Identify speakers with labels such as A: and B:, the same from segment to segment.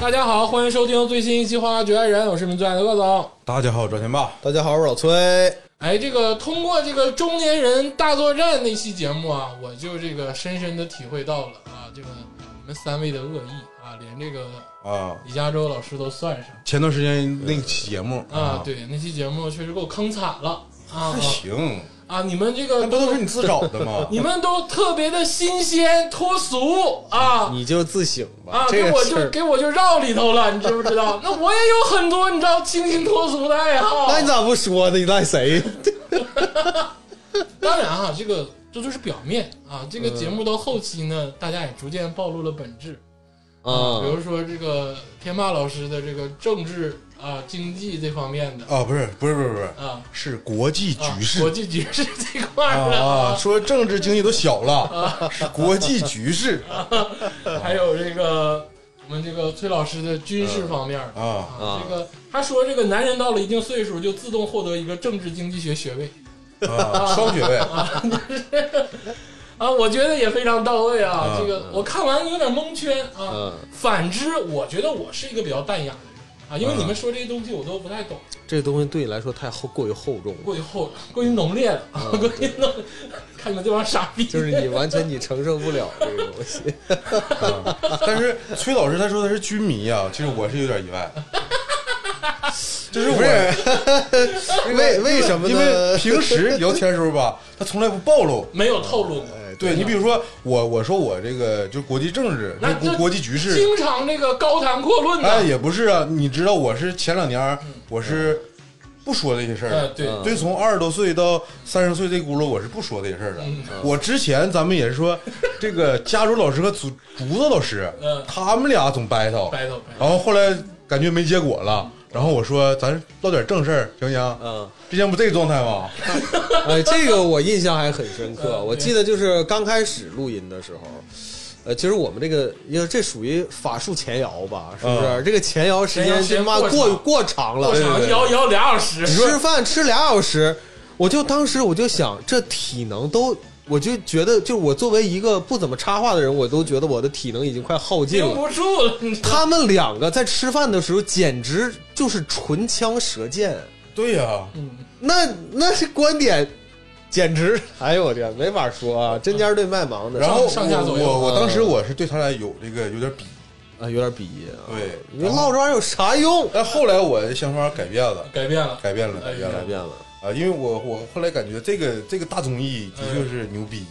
A: 大家好，欢迎收听最新一期《花花局爱人》，我是你们最爱的鄂总。
B: 大家好，我是赵天霸。
C: 大家好，我是老崔。
A: 哎，这个通过这个中年人大作战那期节目啊，我就这个深深的体会到了啊，这个你们三位的恶意啊，连这个
B: 啊，
A: 李嘉洲老师都算上
B: 前段时间那期节目
A: 啊。，对，那期节目确实给我坑惨了啊
B: 还行，
A: 啊！你们这
B: 哎那
A: 个？
B: 不都是你自找的吗
A: 你们都特别的新鲜脱俗啊。
C: 你就自省吧，
A: 啊，
C: 嗯这
A: 给
C: 个
A: 我
C: 事
A: 就
C: 儿。
A: 给我就绕里头了，你知不知道？那我也有很多你知道清新脱俗的爱好。
C: 那你咋不说呢？你赖谁？
A: 当然啊，这个这就是表面啊。这个节目到后期呢，大家也逐渐暴露了本质
C: 啊
B: 嗯
A: 比如说这个天霸老师的这个政治啊、经济这方面的
B: 啊，不是，不是，不是，不是，
A: 啊，
B: 是国际
A: 啊
B: 局
A: 国
B: 势
A: 际局势这块
B: 啊
A: 儿的
B: 啊，说政治经济都小
A: 啊
B: 了，是国际局势
A: 还有这个我们这个崔老师的军事方面的
B: 啊，
A: 啊
C: 啊，
A: 这个他说这个男人到了一定岁数就自动获得一个政治经济学学位
B: 啊，双学位
A: 啊，我觉得也非常到位啊。
B: 啊
A: 这个我看完有点蒙圈啊。
C: 嗯，
A: 反之，我觉得我是一个比较淡雅的人啊，因为你们说这些东西我都不太懂，
C: 这东西对你来说太厚，过于厚重了，
A: 过于厚，过于浓烈了，啊，过于浓。看你们这帮傻逼，
C: 就是你完全你承受不了这个 东西。
B: 啊，但是崔老师他说他是军迷啊，其实我是有点 意外，就是
C: 不
B: 我。
C: 是？为为什么呢？
B: 因为平 时聊天的时候吧，他从来不暴露。
A: 没有透露过。
C: 哎，
B: 对你比如说我，我说我这个就是国际政治
A: 那，
B: 国
A: 这
B: 国际局势，
A: 经常这个高谈阔论
B: 哎，
A: 的，
B: 也不是啊，你知道我是前两年儿我是不说这些事儿
A: 哎，
B: 的，
A: 嗯对，
C: 嗯
B: 对，从二十多岁到三十岁这轱辘我是不说这些事儿的
A: 嗯。
B: 我之前咱们也是说，这个加州老师和竹竹子老师
A: 嗯，
B: 他们俩总 battle，
A: 白头白头。
B: 然后后来感觉没结果了，然后我说咱唠点正事儿行不行？
C: 嗯，
B: 之前不这个状态吗？
C: 哎，这个我印象还很深
A: 嗯 对
C: 刻。我记得就是刚开始录音的时候，呃，其实我们这个，因为这属于法术前摇吧，是不是？
B: 嗯
C: 这个前摇时
A: 啊前摇
C: 间
A: 时间
C: 他妈
A: 过长
C: 过过长了
A: 过，场
B: 对对对
A: 摇摇俩小时，
C: 吃饭吃俩小时，我就当时我就想，这体能都，我就觉得，就我作为一个不怎么插话的人，我都觉得我的体能已经快耗尽
A: 顶
C: 了。
A: 不住了。你知道吗
C: 他们两个在吃饭的时候，简直就是唇枪舌剑，
B: 对呀，
A: 嗯，
C: 那那是观点，简直，哎呦我天，没法说啊，针尖对麦芒的，
B: 然后
A: 上上下
B: 我
A: 左右
B: 我我当时
C: 嗯
B: 我是对他俩有这个有点鄙，
C: 啊有点鄙夷啊，
B: 对，
C: 你唠这玩意儿有啥用？
B: 但后来我的想法改变了，
A: 改变了，
B: 改变了，改变
A: 哎
B: 了
C: 改。变了，
B: 啊，因为我我后来感觉这个这个大综艺的确是牛逼，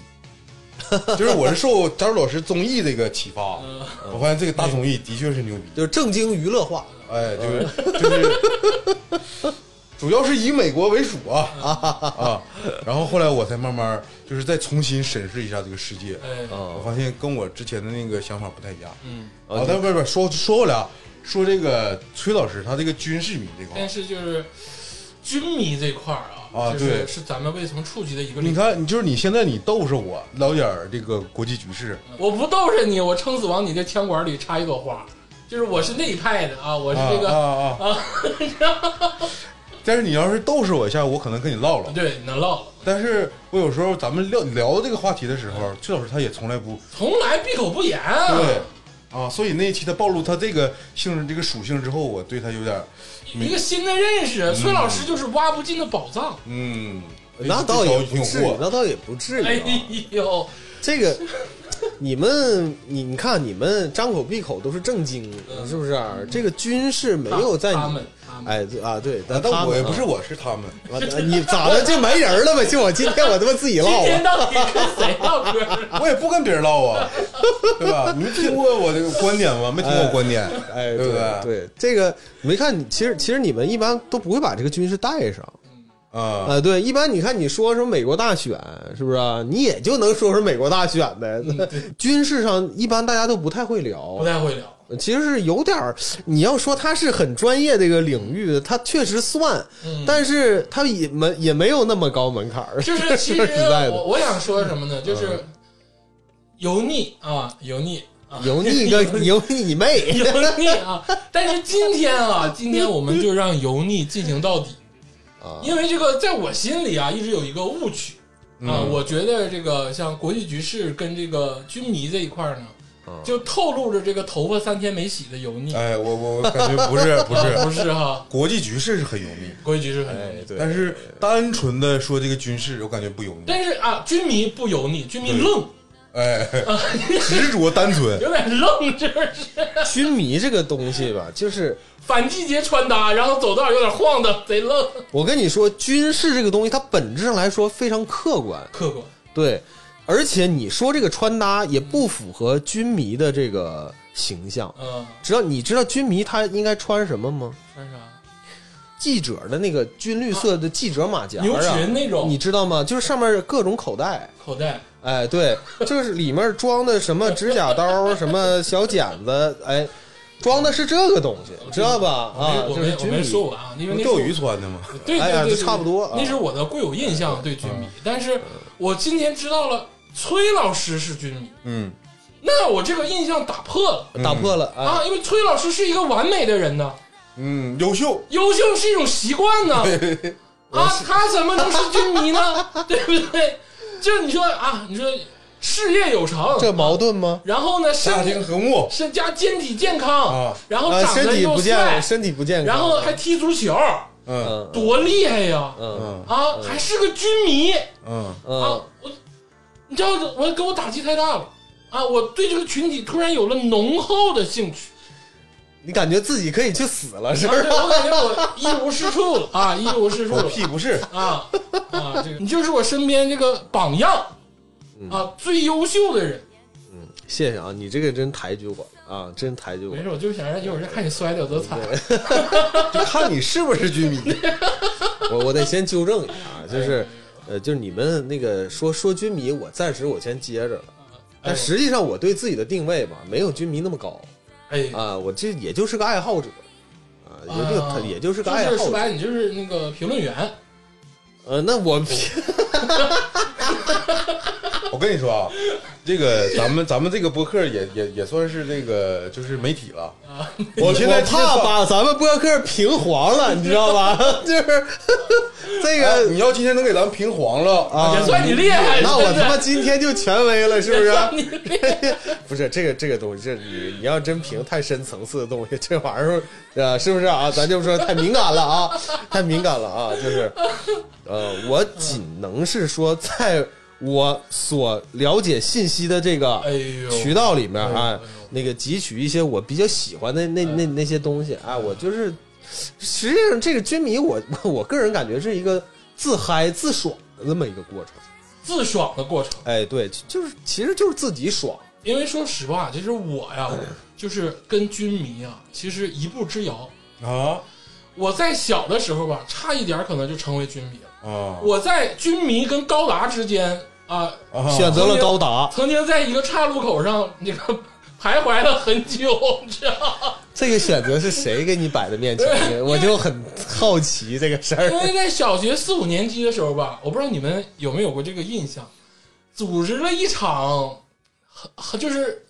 B: 就是我是受贾鲁老师综艺这个启发，
A: 嗯，
B: 我发现这个大综艺的确是牛逼，
C: 就是正经娱乐化
B: 哎，就是就是，主要是以美国为主啊 啊，然后后来我才慢慢就是再重新审视一下这个世界，
A: 哎，
B: 我
C: 啊，
B: 发现跟我之前的那个想法不太一样。
A: 嗯，
B: 啊，但不是不是说说回来啊，说这个崔老师他这个军事迷这块
A: 但
B: 儿，
A: 是就是军迷这块儿啊，
B: 啊
A: 就是
B: 对
A: 是咱们未曾触及的一个领
B: 你
A: 域。
B: 看，你就是你现在你逗是我聊点儿这个国际局势。
A: 我不逗着你，我撑死往你这枪管里插一朵花，就是我是那一派的啊，我是这个，
B: 啊啊啊但是你要是逗使我一下，我可能跟你唠
C: 啊
B: 唠。
A: 对，能唠了，
B: 但是我有时候咱们聊聊这个话题的时候，崔老师他也从来不
A: 从来闭口不言。
B: 对，啊，所以那一期他暴露他这个性质、这个属性之后，我对他有点
A: 一个新的认
C: 嗯
A: 识，崔老师就是挖不尽的宝藏。
B: 嗯，
C: 那倒也不
B: 挺
C: 至于
B: 过，，
C: 那倒也不至于、啊，
A: 哎呦，
C: 这个，你们，你你看，你们张口闭口都是正经，是不是？这个军事没有在
A: 他
C: 你
A: 们，，他们
C: 哎，对啊，对，但
B: 难道
C: 他
B: 我
C: 们
B: 也
C: 啊
B: 不是，我是他们？
C: 我啊你咋的就没人了呗？就我今天我他妈自己
A: 今
C: 唠
A: 天
C: 啊，
A: 到底跟谁唠嗑？啊
B: 我也不跟别人唠啊，对吧？你们听过我这个观点吗？没听过我观点，
C: 哎，
B: 对不
C: 对？对，这个你没看，你其实其实你们一般都不会把这个军事带上。
B: 啊，
C: 啊，对，一般你看你说什么美国大选，是不是啊、你也就能说说美国大选呗。 军事上一般大家 都不太会聊
A: 嗯
C: 啊
A: 不，太会聊，
C: 其实是有点儿，你要说他是很专业这个领域，他确实算，
A: 嗯
C: 但是他也没也没有那么高门槛儿。
A: 就是 其实
C: 说实在
A: 我
C: 的，嗯
A: 我想说什么呢？就是油腻啊，油腻啊，
C: 油 腻个油腻你妹！
A: 油腻啊！但是今天啊，今天我们就让油腻进行到底。
C: 啊，
A: 因为这个，在我心里啊，一直有一个误区啊，
B: 嗯
A: 我觉得这个像国际局势跟这个军迷这一块儿呢，
C: 嗯
A: 就透露着这个头发三天没洗的油 腻。
B: 哎，我我我感觉不是不
A: 啊，
B: 是，
A: 不是哈，
B: 国际局势是很油腻，
A: 规矩是很油腻。
C: 哎，对，
B: 但是单纯的说这个军事，我感觉不油腻，
A: 但是啊，军迷不油腻，军迷愣，
B: 哎，执着单纯，
A: 有点愣，是不是？
C: 军迷这个东西吧，就是
A: 反季节穿搭，然后走道有点晃荡，贼愣，
C: 我跟你说，军事这个东西它本质上来说非常客观，
A: 客观。
C: 对，而且你说这个穿搭也不符合军迷的这个形象。
A: 嗯，
C: 知道你知道军迷他应该穿什么吗？
A: 穿啥？
C: 记者的那个军绿色的记者马甲、啊，
A: 牛群那种
C: 你知道吗？就是上面各种口袋，
A: 口袋，
C: 哎，对，就是里面装的什么指 甲刀、什么小剪子，哎，装的是这个东西，知道吧？啊，
A: 我
C: 就
A: 没
C: 是
A: 我
C: 军
A: 没说
C: 迷。
A: 完啊，因为
B: 不
A: 那
B: 钓
A: 是
B: 鱼穿的吗？
A: 对
C: 哎呀
A: 对对，
C: 差不多嗯
A: 对对那是我的固有印象对军迷，但是我今天知道了崔老师是军迷，
B: 嗯，
A: 那我这个印象打破了
C: 打破了啊！
A: 啊，因为崔老师是一个完美的人呢，
B: 嗯，优秀，
A: 优秀是一种习惯呢， 啊，他怎么能是军迷呢？ 对不对？就是你说啊，你说事业有成，
C: 这矛盾吗？
A: 然后呢，
B: 家
A: 身体
B: 庭和睦，
A: 身家身体健康
B: 啊，
A: 然后
C: 啊，
A: 长
C: 身
A: 得
C: 体
A: 又
C: 不
A: 帅
C: 健，，身体不健康，
A: 然后还踢足球，
B: 嗯
C: 嗯
A: 多厉害呀！
C: 嗯
B: 嗯
A: 啊，还是个军迷
B: 嗯
A: 啊
C: 嗯！
A: 我，你知道我给我打击太大了啊！我对这个群体突然有了浓厚的兴趣，
C: 你感觉自己可以去死了是
A: 而
C: 不是？
A: 且我感觉我一无是处了啊，一无是处
B: 狗
A: 了
B: 屁不是，
A: 啊啊！这个你就是我身边这个榜样
C: 嗯
A: 啊，最优秀的人。
C: 谢谢啊，你这个真抬举我啊，真抬举我
A: 没。事，我就想让有人看你摔得有多惨。
B: 就看你是不是军迷，
C: 我我得先纠正一下，啊，
A: 哎
C: 就是，呃，就是你们那个说说军迷，我暂时我先接着了，但实际上我对自己的定位吧，没有军迷那么高
A: 哎，
C: 啊，我这也就是个爱好者啊，也就
A: 啊
C: 他也就是个
A: 就
C: 爱
A: 是
C: 好
A: 说
C: 者。
A: 白了，你就是那个评论员，
C: 呃，那 我
B: 我跟你说啊，这个咱们咱们这个播客也也也算是这个就是媒体了，
C: 我
B: 你现在
C: 我怕
B: 听到
C: 把咱们播客平黄了，你知道吧？ 就是
A: 哎
C: 这
B: 哎
C: 个
B: 你要今天能给咱们平黄了啊，
C: 啊
A: 也，算你厉害。
C: 那我
A: 真的
C: 他妈今天就权威了，是不啊
A: 也
C: 是？
A: 算你厉害。
C: 不是这个这个东西，这你你要真评太深层次的东西，这玩意儿呃是不是啊？ 咱就说太敏感了啊， 太敏感了啊，就是呃，我仅能是说，在我所了解信息的这个
A: 哎呦，
C: 渠道里面
A: 哎呦哎
C: 啊
A: 呦，
C: 那个汲取一些我比较喜欢的那那那些东西啊，我就是实际上这个军迷我， 我我个人感觉是一个自嗨自爽的这么一个过程。
A: 自爽的过程。
C: 哎，对，就是其实就是自己爽。
A: 因为说实话，就是我呀，就是跟军迷啊，其实一步之遥。
B: 啊
A: 我在小的时候吧，差一点可能就成为军迷了。
B: 啊，
A: 我在军迷跟高达之间啊，
B: 啊
C: 选择了高达，
A: 曾经在一个岔路口上那个 徘徊了很久，你知道吗？
C: 这个选择是谁给你摆在面前的？我就很好奇这个事
A: 因
C: 儿。
A: 为在小学四五年级的时候吧，我不知道你们有没有过这个印象，组织了一场，很就是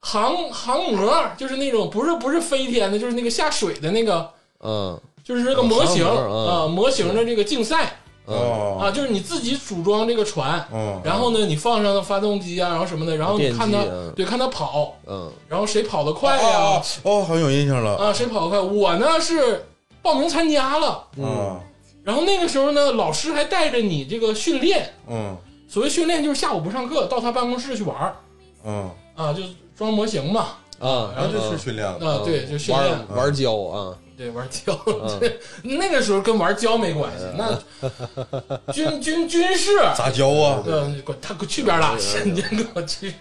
A: 航航模，就是那种不是不是飞天的，就是那个下水的那个。
C: 嗯
A: 就是这个模型
C: 啊
A: 啊、
C: 航模啊
A: 模型的这个竞赛
C: 嗯，
A: 啊，
B: 啊
A: 就是你自己组装这个船，
B: 嗯
A: 然后呢，你放上发动机啊，然后什么的，然后你
C: 哦电机
A: 看它，
C: 嗯
A: 对，看它跑，
C: 嗯，
A: 然后谁跑得快呀、
B: 啊
A: 啊
B: 哦，好像有印象了
A: 谁跑得快。我呢是报名参加了，
B: 啊
A: 然后那个时候呢，老师还带着你这个训练，
B: 嗯
A: 所谓训练就是下午不上课，到他办公室去玩儿
B: 嗯，
A: 啊，就装模型嘛，
C: 啊，
B: 然后就是训练了
C: 哦
A: 啊，对，就训练
C: 嗯玩，玩胶啊，
A: 对，玩胶，
C: 嗯
A: 那个时候跟玩胶没关系，那 军军军事
B: 杂交啊，
A: 嗯，滚，他滚去边儿啦！神经给我去。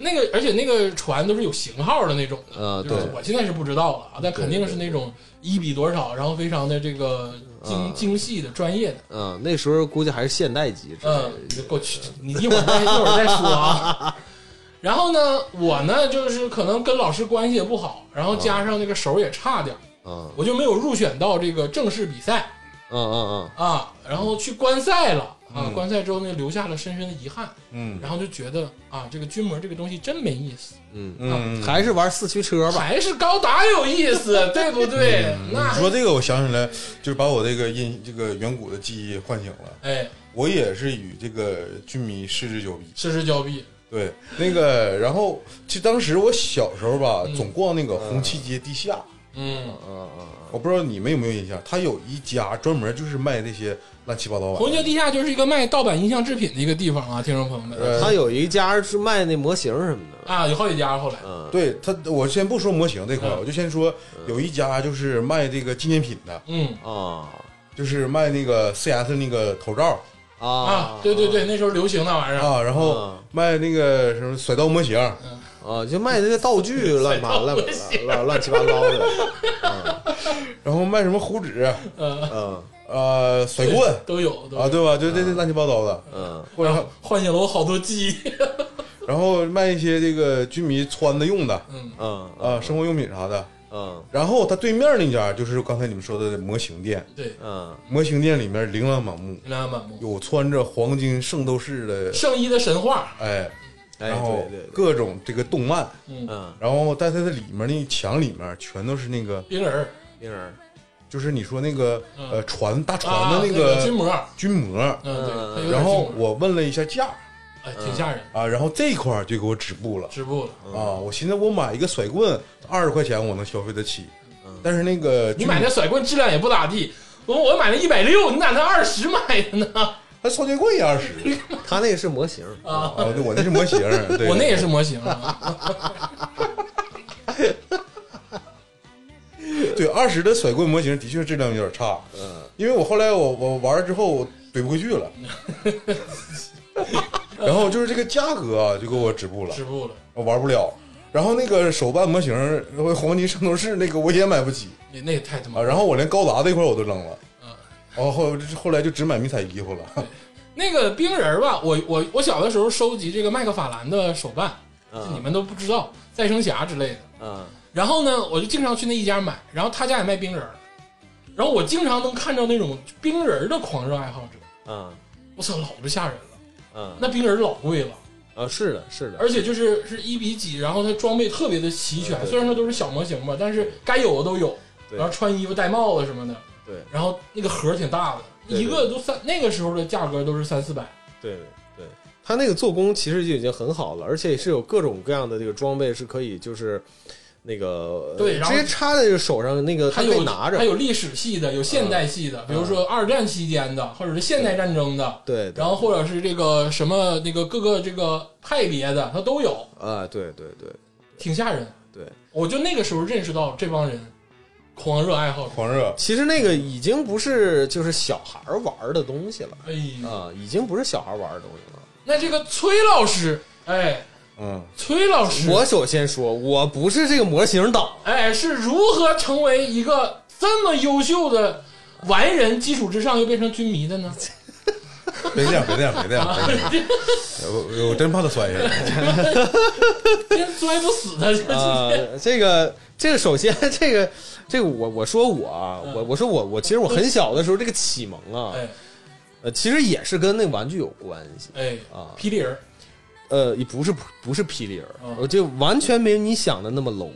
A: 那个，而且那个船都是有型号的那种的，
C: 啊，
A: 就是
C: 对，
A: 我现在是不知道了啊，但肯定是那种一比多少，然后非常的这个精
C: 嗯
A: 精细的、专业的。
C: 嗯，那时候估计还是现代级之类
A: 嗯
C: 的，
A: 你给我去，你一会儿再一会儿再说 啊。然后呢，我呢就是可能跟老师关系也不好，然后加上那个手也差点儿，
C: 嗯
A: 我就没有入选到这个正式比赛
C: 嗯嗯
A: 啊，然后去观赛了啊，
B: 嗯
A: 观赛之后呢留下了深深的遗憾。
B: 嗯
A: 然后就觉得啊，这个军模这个东西真没意思，
C: 嗯嗯，
B: 嗯，
C: 还是玩四驱车吧。
A: 还是高达有意思，对不对？那
B: 你说这个，我想起来，就是把我这个印这个远古的记忆唤醒了。
A: 哎，
B: 我也是与这个军迷失之交臂。
A: 失之交臂，
B: 对，那个，然后就当时我小时候吧，总逛那个红旗街地下，
A: 嗯，
C: 嗯嗯
B: 我不知道你们有没有印象，他有一家专门就是卖那些乱七八糟玩
A: 红
B: 意
A: 桥
B: 儿。
A: 地下就是一个卖盗版音像制品的一个地方啊，听众朋友们
B: 呃
C: 嗯，他有一家是卖那模型什么的，
A: 啊，有好几家后来，
C: 嗯，
B: 呃对他，我先不说模型这块儿，
A: 嗯
B: 我就先说有一家就是卖这个纪念品的，
A: 嗯
C: 啊
B: 就是卖那个 CS 那个头罩
A: 啊，对对对，那时候流行那玩意儿，
B: 啊，然后
C: 嗯
B: 卖那个什么甩刀模型，
C: 啊，就卖那些道具乱八乱乱乱七八糟的，
B: 然后卖什么糊纸，
A: 呃，
C: 嗯
B: 呃，甩棍
A: 都有，都有
B: 啊，对吧？就这这乱七八糟的，
C: 嗯
B: 或者
A: 唤醒了我好多记忆。
B: 然后卖一些这个军迷穿的用的
A: 嗯
C: 嗯
B: 啊，生活用品啥的。
C: 嗯
B: 然后他对面那家就是刚才你们说的模型店，
A: 对，
C: 嗯
B: 模型店里面琳琅满目，
A: 琳琅满目，
B: 有穿着黄金圣斗士的，
A: 圣衣的神话，
B: 哎，
C: 哎
B: 然后
C: 对对对，
B: 各种这个动漫，
A: 嗯，
C: 嗯，
B: 然后但它的里面那墙里面全都是那个，
A: 冰人儿
C: 婴儿，
B: 就是你说那个
A: 嗯
B: 呃船大船
A: 啊，
B: 的
A: 那
B: 个
A: 军模，
B: 军模，
A: 嗯，对，它有点
B: 然后
A: 军模
B: 我问了一下价
A: 哎，挺吓人，
B: 啊，然后这块儿就给我止步了。
A: 止步
C: 嗯
A: 了。
B: 啊，我寻思我买一个甩棍二十块钱我能消费得起
C: 嗯，
B: 但是那个
A: 你买那甩棍质量也不咋地，我我买那一百六，你咋那二十买的呢？
B: 还双截棍 二十
C: 他那个是模型，
A: 啊，
B: 啊，对我那是模型，对
A: 我那也是模型啊，
B: 对二十的甩棍模型的确质量有点差，
C: 嗯
B: 因为我后来我我玩了之后我怼不回去 了，然后就是这个价格啊就给我止步了，
A: 止步了。
B: 我玩不了。然后那个手办模型，呃黄金圣斗士那个我也买不起
A: 那那个太他妈
B: 啊，然后我连高达这块我都扔了，
C: 嗯
A: 啊
B: 然后后后来就只买迷彩衣服了，
A: 那个冰人儿吧，我我我小的时候收集这个麦克法兰的手办，就你
C: 嗯
A: 们都不知道，再生侠之类的。
C: 嗯
A: 然后呢，我就经常去那一家买，然后他家也卖冰人儿，然后我经常能看到那种冰人儿的狂热爱好者，
C: 嗯
A: 我操，老子吓人了，
C: 嗯，
A: 那冰人儿老贵了，
C: 啊是的是的，
A: 而且就是是一比几，然后它装备特别的齐全，
C: 对对
A: 虽然说都是小模型吧，但是该有的都有，
C: 对
A: 然后穿衣服戴帽子什么的，
C: 对
A: 然后那个盒儿挺大的，
C: 对对
A: 一个都三，那个时候的价格都是三四百，
C: 对对，他那个做工其实就已经很好了，而且是有各种各样的这个装备是可以就是那个
A: 对然
C: 直
A: 后
C: 接插在这个手上，那个
A: 它
C: 可以
A: 有
C: 拿着嗯
A: 它，有历史系的，有现代系的，比如说二战期间的，或者是现代战争的，
C: 对，对
A: 然后或者是这个什么那个各个这个派别的，它都有，
C: 啊对对对
A: 挺吓人。
C: 对，
A: 我就那个时候认识到这帮人狂热爱好者，
B: 狂热。
C: 其实那个已经不是就是小孩儿玩儿的东西了
A: 哎呀，
C: 啊，已经不是小孩儿玩儿的东西了。
A: 那这个崔老师，哎，
B: 嗯，
A: 崔老师，
C: 我首先说，我不是这个模型党，
A: 哎是如何成为一个这么优秀的完人基础之上又变成军迷的呢？
B: 别这样，别这样，别这样，别这样我我真怕他摔下来。
A: 真摔不死他，这
C: 啊，这个这个首先这个这个我我说我啊，我我说我我其实我很小的时候这个启蒙啊，
A: 嗯哎
C: 呃，其实也是跟那玩具有关系，
A: 哎
C: 啊
A: 霹雳人儿
C: 呃，也不是不是霹雳人
A: 嗯，
C: 我就完全没有你想的那么 low。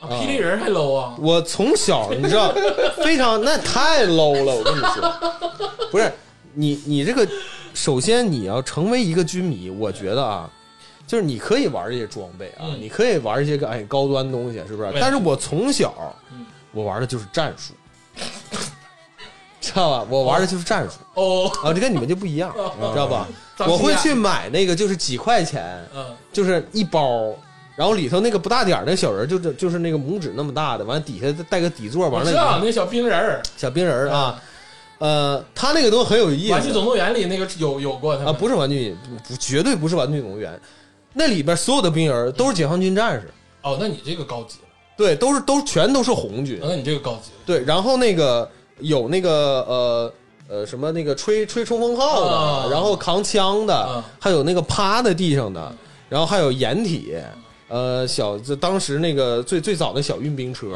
A: 啊，霹雳人儿还 low 啊，
C: 我从小你知道，非常那太 low 了，我跟你说，不是你你这个，首先你要成为一个军迷，我觉得啊，就是你可以玩这些装备啊，
A: 嗯
C: 你可以玩一些个哎高端东西，是不是
A: 对？
C: 但是我从小
A: 嗯，
C: 我玩的就是战术，知道吧？我玩的就是战术
A: 哦，
C: 啊，这跟你们就不一样， 知道吧？
A: 脏
C: 我
A: 心
C: 会
A: 眼
C: 去买那个就是几块钱，
A: 嗯
C: 就是一包，然后里头那个不大点儿那小人儿，就是就是那个拇指那么大的，完了底下带个底座，
A: 我
C: 完
A: 知道
C: 了
A: 那小冰人儿，
C: 小冰人儿啊，呃，他那个东西很有意
A: 玩具
C: 思
A: 总动员里那个有有过他
C: 啊，不
A: 是
C: 是玩具，不绝对不是玩具总动员，那里边所有的冰人儿都是解放军战士，
A: 哦，那你这个高级了，
C: 对，都是都全都是红军，
A: 那你这个高级了，
C: 对，然后那个有那个呃。呃，什么那个吹吹冲锋号的，
A: 啊
C: 然后扛枪的，
A: 啊
C: 还有那个趴在地上的，然后还有掩体，呃，小这当时那个最最早的小运兵车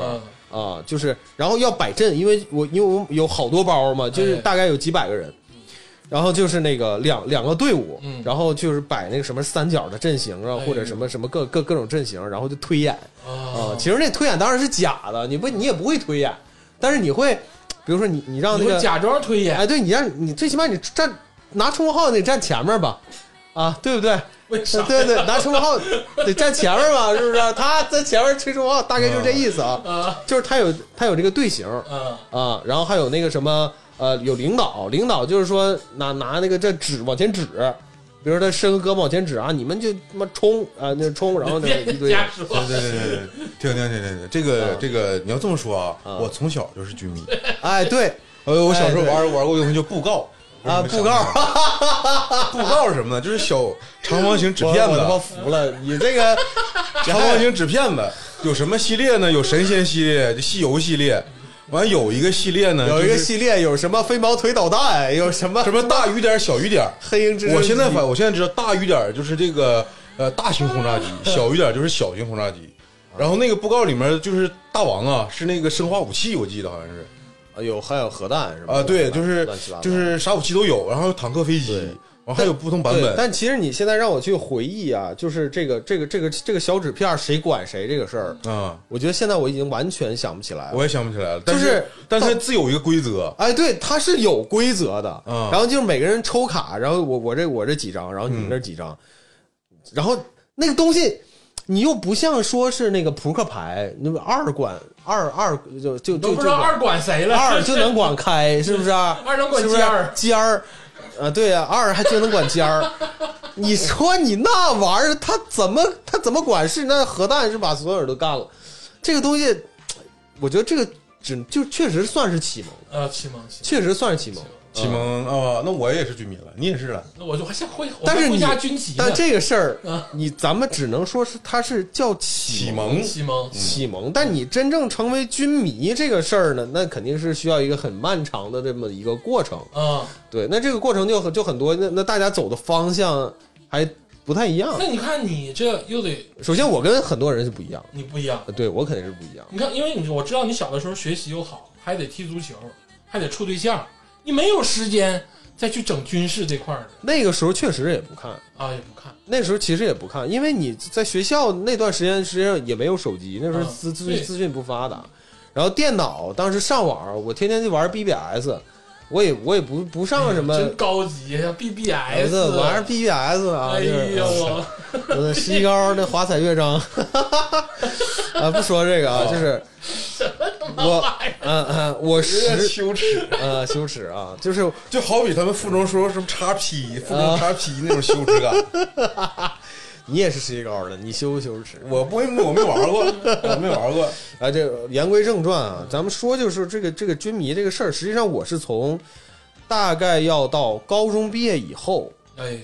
C: 啊、
A: 嗯
C: 就是然后要摆阵，因为我因为我有好多包嘛，就是
A: 哎
C: 大概有几百个人，然后就是那个两两个队伍，
A: 嗯
C: 然后就是摆那个什么三角的阵型啊，
A: 哎
C: 或者什么什么各各各种阵型，然后就推演。
A: 啊，
C: 啊、其实那推演当然是假的，你不你也不会推演，但是你会，比如说你你让
A: 你
C: 那
A: 会
C: 个，
A: 假装 推演，
C: 哎，对你让你最起码你站拿冲锋号你站前面吧，啊，对不对？
A: 为啥？
C: 对对，拿冲锋号得站前面嘛， 是不是？他在前面吹冲锋号，大概就是这意思啊，
A: 啊
C: 就是他有他有这个队形
A: 啊
C: 啊，然后还有那个什么呃，有领导，领导就是说拿拿那个这指往前指，比如说他伸个胳膊往前指啊，你们就他妈冲啊，那冲，然后 那
A: 别
C: 一堆人
A: 瞎说，
B: 对对对对，停停停停停，这个
C: 啊
B: 这个你要这么说啊，我从小就是军 迷，
C: 哎对
B: 呃，我小时候
C: 哎对
B: 玩玩过一个东西叫布告
C: 啊布告，
B: 布告是什么呢？就是小长方形纸
C: 我
B: 片
C: 我
B: 子
C: 他，妈服了，你这个
B: 长方形纸片子有什么系列呢？有神仙系列、就西游系列，完有一个系列呢，
C: 有一
B: 就
C: 个
B: 是
C: 系列有什么飞毛腿导弹，有 什么
B: 什么大雨点儿、小雨点儿。
C: 黑鹰直升机，
B: 我现在反，我现在知道大雨点儿就是这个呃大型轰炸机，小雨点儿就是小型轰炸机。然后那个布告里面就是大王啊，是那个生化武器，我记得好像是
C: 啊有还有核弹是吧？
B: 啊，对，就是
C: 乱七八糟
B: 就是啥武器都有，然后有坦克、飞机，完还有不同版
C: 对
B: 本。
C: 但其实你现在让我去回忆啊，就是这个这个这个这个小纸片儿谁管谁这个事儿，
B: 啊，
C: 我觉得现在我已经完全想不起来了。
B: 我也想不起来了。
C: 就
B: 但
C: 是
B: 但是它自有一个规则，
C: 哎，对，它是有规则的，
B: 嗯
C: 然后就是每个人抽卡，然后我我这我这几张，然后你
A: 嗯
C: 那几张，然后那个东西，你又不像说是那个扑克牌，那么二管二二就就
A: 都
C: 就
A: 不知道
C: 就
A: 二管谁了，
C: 二 就能管开，是不是？二
A: 能管
C: 是不是
A: 尖儿
C: 尖儿，啊，对呀、二还就能管尖 儿。你说你那玩意儿，他怎么他怎么管事？那核弹是把所有人都干了。这个东西，我觉得这个只就确实算是启蒙，
A: 啊，启蒙启蒙。
C: 确实算是启蒙。
B: 启蒙啊，那我也是军迷了，你也是了。
A: 那我就还下会，我
C: 但是
A: 还
C: 你
A: 会下军旗呢。
C: 但这个事 儿
A: 嗯，
C: 你咱们只能说是它是叫启
B: 启
C: 蒙。
B: 蒙
A: 启蒙，
C: 启蒙，但你真正成为军迷这个事儿呢，那肯定是需要一个很漫长的这么一个过程。
A: 啊，
C: 对，那这个过程就很就很多，那那大家走的方向还不太一样
A: 那。你看你这又得
C: 首先，我跟很多人是不一样，
A: 你不一样。
C: 呃对我肯定是不一样。
A: 你看，因为你我知道你小的时候学习又好，还得踢足球，还得处对象，你没有时间再去整军事这块儿的
C: 那个时候确实也不看，
A: 啊，也不看。
C: 那时候其实也不看，因为你在学校那段时间实际上也没有手机，那时候
A: 嗯
C: 资资
A: 对
C: 资讯不发达，然后电脑当时上网，我天天就玩 BBS，我也我也不不上什么。
A: 真高级，像
C: 儿
A: BBS
C: 子玩 BBS 啊！
A: 哎
C: 就是
A: 呦，
C: 我的西高那华彩乐章， 啊，不说这个
A: 哦
C: 啊，就是我，嗯嗯，我十
B: 羞 耻，
C: 呃羞耻啊，就是
B: 就好比他们附中说什么叉 P，附
C: 啊
B: 中叉 P 那种羞耻 感。
C: 你也是西高的，你羞不羞耻？
B: 我不会，我没玩过，我没玩过。
C: 啊，这言归正传啊，咱们说就是这个这个军迷这个事儿，实际上我是从大概要到高中毕业以后，
A: 哎，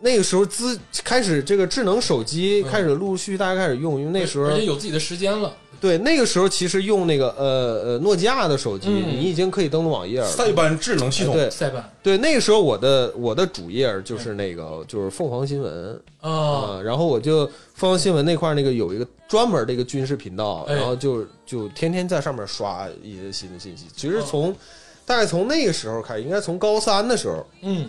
C: 那个时候资开始这个智能手机开始陆续大家开始用，因为那时候
A: 嗯而且有自己的时间了，
C: 对那个时候其实用那个呃呃诺基亚的手机，
A: 嗯
C: 你已经可以登录网页了。
B: 塞班智能系统，
C: 对
A: 塞班
C: 对，那个时候我的我的主页儿就是那个就是凤凰新闻
A: 啊，
C: 啊、然后我就凤凰新闻那块儿那个有一个专门的一个军事频道，
A: 哎
C: 然后就就天天在上面刷一些新的信息。其实从、大概从那个时候开始，应该从高三的时候
A: 嗯，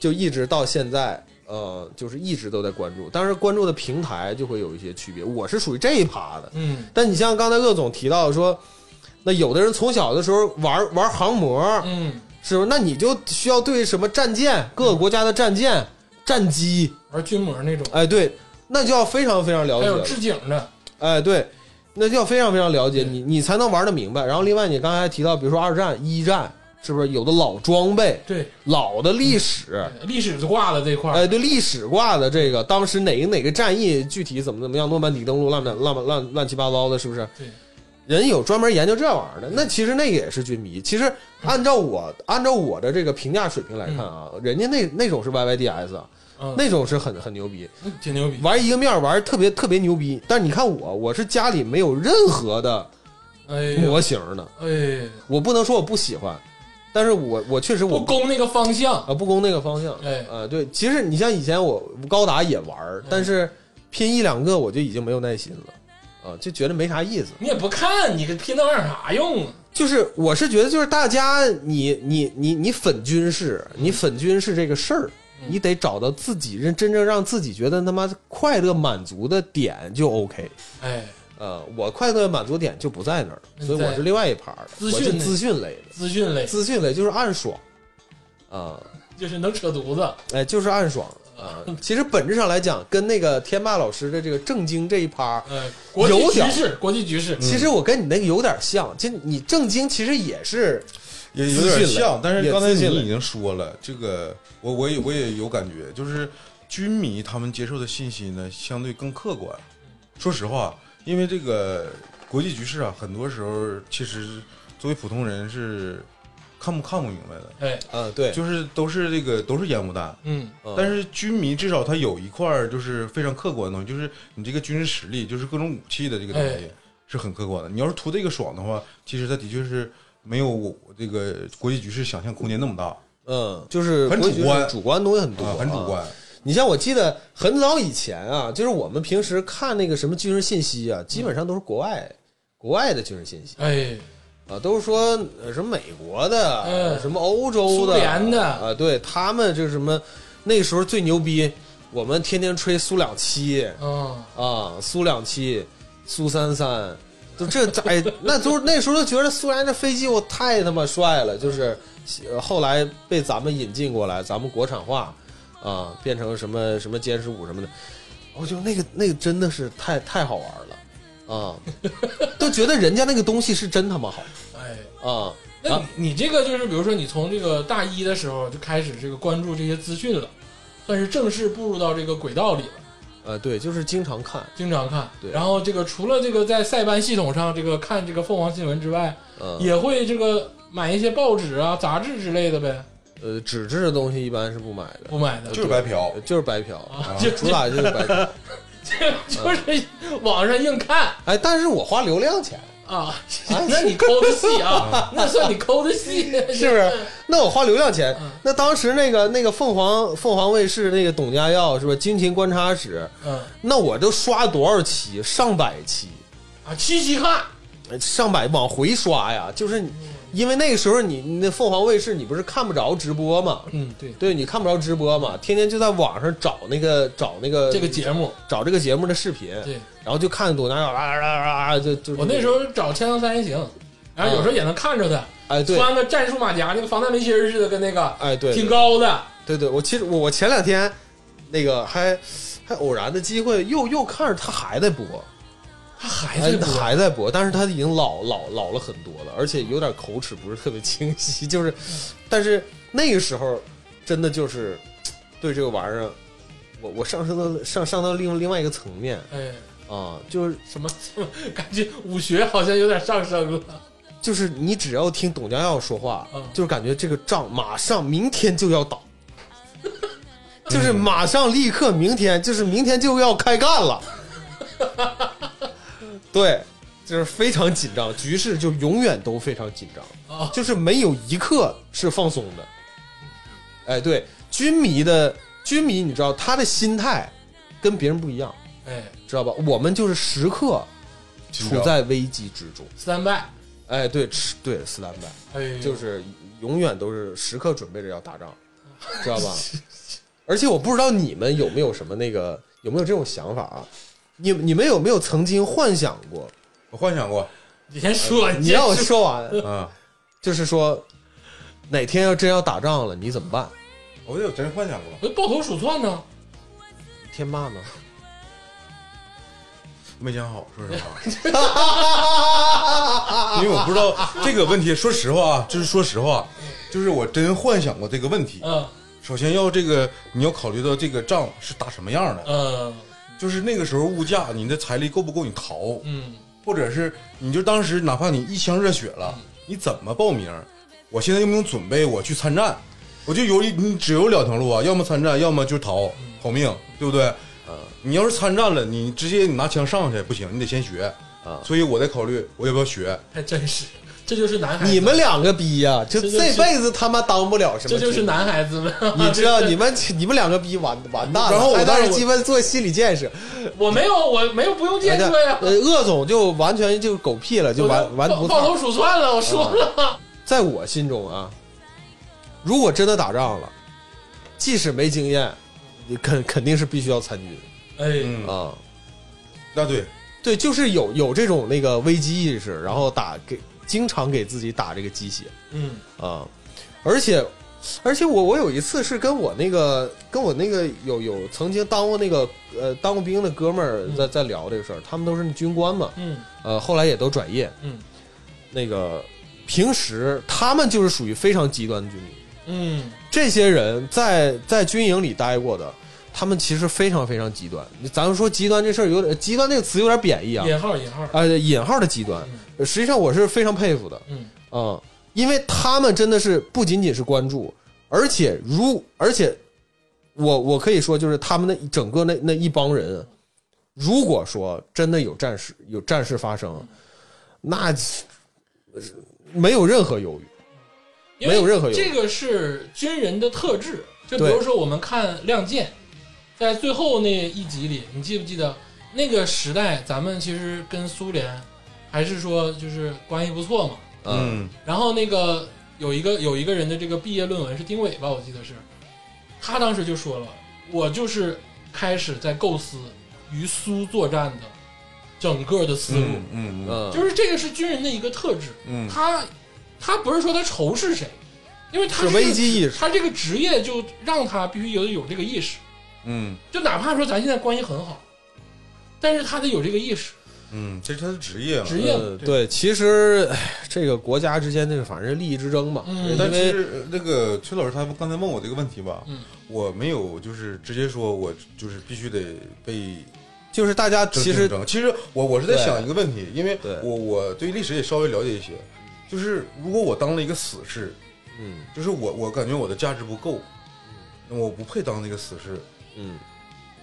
C: 就一直到现在，呃，就是一直都在关注。当然，关注的平台就会有一些区别。我是属于这一趴的，
A: 嗯
C: 但你像刚才鄂总提到说，那有的人从小的时候玩玩航模，
A: 嗯，
C: 是不是？那你就需要对什么战舰，各个国家的战舰、战机，
A: 玩军模那种，
C: 哎，对，那就要非常非常了
A: 还
C: 解
A: 有
C: 了，
A: 置景的，
C: 哎，对，那就要非常非常了解
A: 对
C: 你，你才能玩得明白。然后，另外你刚才还提到，比如说二战、一战，是不是有的老装备、
A: 对，
C: 老的历史？
A: 历史挂的这块儿，
C: 哎，对历史挂的这个，当时哪个哪个战役具体怎么怎么样，诺曼底登陆，乱乱乱乱乱七八糟的，是不是？
A: 对，
C: 人有专门研究这玩意儿的，那其实那也是军迷。其实按照我按照我的这个评价水平来看啊，人家那那种是 YYDS，啊
A: 嗯，
C: 那种是很很牛逼，
A: 嗯挺牛逼，
C: 玩一个面儿玩儿特别特别牛逼。但是你看我，我是家里没有任何的
A: 哎呦，
C: 模型的，
A: 哎，
C: 我不能说我不喜欢，但是我我确实我
A: 不攻那个方向，
C: 啊不攻那个方向，
A: 哎
C: 啊对，其实你像以前我高达也玩
A: 嗯
C: 儿，但是拼一两个我就已经没有耐心了，啊就觉得没啥意思。
A: 你也不看，你给拼那玩意儿有啥用啊？
C: 就是我是觉得，就是大家你你你你粉军事，你粉军事这个事儿，
A: 嗯
C: 你得找到自己认真正让自己觉得他妈快乐满足的点就 OK。
A: 哎，
C: 呃，我快乐满足点就不在那儿，
A: 那你
C: 所以我
A: 在
C: 是另外一盘儿的，
A: 资
C: 我
A: 讯
C: 是
A: 类
C: 嗯资讯类的，
A: 资讯类
C: 资讯类就是暗爽，啊、
A: 就是能扯犊子，
C: 哎，就是暗爽。啊。 其实本质上来讲，跟那个天霸老师的这个正经这一趴，
A: 呃，国际
C: 有
A: 局
C: 点
A: 势，国际局势，
C: 其实我跟你那个有点像，就你正经其实也是
B: 也有点
C: 资讯了
B: 像，但是
C: 也
B: 刚才
C: 资
B: 你
C: 讯了
B: 已经说了，这个我我也我也有感觉，就是军迷他们接受的信息呢，相对更客观。说实话，因为这个国际局势啊，很多时候其实作为普通人是看不看不明白的，
A: 哎，
C: 啊，对，
B: 就是都是这个都是烟雾弹。
A: 嗯，
C: 嗯
B: 但是军迷至少他有一块儿就是非常客观的东西，就是你这个军事实力，就是各种武器的这个东
C: 哎
B: 西是很客观的。你要是图这个爽的话，其实他的确是没有我这个国际局势想象空间那么大
C: 嗯，就是
B: 很
C: 国际
B: 主观
C: 主观的东西很多，
B: 啊，很主
C: 啊
B: 观。
C: 你像我记得很早以前啊，就是我们平时看那个什么军事信息啊，基本上都是国外、国外的军事信息
A: 哎，
C: 啊，都是说呃什么美国的、
A: 嗯
C: 什么欧洲的、
A: 苏联的
C: 啊，对他们就是什么那时候最牛逼，我们天天吹苏两七
A: 嗯，
C: 啊，苏两七、苏三三，就这哎，那都是那时候就觉得苏联这飞机我太他妈帅了，就是、呃后来被咱们引进过来，咱们国产化啊，变成什么什么歼十五什么的，我觉得那个那个真的是太太好玩了啊， 都觉得人家那个东西是真他妈好
A: 哎，
C: 啊
A: 那
C: 啊
A: 你你这个就是，比如说你从这个大一的时候就开始这个关注这些资讯了，算是正式步入到这个轨道里了。
C: 呃，对，就是经常看
A: 经常看，
C: 对
A: 然后这个除了这个在塞班系统上这个看这个凤凰新闻之外，
C: 啊，
A: 也会这个买一些报纸啊、杂志之类的呗，
C: 呃，纸质的东西一般是不买的，
A: 不买的
B: 就是白嫖
C: 呃，就是白嫖。
A: 啊，就
C: 主打就是白 嫖，
A: 就是网上硬看
C: 哎，但是我花流量钱，
A: 啊，
C: 哎
A: 那你抠的细啊，那算你抠的细，
C: 是不是？那我花流量钱
A: 嗯，
C: 那当时那个那个凤凰凤凰卫视那个董家耀是吧？军情观察室，
A: 嗯
C: 那我都刷多少期？上百期，
A: 啊，七七看，
C: 呃上百往回刷呀！就是你
A: 嗯
C: 因为那个时候你你那凤凰卫视你不是看不着直播嘛？
A: 嗯，对，
C: 对你看不着直播嘛，天天就在网上找那个找那个
A: 这个节目，
C: 找这个节目的视频，
A: 对
C: 然后就看董家耀啦啦啦啦啊啦，就就
A: 我那时候找《锵锵三人行》，然后有时候也能看着他
C: 哎对
A: 穿个战术马甲，那个防弹背心儿似的，跟那个
C: 哎对
A: 挺高的，
C: 对对，我其实我我前两天那个还还偶然的机会又又看着他还在播，
A: 他还
C: 哎
A: 在
C: 他
A: 播，
C: 还在播，但是他已经老老老了很多了，而且有点口齿不是特别清晰，就是，但是那个时候真的就是对这个玩意儿，我我上升到上上到另另外一个层面
A: 哎。
C: 啊，就是
A: 什么？感觉武学好像有点上升了。
C: 就是你只要听董家耀说话
A: 嗯，
C: 就是感觉这个仗马上明天就要打。就是马上立刻，明天就是明天就要开干了，对，就是非常紧张，局势就永远都非常紧张。
A: 啊，
C: 就是没有一刻是放松的。哎，对，军迷的军迷，你知道他的心态跟别人不一样，
A: 哎，
C: 知道吧？我们就是时刻
B: 紧
C: 处
B: 张
C: 在危机之中。
A: 三败，
C: 哎，对，吃对斯坦拜
A: 哎，
C: 就是永远都是时刻准备着要打仗，知道吧？而且我不知道你们有没有什么那个有没有这种想法啊？你你们有没有曾经幻想 过？
B: 我幻想过
A: 你先说，
C: 你
A: 先
C: 让我说完，
B: 啊，
C: 就是说哪天要真要打仗了，你怎么办？
B: 我有真幻想过，
A: 我抱头鼠窜呢。
C: 天霸 呢？
B: 没想好，说实 话，因为我不知道这个问题。说实话啊，就是说实话，就是我真幻想过这个问题。
A: 嗯
B: 首先要这个，你要考虑到这个仗是打什么样的，
A: 嗯
B: 就是那个时候物价，你的财力够不够你逃，
A: 嗯，
B: 或者是你就当时哪怕你一腔热血了，你怎么报名？我现在用不用准备我去参战？我就有一你只有两条路啊，要么参战，要么就逃逃命，对不对？你要是参战了，你直接你拿枪上去不行，你得先学
C: 啊
B: 所以我在考虑我要不要学。
A: 还真是，这就是男孩子，
C: 你们两个逼呀、就
A: 这就是
C: 这辈子他妈当不了什
A: 这
C: 么军人。
A: 就是男孩子们。
C: 你知道，你们你们两个逼完完蛋了。
B: 然后我
C: 还
B: 当
C: 当
B: 时
C: 时
B: 我
C: 鸡巴做心理 建设，
A: 我没有，我没有，不用
C: 哎
A: 建设呀，
C: 呃，鄂总就完全就狗屁了，就完完
A: 抱
C: 犊子
A: 抱
C: 了。啊
A: 头鼠窜了。我说了，
C: 在我心中啊，如果真的打仗了，即使没经验，你肯肯定是必须要参军
A: 哎，
B: 嗯，
C: 啊。
B: 那对，
C: 对，就是有有这种那个危机意识，然后打给经常给自己打这个鸡血
A: 嗯
C: 啊，而且而且我我有一次是跟我那个跟我那个有有曾经当过那个呃当过兵的哥们儿在在聊这个事儿，他们都是军官嘛，
A: 嗯
C: 呃，后来也都转业，
A: 嗯
C: 那个平时他们就是属于非常极端的军民，
A: 嗯
C: 这些人在在军营里待过的，他们其实非常非常极端。咱们说极端这事儿有点极端这个词有点贬义啊，
A: 引号引号，
C: 呃，引号的极端，实际上我是非常佩服的，
A: 嗯
C: 嗯，因为他们真的是不仅仅是关注，而且如而且我我可以说，就是他们那整个那那一帮人，如果说真的有战事有战事发生，那没有任何犹豫。
A: 因为
C: 没有任何犹豫
A: 这个是军人的特质。就比
C: 对
A: 如说我们看《亮剑》，在最后那一集里，你记不记得那个时代，咱们其实跟苏联还是说就是关系不错嘛。
C: 嗯，
B: 嗯
A: 然后那个有一个有一个人的这个毕业论文是丁伟吧，我记得是，他当时就说了，我就是开始在构思与苏作战的整个的思路，
B: 嗯嗯嗯
C: 嗯，
A: 就是这个是军人的一个特质，
B: 嗯，
A: 他他不是说他仇视谁，因为他
C: 是
A: 这个
C: 危机意识
A: 他这个职业就让他必须有有这个意识，
B: 嗯
A: 就哪怕说咱现在关系很好，但是他得有这个意识，
B: 嗯，这是他的职业嘛。
A: 职业嘛
C: 呃，，对，其实唉这个国家之间这个反正是利益之争嘛，
A: 嗯
C: 因
B: 但其
C: 为
B: 实呃那个崔老师他不刚才问我这个问题吧，
A: 嗯
B: 我没有就是直接说我就是必须得被
C: 就是大家
B: 政
C: 其
B: 治
C: 实
B: 正其实我我是在
C: 对
B: 想一个问题，因为
C: 对
B: 我我对历史也稍微了解一些，就是如果我当了一个死士，
C: 嗯
B: 就是我我感觉我的价值不够，那我不配当那个死士。
C: 嗯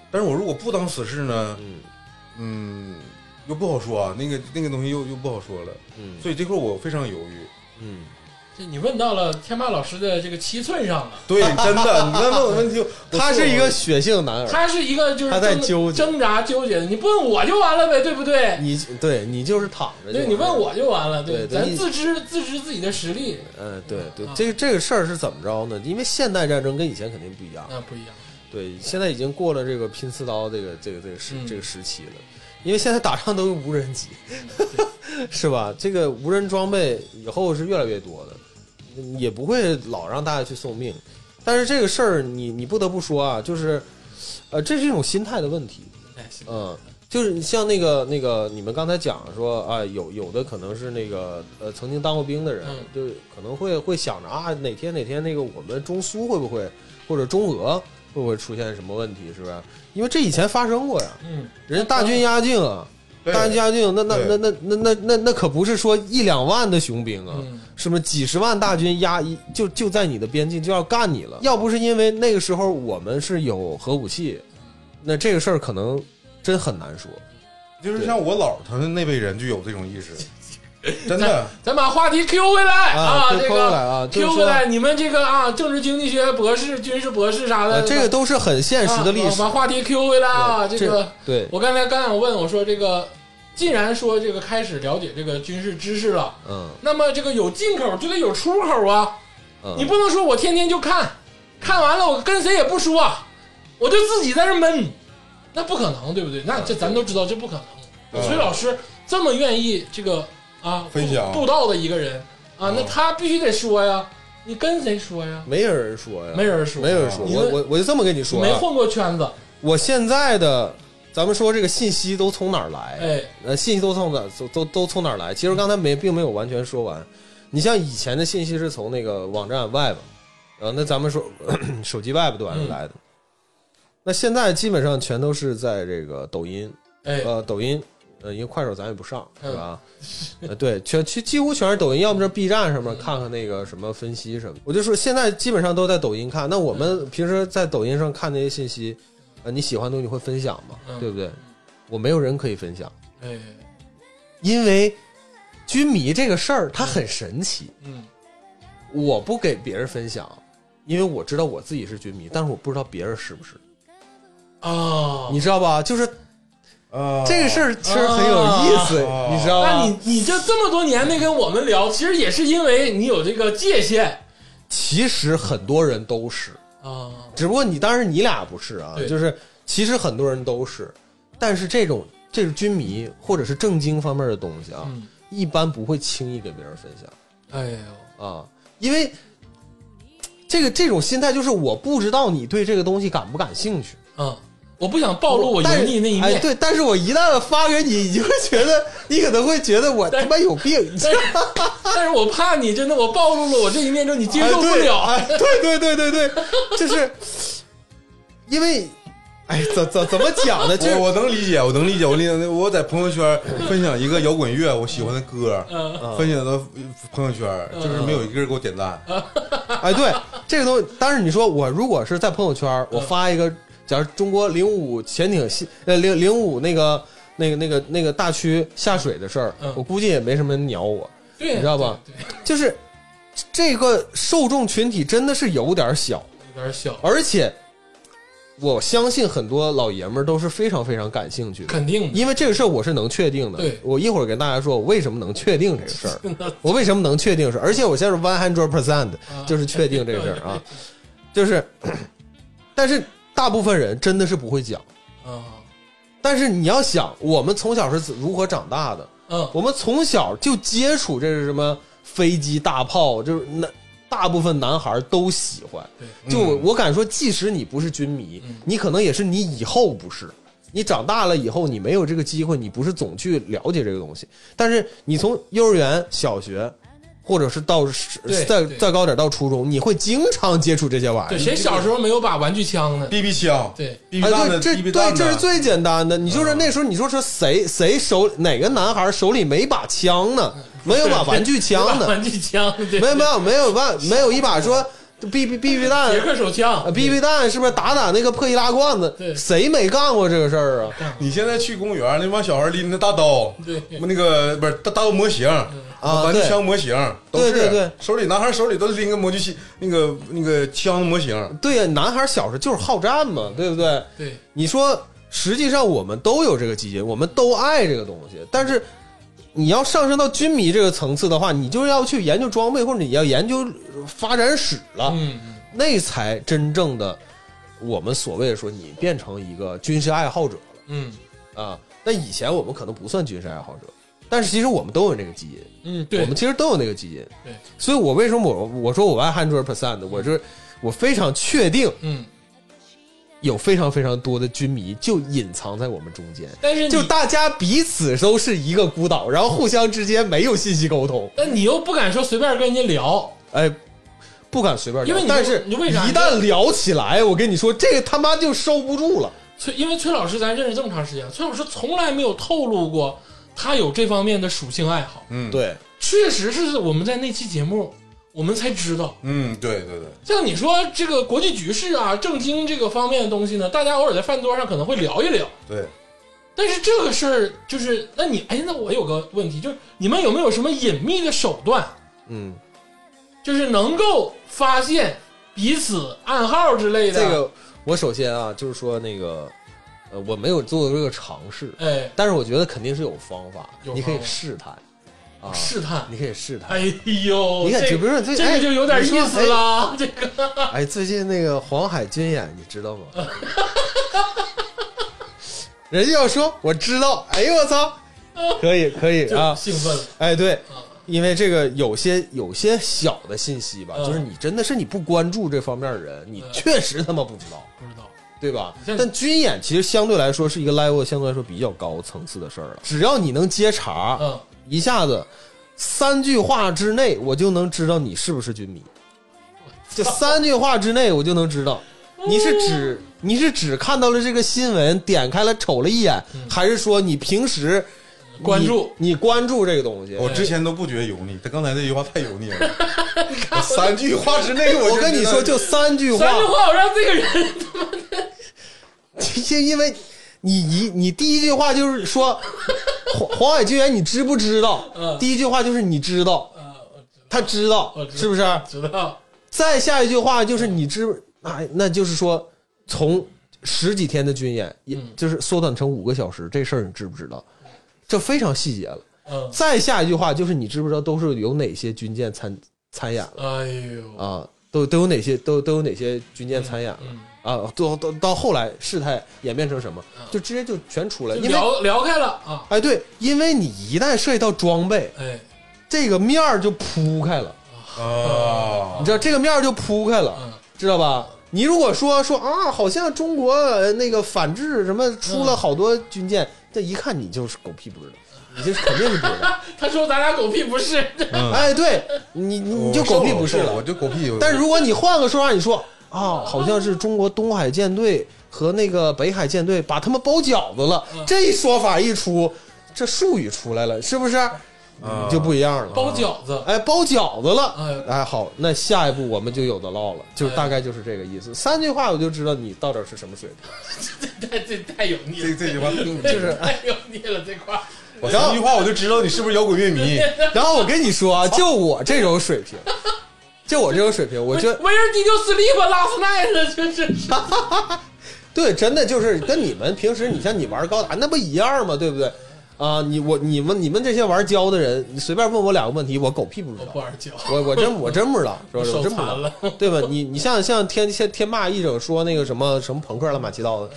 B: 但是我如果不当死士呢，
C: 嗯
B: 嗯，又不好说啊，那个那个东西又又不好说了，
C: 嗯
B: 所以这块我非常犹豫。
C: 嗯，
A: 这你问到了天霸老师的这个七寸上了。
B: 对，真的，你再问我问题，我
C: 他是一个血性男儿，
A: 他是一个就是
C: 他在
A: 挣
C: 纠结
A: 挣扎纠结的，你不问我就完了呗，对不对？
C: 你对你就是躺着就
A: 对，
C: 完
A: 你问
C: 了
A: 我就完了，
C: 对对
A: 咱
C: 你
A: 自知自知自己的实力，
C: 嗯，对对
A: 啊，
C: 这个这个事儿是怎么着呢？因为现代战争跟以前肯定不一样，
A: 那不一样。
C: 对，现在已经过了这个拼刺刀这个这个这个时、
A: 嗯
C: 这个时期了，因为现在打仗都用无人机， 是吧？这个无人装备以后是越来越多的，嗯也不会老让大家去送命。但是这个事儿，你你不得不说啊，就是，呃，这是一种心态的问题，
A: 哎，行，
C: 嗯，就是你像那个那个，你们刚才讲说啊，有有的可能是那个呃曾经当过兵的人，
A: 嗯
C: 就可能会会想着啊，哪天哪天那个我们中苏会不会或者中俄会不会出现什么问题，是不是？因为这以前发生过呀，
A: 嗯，
C: 人家大军压境啊，
B: 对
C: 大军压境，那那
B: 对
C: 那那那那那那可不是说一两万的雄兵啊，
A: 嗯
C: 什么几十万大军压一就就在你的边境就要干你了。要不是因为那个时候我们是有核武器，那这个事儿可能真很难说。
B: 就是像我姥儿他们那辈人就有这种意 识，真的。
A: 咱把话题 Q 回来
C: 啊对
A: 哎这
C: ，Q 回来
A: 个
C: 啊就是
A: Q
C: 说
A: 回来，你们这个啊，政治经济学博士、军事博士啥
C: 呃，
A: 的，
C: 这个都是很现实的历
A: 啊
C: 史
A: 把。话题 Q 回来啊，
C: 对
A: 这个。
C: 对，
A: 我刚才刚想问，我说这个，既然说这个开始了解这个军事知识了，
C: 嗯
A: 那么这个有进口就得有出口啊，你
C: 嗯，
A: 不能说我天天就看，看完了我跟谁也不说，我就自己在这闷，那不可能，对不对？那这咱都知道这不可能。
B: 嗯
A: 所以老师这么愿意这个啊
B: 分享
A: 布布道的一个人啊，
B: 嗯
A: 那他必须得说呀，你跟谁说呀？
C: 没有人说呀，
A: 没人说，
C: 嗯没有人说。
A: 你
C: 我
A: 们
C: 我我就这么跟你说
A: 没
C: 啊，
A: 混过圈子，
C: 我现在的，咱们说这个信息都从哪儿来？
A: 哎，
C: 呃，信息都从哪都都都从哪儿来？其实刚才没并没有完全说完。你像以前的信息是从那个网站 Web，然后那咱们说手机 Web 端上来的。那现在基本上全都是在这个抖音，
A: 哎，
C: 呃，抖音，呃，因为快手咱也不上，是吧？呃，对，全其几乎全是抖音，要么就是 B 站上面看看那个什么分析什么。我就说现在基本上都在抖音看。那我们平时在抖音上看那些信息，呃，你喜欢的东西会分享吗？
A: 嗯
C: 对不对？我没有人可以分享，
A: 哎，
C: 因为军迷这个事儿它很神奇，
A: 嗯
C: 我不给别人分享。因为我知道我自己是军迷，但是我不知道别人是不是，
A: 啊，
C: 你知道吧？就是
B: 啊，
C: 这个事儿其实很有意思，
B: 哦
C: 你知道吧？
A: 那你你这这么多年没跟我们聊，其实也是因为你有这个界限
C: 其实很多人都是，
A: 啊，
C: 只不过你当然你俩不是啊
A: 对，
C: 就是其实很多人都是，但是这种这是军迷或者是政经方面的东西啊，
A: 嗯
C: 一般不会轻易给别人分享
A: 哎呦，
C: 啊，因为这个这种心态就是我不知道你对这个东西感不感兴趣，
A: 嗯，我不想暴露我油腻那一
C: 哎，
A: 面。
C: 对，但是我一旦发给你，你就会觉得，你可能会觉得我他妈有病，你知
A: 但
C: 道
A: 是
C: 吗
A: 但是我怕你真的我暴露了我这一面之后你接
C: 哎
A: 受不
C: 对
A: 了，
C: 哎，对对对对对，就是因为，哎，怎怎怎么讲 呢？就是
B: 我我能理解，我能理解，我理解。我在朋友圈分享一个摇滚乐我喜欢的歌，
A: 嗯
B: 分享到朋友圈，就是没有一个人给我点赞。
C: 哎，对这个东西，但是你说我如果是在朋友圈，
A: 嗯
C: 我发一个，假如中国零五潜艇系呃零零五那个那个那个那个大区下水的事儿
A: 嗯，
C: 我估计也没什么人鸟我，
A: 对，
C: 你知道吧
A: 对？
C: 就是这个受众群体真的是有点小，
A: 对有点小，
C: 而且我相信很多老爷们儿都是非常非常感兴趣的。
A: 肯定的。
C: 因为这个事儿我是能确定的，
A: 对
C: 我一会儿跟大家说我为什么能确定这个 事儿，我为什么能确定是，而且我现在是 one hundred percent
A: 啊
C: 就是确定这个事儿啊，就是， 但是大部分人真的是不会讲。
A: 啊，
C: 但是你要想，我们从小是如何长大的？
A: 嗯
C: 我们从小就接触这是什么飞机、大炮，就是那大部分男孩都喜欢。
A: 对
C: 就我我敢说，即使你不是军迷
A: 嗯，
C: 你可能也是你以后不是。你长大了以后，你没有这个机会，你不是总去了解这个东西。但是你从幼儿园、小学，或者是到是
A: 对
C: 再
A: 对
C: 再高点到初中，你会经常接触这些玩意
A: 对，
C: 儿。
A: 谁小时候没有把玩具枪呢？
B: BB 枪，
A: 对，
B: ，BB
C: 啊，
B: 弹
C: 对，
B: 的
C: 这
B: ，BB
C: 对，
B: 弹
C: 这是
B: 的，
C: 最简单的。你就是那时候，你说说谁谁手哪个男孩手里没把枪呢？没有把玩具枪
A: 把
C: 呢？
A: 玩具枪，对
C: 没有没有没有把没有一把说 B B B B 弹
A: 捷克手枪
C: 啊 B B 弹是不是打打那个破易拉罐子
A: 对？
C: 谁没干过这个事儿啊？
B: 你现在去公园，那帮小孩拎着大刀，
A: 对
B: 那个不是大刀模型，
C: 啊
B: 玩具
C: 对
B: 枪模型，都是
C: 对对对
B: 手里男孩手里都拎个模具器，那个那个枪模型，
C: 对呀，男孩小时候就是好战嘛，对不对？
A: 对，
C: 你说，实际上我们都有这个基因，我们都爱这个东西，但是你要上升到军迷这个层次的话，你就要去研究装备，或者你要研究发展史了，
A: 嗯嗯
C: 那才真正的我们所谓说你变成一个军事爱好者
A: 嗯
C: 了啊。那以前我们可能不算军事爱好者，但是其实我们都有那个基因，
A: 嗯，对，
C: 我们其实都有那个基因。
A: 对，
C: 所以我为什么我我说我 one hundred percent，我就是我非常确定
A: 嗯，
C: 有非常非常多的军迷就隐藏在我们中间。
A: 但是你
C: 就大家彼此都是一个孤岛，然后互相之间没有信息沟通，
A: 但你又不敢说随便跟人家聊，
C: 哎，不敢随便聊。
A: 因为你
C: 但是
A: 你为啥
C: 一旦聊起来，我跟你说，这个他妈就收不住了。
A: 崔，因为崔老师咱认识这么长时间，崔老师从来没有透露过他有这方面的属性爱好。
B: 嗯，，
C: 对，
A: 确实是我们在那期节目，我们才知道。
B: 嗯，对对对，
A: 像你说这个国际局势啊、政经这个方面的东西呢，大家偶尔在饭桌上可能会聊一聊。
B: 对，
A: 但是这个事儿就是，那你哎，那我有个问题，就是你们有没有什么隐秘的手段，
C: 嗯，
A: 就是能够发现彼此暗号之类的？
C: 这，个我首先啊，就是说那个，呃，我没有做这个尝试，
A: 哎，
C: 但是我觉得肯定是有方法，
A: 有
C: 你可以
A: 方法
C: 试探啊，
A: 试探。
C: 你可以试探。
A: 哎呦，
C: 你看，
A: 这
C: 就比如说最
A: 这
C: 哎
A: 个就有点
C: 你说
A: 意思了，这个
C: 哎 哎，最近那个黄海军演，你知道吗？ 人家要说我知道，哎呦我操，可以可以
A: 就
C: 啊，
A: 兴奋了。
C: 哎对
A: 啊，
C: 因为这个有些有些小的信息吧，
A: 嗯
C: 就是你真的是你不关注这方面的人，你
A: 嗯
C: 确实他妈不知道，
A: 不知道，
C: 对吧？
A: 像
C: 但军演其实相对来说是一个 level 相对来说比较高层次的事儿了，只要你能接茬，
A: 嗯，
C: 一下子三句话之内，我就能知道你是不是军迷。就三句话之内，我就能知道
A: 哦
C: 你是只你是只看到了这个新闻，点开了瞅了一眼，还是说你平时你
A: 嗯关注
C: 你关注这个东西？
B: 我之前都不觉得油腻，但刚才这句话太油腻了。我三句话之内，就
C: 我跟你
B: 觉得
C: 说，就三句话
A: 三，句话我让这个 人，
C: 就因为你一你第一句话就是说黄黄海军员，你知不知道？
A: 嗯
C: 第一句话就是你知道，
A: 呃，我知
C: 他知道
A: 我知道
C: 是不是？
A: 知道，
C: 再下一句话就是你知那那就是说从十几天的军演，也就是缩短成五个小时，这事儿你知不知道？这非常细节了。
A: 嗯，
C: 再下一句话就是你知不知道都是有哪些军舰参参演了
A: 哎呦，
C: 啊？都都有哪些都都有哪些军舰参演了
A: 嗯，
C: 啊？都到到后来事态演变成什么，就直接就全出来，
A: 就
C: 因为。
A: 聊聊开了啊，
C: 哎，对，因为你一旦涉及到装备，
A: 哎，
C: 这个面儿就铺开了，
B: 啊
C: 你知道这个面儿就铺开了，
A: 嗯
C: 知道吧？你如果说说啊，好像中国呃那个反制什么出了好多军舰，这一看你就是狗屁不知道，你就是肯定是不知道。
A: 他说咱俩狗屁不是，
C: 哎，对你你你就狗屁不是
B: 我
C: 了。
B: 就狗屁。
C: 但如果你换个说法，你说啊，好像是中国东海舰队和那个北海舰队把他们包饺子了，这说法一出，这术语出来了，是不是？
B: 啊
C: 你就不一样了。
A: 包饺子，
C: 哎，包饺子了
A: 哎。
C: 哎，好，那下一步我们就有的唠了，就是大概就是这个意思。三句话我就知道你到底是什么水平。
A: 这太这太油腻
B: 这
A: 了，
B: 这句话，
C: 就是
A: 太油腻了这块儿。
B: 我三句话我就知道你是不是摇滚乐 迷。
C: 然后我跟你说啊，就我这种水平，就我这种水平，我觉得
A: Where did you sleep last night？就是
B: 啊
C: 对，真的就是跟你们平时你像你玩高达那不一样吗？对不对？啊，你我你们你们这些玩胶的人，你随便问我两个问题，我狗屁不知
A: 我
C: 道
A: 不。玩脚，
C: 我我真我真不知道，是吧？
A: 手
C: 我真不知
A: 残
C: 道
A: 了，
C: 对吧？你你像像天天天霸一整说那个什么什么朋克乱七八糟的，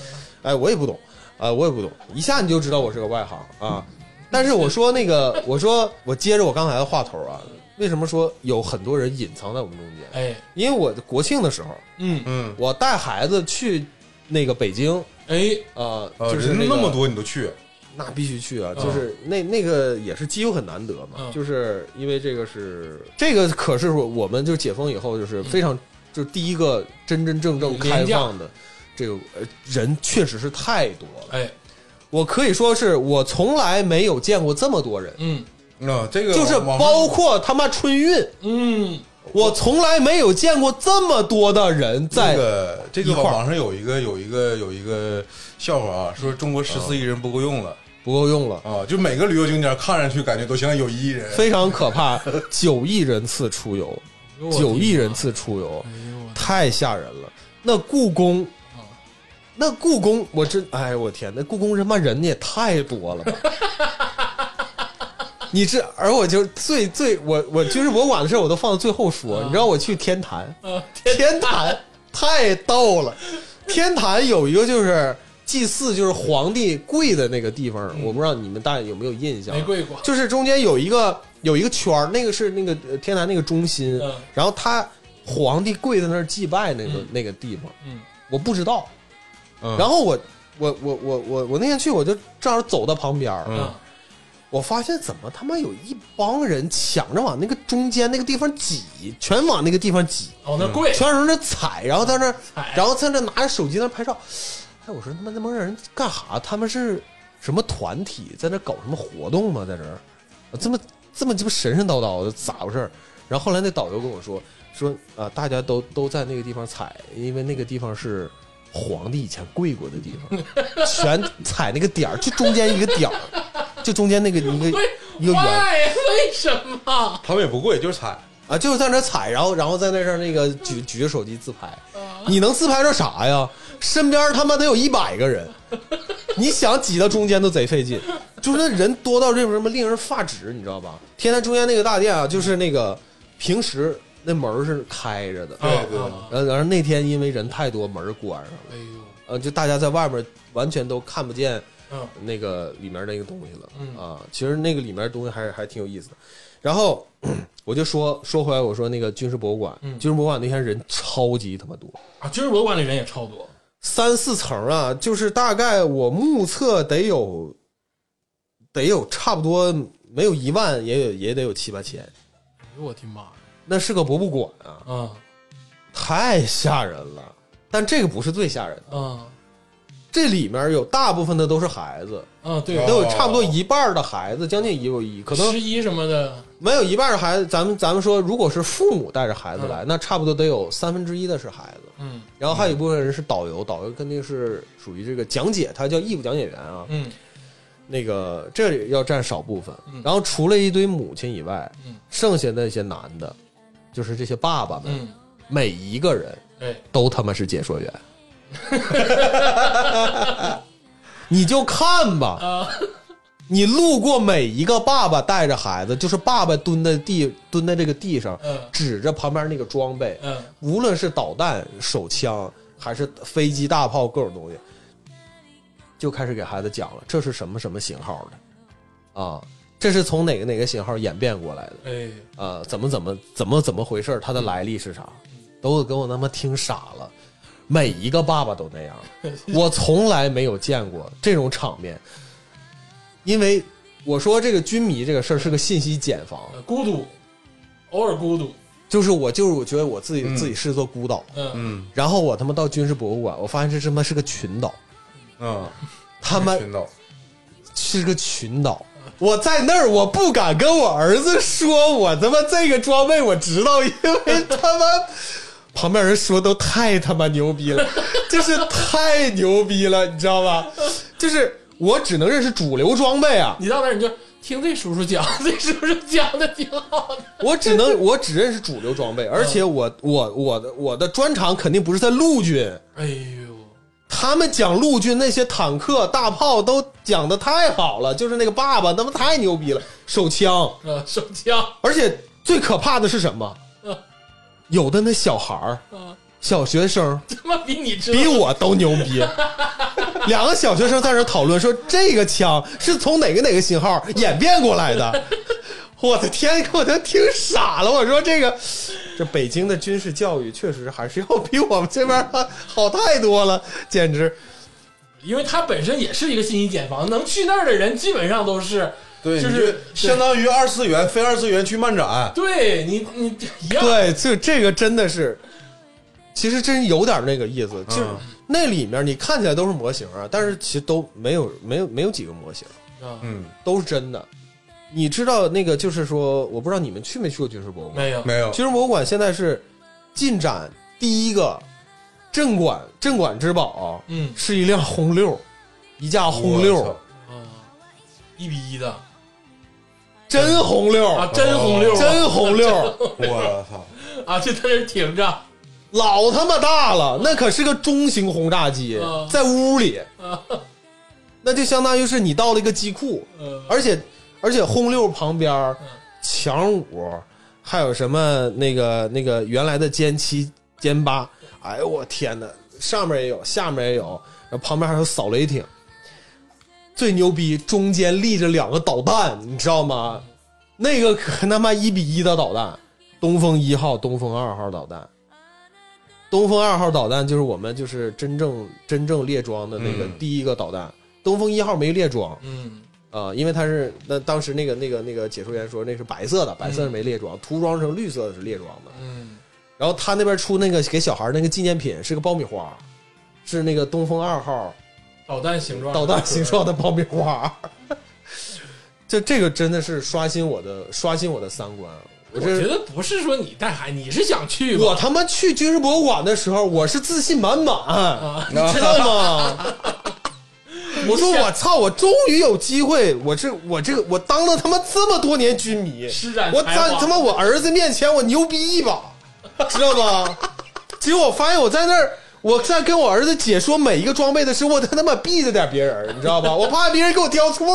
C: 哎，我也不懂，啊，我也不懂，一下你就知道我是个外行啊。但是我说那个，我说我接着我刚才的话头啊，为什么说有很多人隐藏在我们中间？
A: 哎，
C: 因为我国庆的时候，
A: 嗯，
B: 嗯，
C: 我带孩子去那个北京，
A: 哎，
C: 啊，
B: 呃
C: 就是
B: 人
C: 个
B: 那么多你都去，
C: 那必须去啊！就是那那个也是机会很难得嘛
A: 嗯，
C: 就是因为这个是这个可是我们就解封以后就是非
A: 嗯
C: 常就是第一个真真正正开放的这个呃人确实是太多了，
A: 哎，
C: 我可以说是我从来没有见过这么多人，
A: 嗯
B: 啊，这个
C: 就是
B: 网
C: 包括他妈春运，
A: 嗯，
C: 我从来没有见过这么多的人在
B: 这个这
C: 一
B: 个
C: 块儿
B: 网上有一个有一个有一个笑话啊，说中国十四亿人不够用了
C: 不够用了。
B: 啊，就每个旅游景点看上去感觉都像有一亿人，
C: 非常 可怕，九亿人次出游，
A: 我的
C: 九亿
A: 妈
C: 人，次出游，
A: 哎呦我的，
C: 太吓人了。那故宫
A: 啊，
C: 那故宫，我真，哎我天，那故宫他妈人也太多了吧！ 你这，而我就最最我我就是我管的事儿我都放到最后说。你知道我去天坛，
A: 呃，
C: 嗯天坛太逗了。天坛有一个就是祭祀，就是皇帝跪的那个地方，我不知道你们大家有嗯没有印象啊
A: 没？跪过，
C: 就是中间有一个有一个圈儿，那个是那个呃天坛那个中心，
A: 嗯
C: 然后他皇帝跪在那儿祭拜那个、
A: 嗯
C: 那个地方，
A: 嗯
C: 我不知道。
B: 嗯
C: 然后我我我我我我那天去，我就正好走到旁边儿，
B: 嗯
A: 啊，
C: 我发现怎么他妈有一帮人抢着往那个中间那个地方挤，全往那个地方挤，
A: 往哦那跪，
C: 全往那踩，然后在那儿
A: 踩
C: 然后在那拿着手机在那拍照。哎，我说他妈那帮人干哈？他们是什么团体？在那搞什么活动吗？在这儿，这么这么鸡巴神神叨叨的，咋回事儿？然后后来那导游跟我说说啊、大家都都在那个地方踩，因为那个地方是皇帝以前跪过的地方，全踩那个点儿，就中间一个点儿，就中间那个一个
A: 为
C: 一个圆
A: why 为什么？
B: 他们也不贵，就是踩。
C: 啊，就是在那儿踩，然后然后在那上那个举举着手机自拍，你能自拍着啥呀？身边他妈得有一百个人，你想挤到中间都贼费劲，就是那人多到这种什么令人发指，你知道吧？天坛中间那个大殿啊，就是那个平时那门儿是开着的，
B: 对对
A: 啊
C: 然后然后那天因为人太多，门儿关上了，
A: 哎呦，
C: 呃，就大家在外面完全都看不见
A: 嗯
C: 那个里面那个东西了、
A: 嗯
C: 啊。其实那个里面的东西还是还挺有意思的。然后 我就说说回来，我说那个军事博物馆，
A: 嗯
C: 军事博物馆那天人超级他妈多，
A: 啊，军事博物馆里人也超多，
C: 三四层啊，就是大概我目测得有得有差不多没有一万，也有也得有七八千。
A: 哎呦我的妈呀，
C: 那是个博物馆啊，
A: 啊
C: 太吓人了。但这个不是最吓人的，
A: 啊
C: 这里面有大部分的都是孩子，
A: 啊，对，
B: 哦
C: 都有差不多一半儿的孩子，将近一有一，可能
A: 十一什么的，
C: 没有一半的孩子，咱们咱们说，如果是父母带着孩子来，那差不多得有三分之一的是孩子，
A: 嗯
C: 然后还有一部分人是导游，导游肯定是属于这个讲解，他叫义务讲解员啊，
A: 嗯
C: 那个这里要占少部分
A: 嗯。
C: 然后除了一堆母亲以外
A: 嗯，
C: 剩下那些男的，就是这些爸爸们，
A: 嗯，
C: 每一个人
A: 哎，
C: 都他妈是 解说员，你就看吧。
A: 啊
C: 你路过每一个爸爸带着孩子，就是爸爸蹲在地蹲在这个地上，
A: 嗯
C: 指着旁边那个装备，
A: 嗯，
C: 无论是导弹、手枪还是飞机、大炮各种东西，就开始给孩子讲了这是什么什么型号的啊，这是从哪个哪个型号演变过来的。
A: 哎，
C: 啊，怎么怎么怎么怎么回事儿，它的来历是啥，都给我他妈听傻了。每一个爸爸都那样，我从来没有见过这种场面。因为我说这个军迷这个事儿是个信息茧房，
A: 呃孤独，偶尔孤独，
C: 就是我就是我觉得我自己、
B: 嗯
C: 自己是座孤岛，
A: 嗯，
B: 嗯
C: 然后我他妈到军事博物馆，我发现这他妈是个群岛，
B: 嗯，
C: 他妈
B: 群岛，
C: 是个群岛。我在那儿，我不敢跟我儿子说，我他妈这个装备我知道，因为他妈旁边人说都太他妈牛逼了，就是太牛逼了，你知道吧？就是我只能认识主流装备啊，
A: 你到那儿你就听这叔叔讲，这叔叔讲的挺好的，
C: 我只能我只认识主流装备，而且我我我的我的专长肯定不是在陆军，
A: 哎呦，
C: 他们讲陆军那些坦克、大炮都讲的太好了，就是那个爸爸他妈太牛逼了，手枪。
A: 啊，手枪，
C: 而且最可怕的是什么？
A: 嗯
C: 有的那小孩儿、
A: 啊，
C: 小学生
A: 他妈比你知道
C: 比我都牛 逼。两个小学生在这讨论说，这个枪是从哪个哪个型号演变过来的。我的天，给我都听傻了！我说这个，这北京的军事教育确实还是要比我们这边儿好太多了，简直。
A: 因为它本身也是一个信息茧房，能去那儿的人基本上都是，
B: 对，
A: 就
B: 你
A: 是
B: 相当于二次元，非二次元去漫展，
A: 对你你一样，
C: 对，这这个真的是，其实真有点那个意思，就是
B: 嗯
C: 那里面你看起来都是模型啊，但是其实都没有没有没有几个模型，
A: 啊，
B: 嗯，
C: 都是真的。你知道那个就是说，我不知道你们去没去过军事博物馆？
A: 没有，
B: 嗯没有，
C: 军事博物馆现在是进展第一个镇馆镇馆之宝，
A: 嗯
C: 是一辆红六，一架红六，
A: 啊，一比一的
C: 真红六，
A: 啊，真红六啊，
C: 哦真红六。
B: 我 操，
A: 啊，就在这儿停着
C: 老他妈大了，那可是个中型轰炸机
A: 嗯，
C: 在屋里
A: 嗯，
C: 那就相当于是你到了一个机库，
A: 呃，
C: 而且而且轰六旁边儿
A: 嗯
C: 强五，还有什么那个那个原来的歼七、歼八，哎呦我天哪，上面也有，下面也有，然后旁边还有扫雷艇，最牛逼，中间立着两个导弹，你知道吗？那个可他妈一比一的导弹，东风一号、东风二号导弹。东风二号导弹就是我们就是真正真正列装的那个
B: 嗯
C: 第一个导弹，东风一号没列装，
A: 嗯，
C: 啊、因为它是那当时那个那个那个解说员说那是白色的，白色是没列装，涂装成绿色的是列装的。
A: 嗯，
C: 然后他那边出那个给小孩那个纪念品是个爆米花，是那个东风二号
A: 导弹形状，
C: 导弹形状的爆米花。 这这个真的是刷新我的刷新我的三观。啊我
A: 我觉
C: 这
A: 得不是说你带孩子，你是想去
C: 我
A: 吧？
C: 他妈去军事博物馆的时候，我是自信满满，
A: 啊，
C: 你知道吗？ 我说
A: 你想
C: 我操！我终于有机会，我这我这个我当了他妈这么多年军迷，
A: 施展
C: 我
A: 才华
C: 在他妈我儿子面前我牛逼一把，知道吧？结果我发现我在那儿，我在跟我儿子解说每一个装备的时候，我他妈避着点别人，你知道吧？我怕别人给我挑错，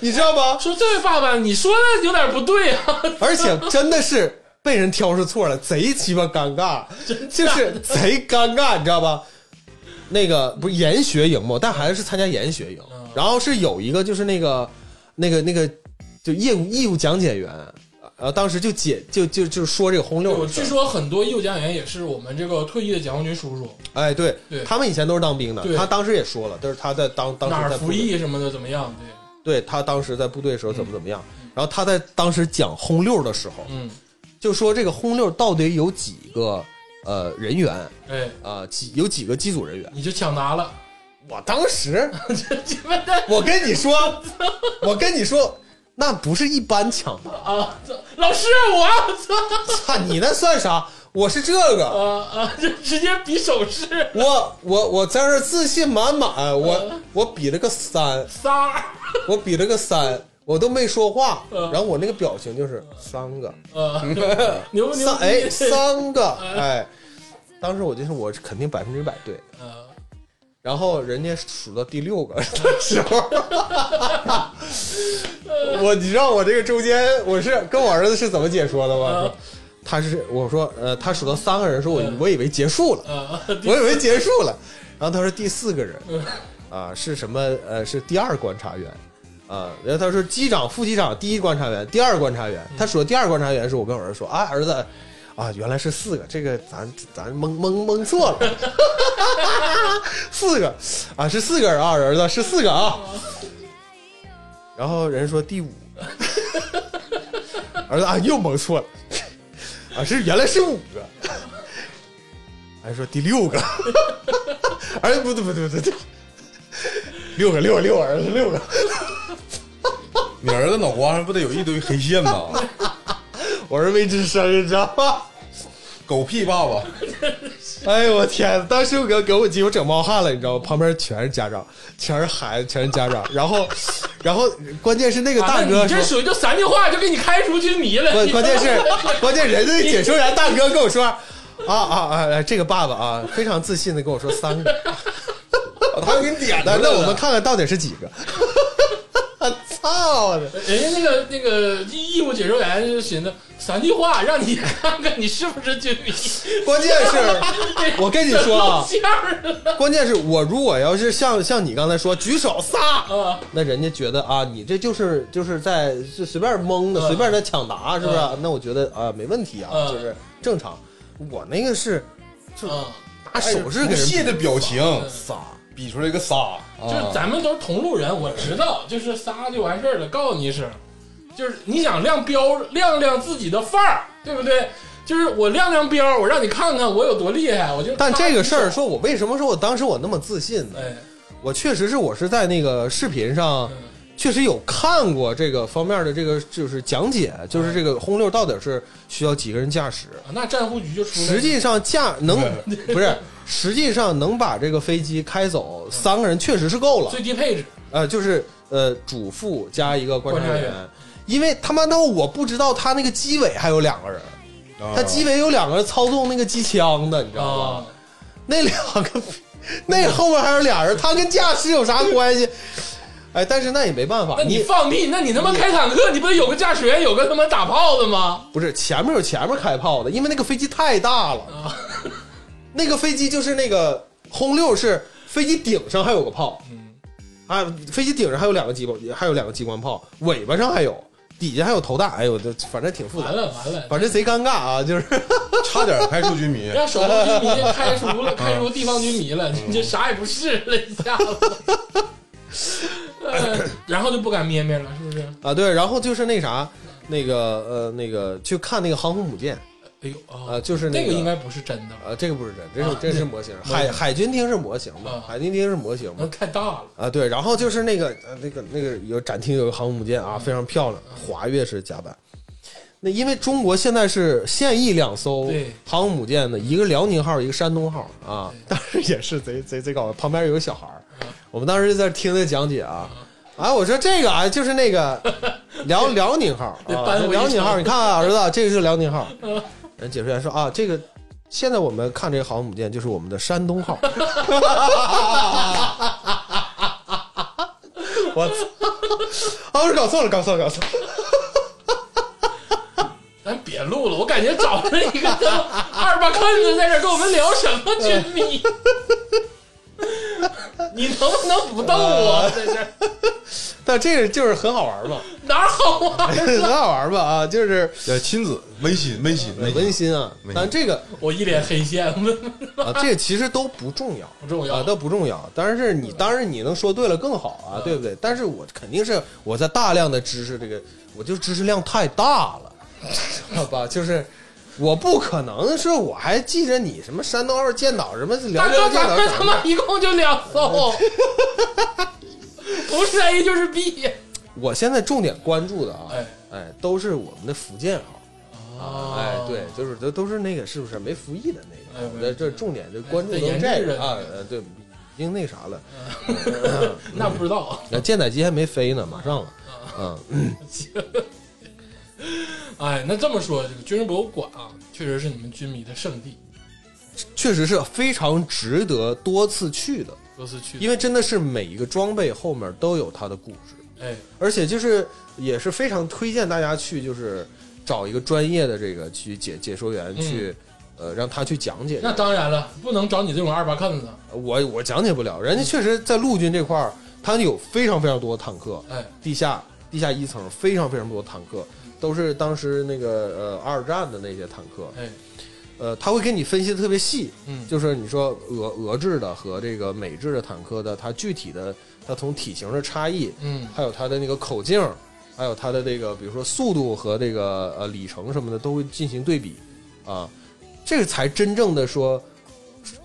C: 你知道吧？
A: 说这位爸爸，你说的有点不对啊，
C: 而且真的是被人挑是错了，贼鸡巴尴尬，就是贼尴尬，你知道吧？那个不是研学营嘛，但还是参加研学营
A: 嗯，
C: 然后是有一个就是那个那个那个就业务义务讲解员，呃，当时就解就就就说这个红
A: 我
C: 六的事
A: 据
C: 儿，
A: 说很多义务讲解员也是我们这个退役的解放军叔叔，
C: 哎，对
A: 对
C: 他们以前都是当兵的
A: 对，
C: 他当时也说了，就是他在当当
A: 哪
C: 时
A: 儿
C: 在部
A: 服
C: 队
A: 役嗯什么的怎么样？对，
C: 对他当时在部队的时候怎么怎么样，然后他在当时讲轰六的时候，
A: 嗯，
C: 就说这个轰六到底有几个呃人员
A: 哎，
C: 啊、几有几个机组人员？
A: 你就抢答了，
C: 我当时，
A: 你们的
C: 我跟你 说，我跟你说，那不是一般抢答，
A: 啊，这老师我操
C: 操你那算啥？我是这个，
A: 啊啊，这直接比手势
C: 我我我在这儿自信满满，我我比了个三，
A: 仨儿，
C: 我比了个三，我都没说话，
A: 嗯
C: 然后我那个表情就是三 个，
A: 啊，牛不牛
C: 三
A: 逼？
C: 哎三个哎，当时我就是我肯定百分之百对，
A: 啊
C: 然后人家数到第六个的时候， 我你知道我这个中间我是跟我儿子是怎么解说的吗？
A: 嗯
C: 说他是我说呃，他数到三个人的时候，我
A: 嗯
C: 我以为结束了，
A: 啊，
C: 我以为结束了，然后他说第四个人
A: 嗯
C: 啊是什么呃是第二观察员，啊，然后他说机长、副机长、第一观察员、第二观察员。他说第二观察员是我跟我儿子说啊，儿子，啊，原来是四个，这个咱咱蒙蒙蒙错了， 四个啊，是四个人啊，儿子是四个啊。然后人说第五个，儿子啊又蒙错了，啊是原来是五个，还说第六个， 儿子不对不对不对，六个六个六个儿子六个。
B: 你儿子脑瓜上不得有一堆黑线 吗？
C: 我是未吱声，你知道吗？
B: 狗屁爸爸，
C: 哎呦我天！当时我给给我急，我整冒汗了，你知道吗？旁边全是家长，全是孩子，全是家长。然后，然后关键是那个大
A: 啊那
C: 哥
A: 你这
C: 说，
A: 属于就三句话就给你开除军迷了。
C: 关
A: 你
C: 关键是关键人家那解说员大哥跟我说，啊啊啊！这个爸爸啊，非常自信的跟我说三个。
B: 他给你点
C: 那
B: 的。
C: 那我们看看到底是几个？ 操我的！
A: 人家那个那个义务解说员就寻思三句话让你看看你是不是军迷。
C: 关键是，我跟你说啊，
A: 这露馅儿了
C: 关键是我如果要是像像你刚才说举手仨，
A: 啊！
C: 那人家觉得啊，你这就是就是在就随便蒙的，
A: 嗯
C: 随便在抢答，是不是？那我觉得啊，没问题啊，
A: 嗯
C: 就是正常。我那个是
A: 啊，
C: 拿手势
B: 哎不
C: 给人啊
B: 屑的表情，
C: 撒，
B: 比出来个啊仨，
C: 哦
A: 就是咱们都是同路人，我知道，就是仨就完事儿了，告诉你一声，就是你想亮标，亮亮自己的范儿，对不对？就是我亮亮标，我让你看看我有多厉害，我就。
C: 但这个事儿，，说我为什么说我当时我那么自信呢？
A: 哎，
C: 我确实是我是在那个视频上
A: 嗯，
C: 确实有看过这个方面的这个就是讲解，就是这个轰六到底是需要几个人驾驶。
A: 啊那战护局就出来了
C: 实际上驾能不是，实际上能把这个飞机开走三个人确实是够了。
A: 最低配置，
C: 呃，就是呃，主副加一个观察
A: 观察
C: 员
A: 员，
C: 因为他妈的我不知道他那个机尾还有两个人，
A: 哦
B: 啊
C: 他机尾有两个人操纵那个机枪的，你知道吗？
A: 啊，
C: 那两个，那后面还有俩人，他跟驾驶有啥关系？哎，但是那也没办法
A: 那，你放屁，那你他妈开坦克，你不得有个驾驶员，有个他妈打炮的吗？
C: 不是前面有前面开炮的，因为那个飞机太大了，
A: 啊，
C: 那个飞机就是那个轰六是飞机顶上还有个炮，
A: 嗯
C: 啊，飞机顶上还有两个机关，还有两个机关炮，尾巴上还有，底下还有头弹，哎呦，这反正挺复杂
A: 完。了完了，
C: 反正贼尴尬啊，就是
B: 差点开除军 迷。
A: 让守护军迷开除了，开除地方军迷了，你这啥也不是了，一下子。呃然后就不敢咩咩了，是不是？
C: 啊，对，然后就是那啥，那个呃，那个去看那个航空母舰，
A: 哎呦啊
C: 呃，就是
A: 那
C: 个
A: 个应该不是真的吧，
C: 呃，这个不是真，这
A: 啊
C: 是这是模型，
A: 对
C: 海海军厅是模型嘛
A: 啊，
C: 海军厅是模型
A: 那
C: 嘛，
A: 太大了。
C: 啊，对，然后就是那个呃那个那个有展厅有个航空母舰啊，非常漂亮，滑跃式甲板。那因为中国现在是现役两艘
A: 对
C: 航空母舰的，一个辽宁号，一个山东号啊， 当时也是贼贼贼搞笑，旁边有个小孩儿，我们当时就在听他讲解啊。啊，我说这个啊，就是那 个辽辽宁号，
A: 得
C: 啊
A: 扳回一嗯
C: 辽宁号，
A: 城
C: 你看啊，儿子啊，这个是辽宁 号。人解说员说啊，这个现在我们看这个航空母舰就是我们的山东号。我操！啊，我说搞错了，搞错了，搞错了。
A: 咱别录了，我感觉找了一个他妈二八坑子在这儿跟我们聊什么军迷， 你能不能不逗我啊在这儿？
C: 但这个就是很 好玩嘛，
A: 哪儿好玩？
C: 很好玩吧啊，就是
B: 呃，亲子温馨，温馨，
C: 温。馨啊
B: 没。
C: 但这个
A: 我一脸黑线，
C: 啊，这个其实都不重要。
A: 不重
C: 啊，
A: 要。嗯
C: 倒不重要。但是你当然你能说对了更好啊，对不对？但是我肯定是我在大量的知识这个，我就知识量太大了，知道吧？就是我不可能说我还记着你什么山东二建岛什么辽
A: 大
C: 宁
A: 哥，
C: 建
A: 咱
C: 岛
A: 们嗯
C: 什
A: 他
C: 么，
A: 妈一共就两 艘，不是 A 就是 B。
C: 哎我现在重点关注的啊，
A: 哎
C: 哎，都是我们的福建号。
A: 哦
C: 哎，对，就是都都是那个是不是没服役的那
A: 哎
C: 个？我
A: 对
C: 在这重点就关注
A: 哎对
C: 都是
A: 研
C: 这
A: 制
C: 个
A: 人
C: 啊，呃，对，已经那啥了。
A: 那不知道。啊
C: 那舰载机还没飞呢，马上了。嗯，
A: 哎，那这么说，这个军事博物馆啊，确实是你们军迷的圣地，
C: 确实是非常值得多次去的，
A: 多次去。
C: 因为真的是每一个装备后面都有它的故事，
A: 哎，
C: 而且就是也是非常推荐大家去，就是找一个专业的这个去解解说员去，呃，让他去讲解这
A: 那
C: 个。
A: 当然了，不能找你这种二八坑子。
C: 我我讲解不了，人家确实在陆军这块儿，它有非常非常多的坦克，
A: 哎，
C: 地下地下一层非常非常多的坦克，都是当时那个呃二战的那些坦克，
A: 哎，
C: 呃，他会给你分析的特别细，
A: 嗯，
C: 就是你说俄俄制的和这个美制的坦克的，它具体的它从体型的差异，
A: 嗯
C: 还有它的那个口径，还有它的这个比如说速度和这个呃里程什么的都会进行对比啊，这个才真正的说。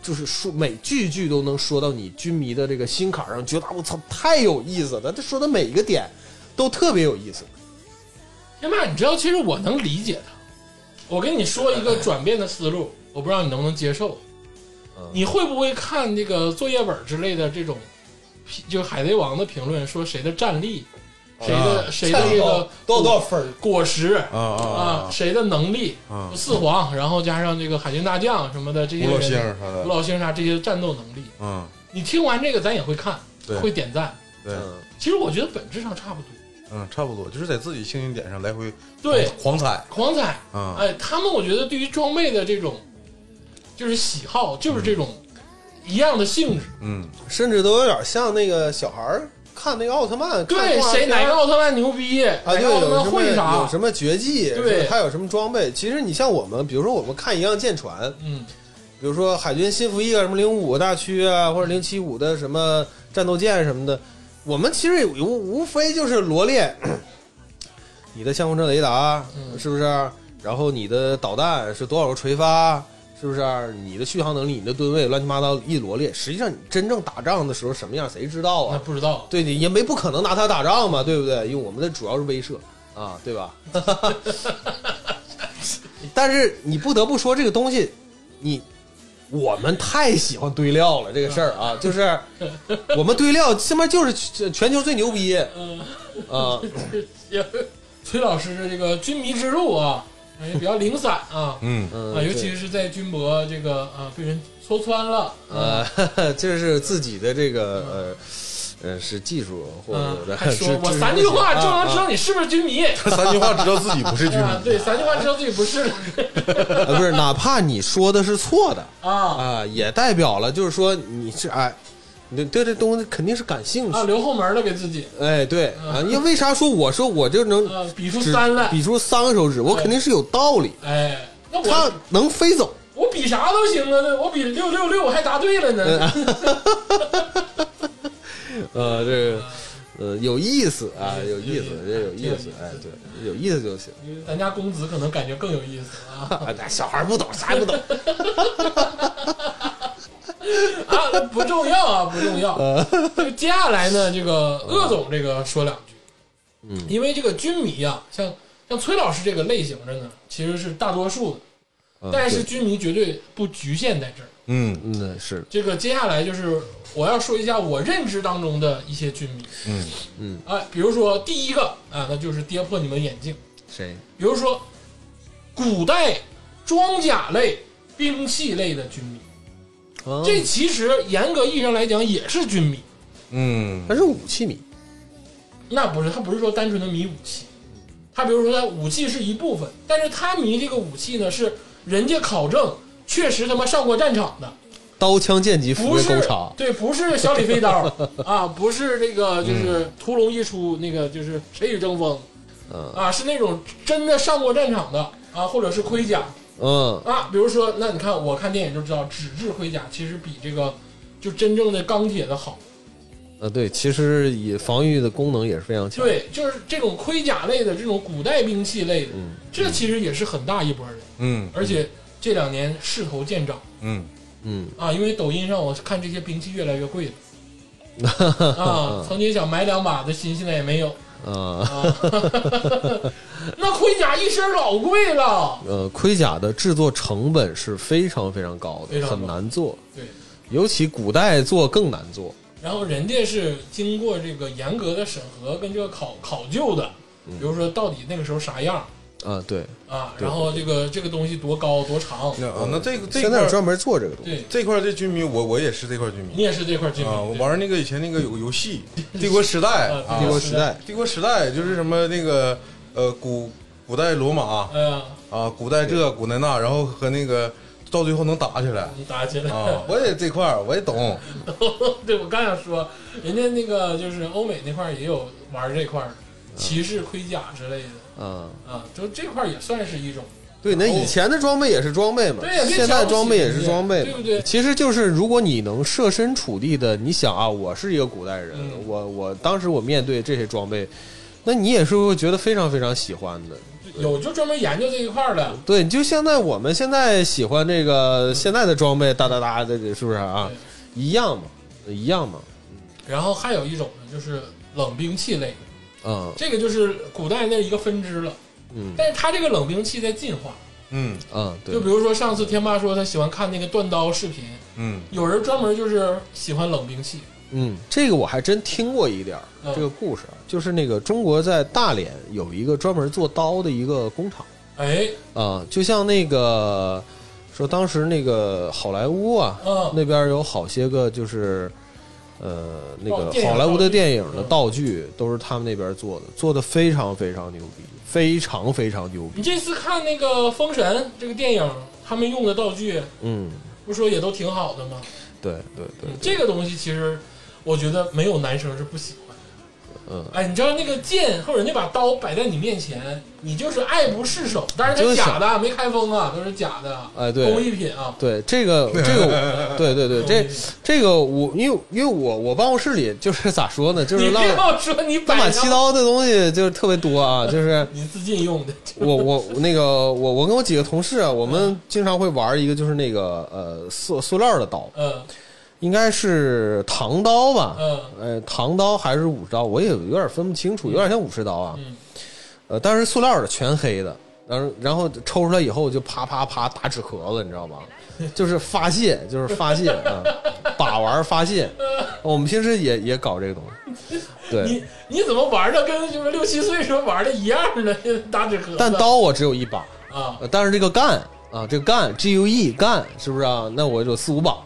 C: 就是说每句句都能说到你军迷的这个心坎上，觉得啊我操太有意思了。他说的每一个点都特别有意思。
A: 天霸，你知道，其实我能理解他。我跟你说一个转变的思路，我不知道你能不能接受
C: 嗯。
A: 你会不会看这个作业本之类的这种，就《海贼王》的评论说谁的战力，谁的谁的这个
D: 啊多少多少分儿？
A: 果实
B: 啊啊
A: 啊，谁的能力
B: 啊！
A: 四皇，然后加上这个海军大将什么的这些
B: 古老先
A: 人，
B: 生啥
A: 古
B: 的，
A: 老星啥这些战斗能力，
B: 嗯，
A: 你听完这个咱也会看，
B: 对
A: 会点赞。
B: 对，
C: 嗯，
A: 其实我觉得本质上差不多。
B: 嗯，差不多，就是在自己兴趣点上来回
A: 对，
B: 狂踩，
A: 狂仔
B: 啊，
A: 哎，他们我觉得对于装备的这种就是喜好，就是
C: 嗯
A: 这种一样的性质。
B: 嗯，
C: 甚至都有点像那个小孩儿看那个奥特曼，看啊
A: 对，
C: 动画
A: 谁
C: 片儿
A: 哪个奥特曼牛逼，
C: 啊，
A: 哪
C: 对，
A: 个奥特
C: 有
A: 曼
C: 什么
A: 哎会
C: 有
A: 啥？
C: 什么绝技，
A: 对
C: 是吧他有什么装备。其实你像我们，比如说我们看一样舰船，
A: 嗯，
C: 比如说海军新服役啊，什么零五大驱啊，或者零七五的什么战斗舰什么的，我们其实也无无非就是罗列你的相控阵雷达
A: 嗯
C: 是不是？然后你的导弹是多少个垂发，是不是？你的续航能力、你的吨位，乱七八糟一罗列，实际上你真正打仗的时候什么样，谁知道啊？
A: 那不知道。
C: 对你也没不可能拿它打仗嘛，对不对？因为我们的主要是威慑啊，对吧？ 但是你不得不说这个东西，你我们太喜欢堆料了这个事儿 啊，就是我们堆料他妈就是全全球最牛逼
A: 嗯，
C: 啊！
A: 也崔老师的这个军迷之路啊，哎，比较零散啊
B: 嗯，
C: 嗯
A: 啊，尤其是在军博这个啊被人戳穿了，
C: 呃， 这是自己的这个呃呃是技术或
A: 嗯
C: 者，是
A: 还说
C: 是
A: 我三句话就能知
C: 啊
A: 道你是不是军迷。
B: 他三句话知道自己不是军
A: 啊，
B: 迷，
A: 对，三句话知道自己不 是了
C: 啊啊不是，哪怕你说的是错的，
A: 啊
C: 啊，也代表了就是说你是哎，你对这东西肯定是感兴
A: 啊，
C: 趣。
A: 留后门了给自己
C: 哎，对啊，因为为啥说我说我就能
A: 啊，比出
C: 指
A: 三来，
C: 比出三个手指，我肯定是有道理。
A: 哎，那我
C: 他能飞走，
A: 我比啥都行啊，那我比六六六我还答对了呢。
C: 呃，这个呃有意思啊，有
A: 有
C: 意
A: 意
C: 思
A: 思，
C: 这有
A: 有
C: 意
A: 意
C: 思
A: 思，
C: 哎，对，有意思就行。
A: 因为咱家公子可能感觉更有意思啊
C: 啊，那小孩不懂，啥也 不懂。
A: 啊，不重要啊，不重要。 这个接下来呢，这个鄂总这个说两句，嗯，因为这个军迷啊，像像崔老师这个类型的呢，其实是大多数的，但是军迷绝对不局限在这儿。
B: 嗯
C: 啊嗯，是
A: 这个接下来就是我要说一下我认知当中的一些军迷，
B: 嗯
C: 嗯，
A: 哎，比如说第一个啊，那就是跌破你们眼镜。
C: 谁？
A: 比如说古代装甲类、兵器类的军迷，
C: 啊
A: 这其实严格意义上来讲也是军迷。
B: 嗯
C: 他是武器迷，
A: 那不是，他不是说单纯的迷武器，他比如说他武器是一部分，但是他迷这个武器呢是人家考证确实他妈上过战场的，
C: 刀枪剑戟斧
A: 不
C: 钺
A: 是
C: 钩叉。
A: 对，不是小李飞刀啊，不是这个就是屠龙一出那个就是谁与争锋
C: 嗯
A: 啊，是那种真的上过战场的啊，或者是盔甲，
C: 嗯
A: 啊，比如说，那你看，我看电影就知道，纸质盔甲其实比这个就真正的钢铁的好。
C: 啊，对，其实也防御的功能也是非常强。
A: 对，就是这种盔甲类的，这种古代兵器类
C: 嗯
A: 的，这其实也是很大一波人，
B: 嗯
A: 而且这两年势头见长
B: 嗯
C: 嗯，
A: 啊，因为抖音上我看这些兵器越来越贵了。啊，曾经想买两把的心，现在也没有。
C: 啊。
A: 那盔甲一身老贵了，
C: 呃，盔甲的制作成本是非常非常高
A: 非
C: 的，
A: 常高
C: 很难做，
A: 对。
C: 尤其古代做更难做。
A: 然后人家是经过这个严格的审核跟这个考考究的，比如说到底那个时候啥样
C: 啊，对，
A: 啊，
C: 对
A: 然后这个这个东西多高多长，
B: 那啊，那这个这
C: 现在有
B: 块
C: 专门做这个东西。
A: 对
B: 这块这军迷，我我也是这块军迷
A: 你也是这块儿精
B: 啊，我
A: 明，
B: 玩那个以前那个有个游戏《帝国时代》
A: 啊
B: 啊，
C: 帝
A: 帝
C: 国
A: 国
C: 时
A: 时
C: 代
A: 代，
B: 帝国时代就是什么那个呃古古代罗马
A: 对呃，
B: 啊，古代这古代那，然后和那个到最后能打起来
A: 你打起来。
B: 啊！我也这块儿我也懂，
A: 对，我刚想说，人家那个就是欧美那块儿也有玩这块儿的，骑士盔甲之类的
C: 啊，
A: 啊，就这块儿也算是一种。
C: 对，那以前的装备也是装备嘛，
A: 对呀别
C: 现
A: 瞧不
C: 在
A: 起
C: 装备也
A: 人
C: 是
A: 家
C: 装备嘛，
A: 对不对
C: 其实就是如果你能设身处地的，你想啊，我是一个古代人，
A: 嗯
C: 我我当时我面对这些装备，那你也是会觉得非常非常喜欢的。
A: 有就专门研究这一块儿的，
C: 对，就现在我们现在喜欢这个现在的装备，哒哒哒的，是不是啊
A: 嗯对？
C: 一样嘛，一样嘛，
A: 然后还有一种呢，就是冷兵器类，
C: 嗯
A: 这个就是古代那一个分支了。
C: 嗯
A: 但是它这个冷兵器在进化，
B: 嗯
C: 嗯，对
A: 就比如说上次天霸说他喜欢看那个断刀视频，
B: 嗯
A: 有人专门就是喜欢冷兵器，
C: 嗯，这个我还真听过一点儿
A: 嗯，
C: 这个故事啊就是那个中国在大连有一个专门做刀的一个工厂
A: 哎，
C: 啊、就像那个说当时那个好莱坞啊，
A: 嗯
C: 那边有好些个就是呃那
A: 哦
C: 个
A: 电影
C: 好莱坞
A: 道具
C: 的电影的
A: 嗯
C: 道具都是他们那边做的，做的非常非常牛逼，非常非常牛逼，
A: 你这次看那个《封神》这个电影，他们用的道具
C: 嗯，
A: 不是说也都挺好的吗？
C: 对对对，
A: 这个东西其实我觉得没有男生是不喜欢的。
C: 嗯。
A: 哎，你知道那个剑或者那把刀摆在你面前，你就是爱不释手。当然
C: 就
A: 它
C: 是想
A: 假的啊，没开封啊，都是假的啊，
C: 哎对
A: 工艺品啊。
C: 对这个，这 个我，对对对，这这个我，因为因为我我办公室里就是咋说呢，就是
A: 你
C: 让
A: 别跟我说你
C: 乱
A: 摆
C: 码七
A: 上，
C: 刀的东西就是特别多啊，就是
A: 你自尽用的。
C: 我我那个我我跟我几个同事啊，我们经常会玩一个就是那个呃塑塑料的刀，
A: 嗯
C: 应该是唐刀吧，
A: 嗯
C: 呃唐刀还是武士刀，我也有点分不清楚，有点像武士刀啊，
A: 嗯，
C: 呃，但是塑料的全黑的，然后然后抽出来以后就啪啪啪打纸壳子，你知道吗？就是发泄，就是发泄啊，把玩发泄。我们平时也也搞这个东西，对。
A: 你你怎么玩的跟就是六七岁时候玩的 一样呢？打纸壳子。
C: 但刀我只有一把，
A: 啊，
C: 呃但是这个干啊，这个干 G U E 干是不是啊？那我有四五把。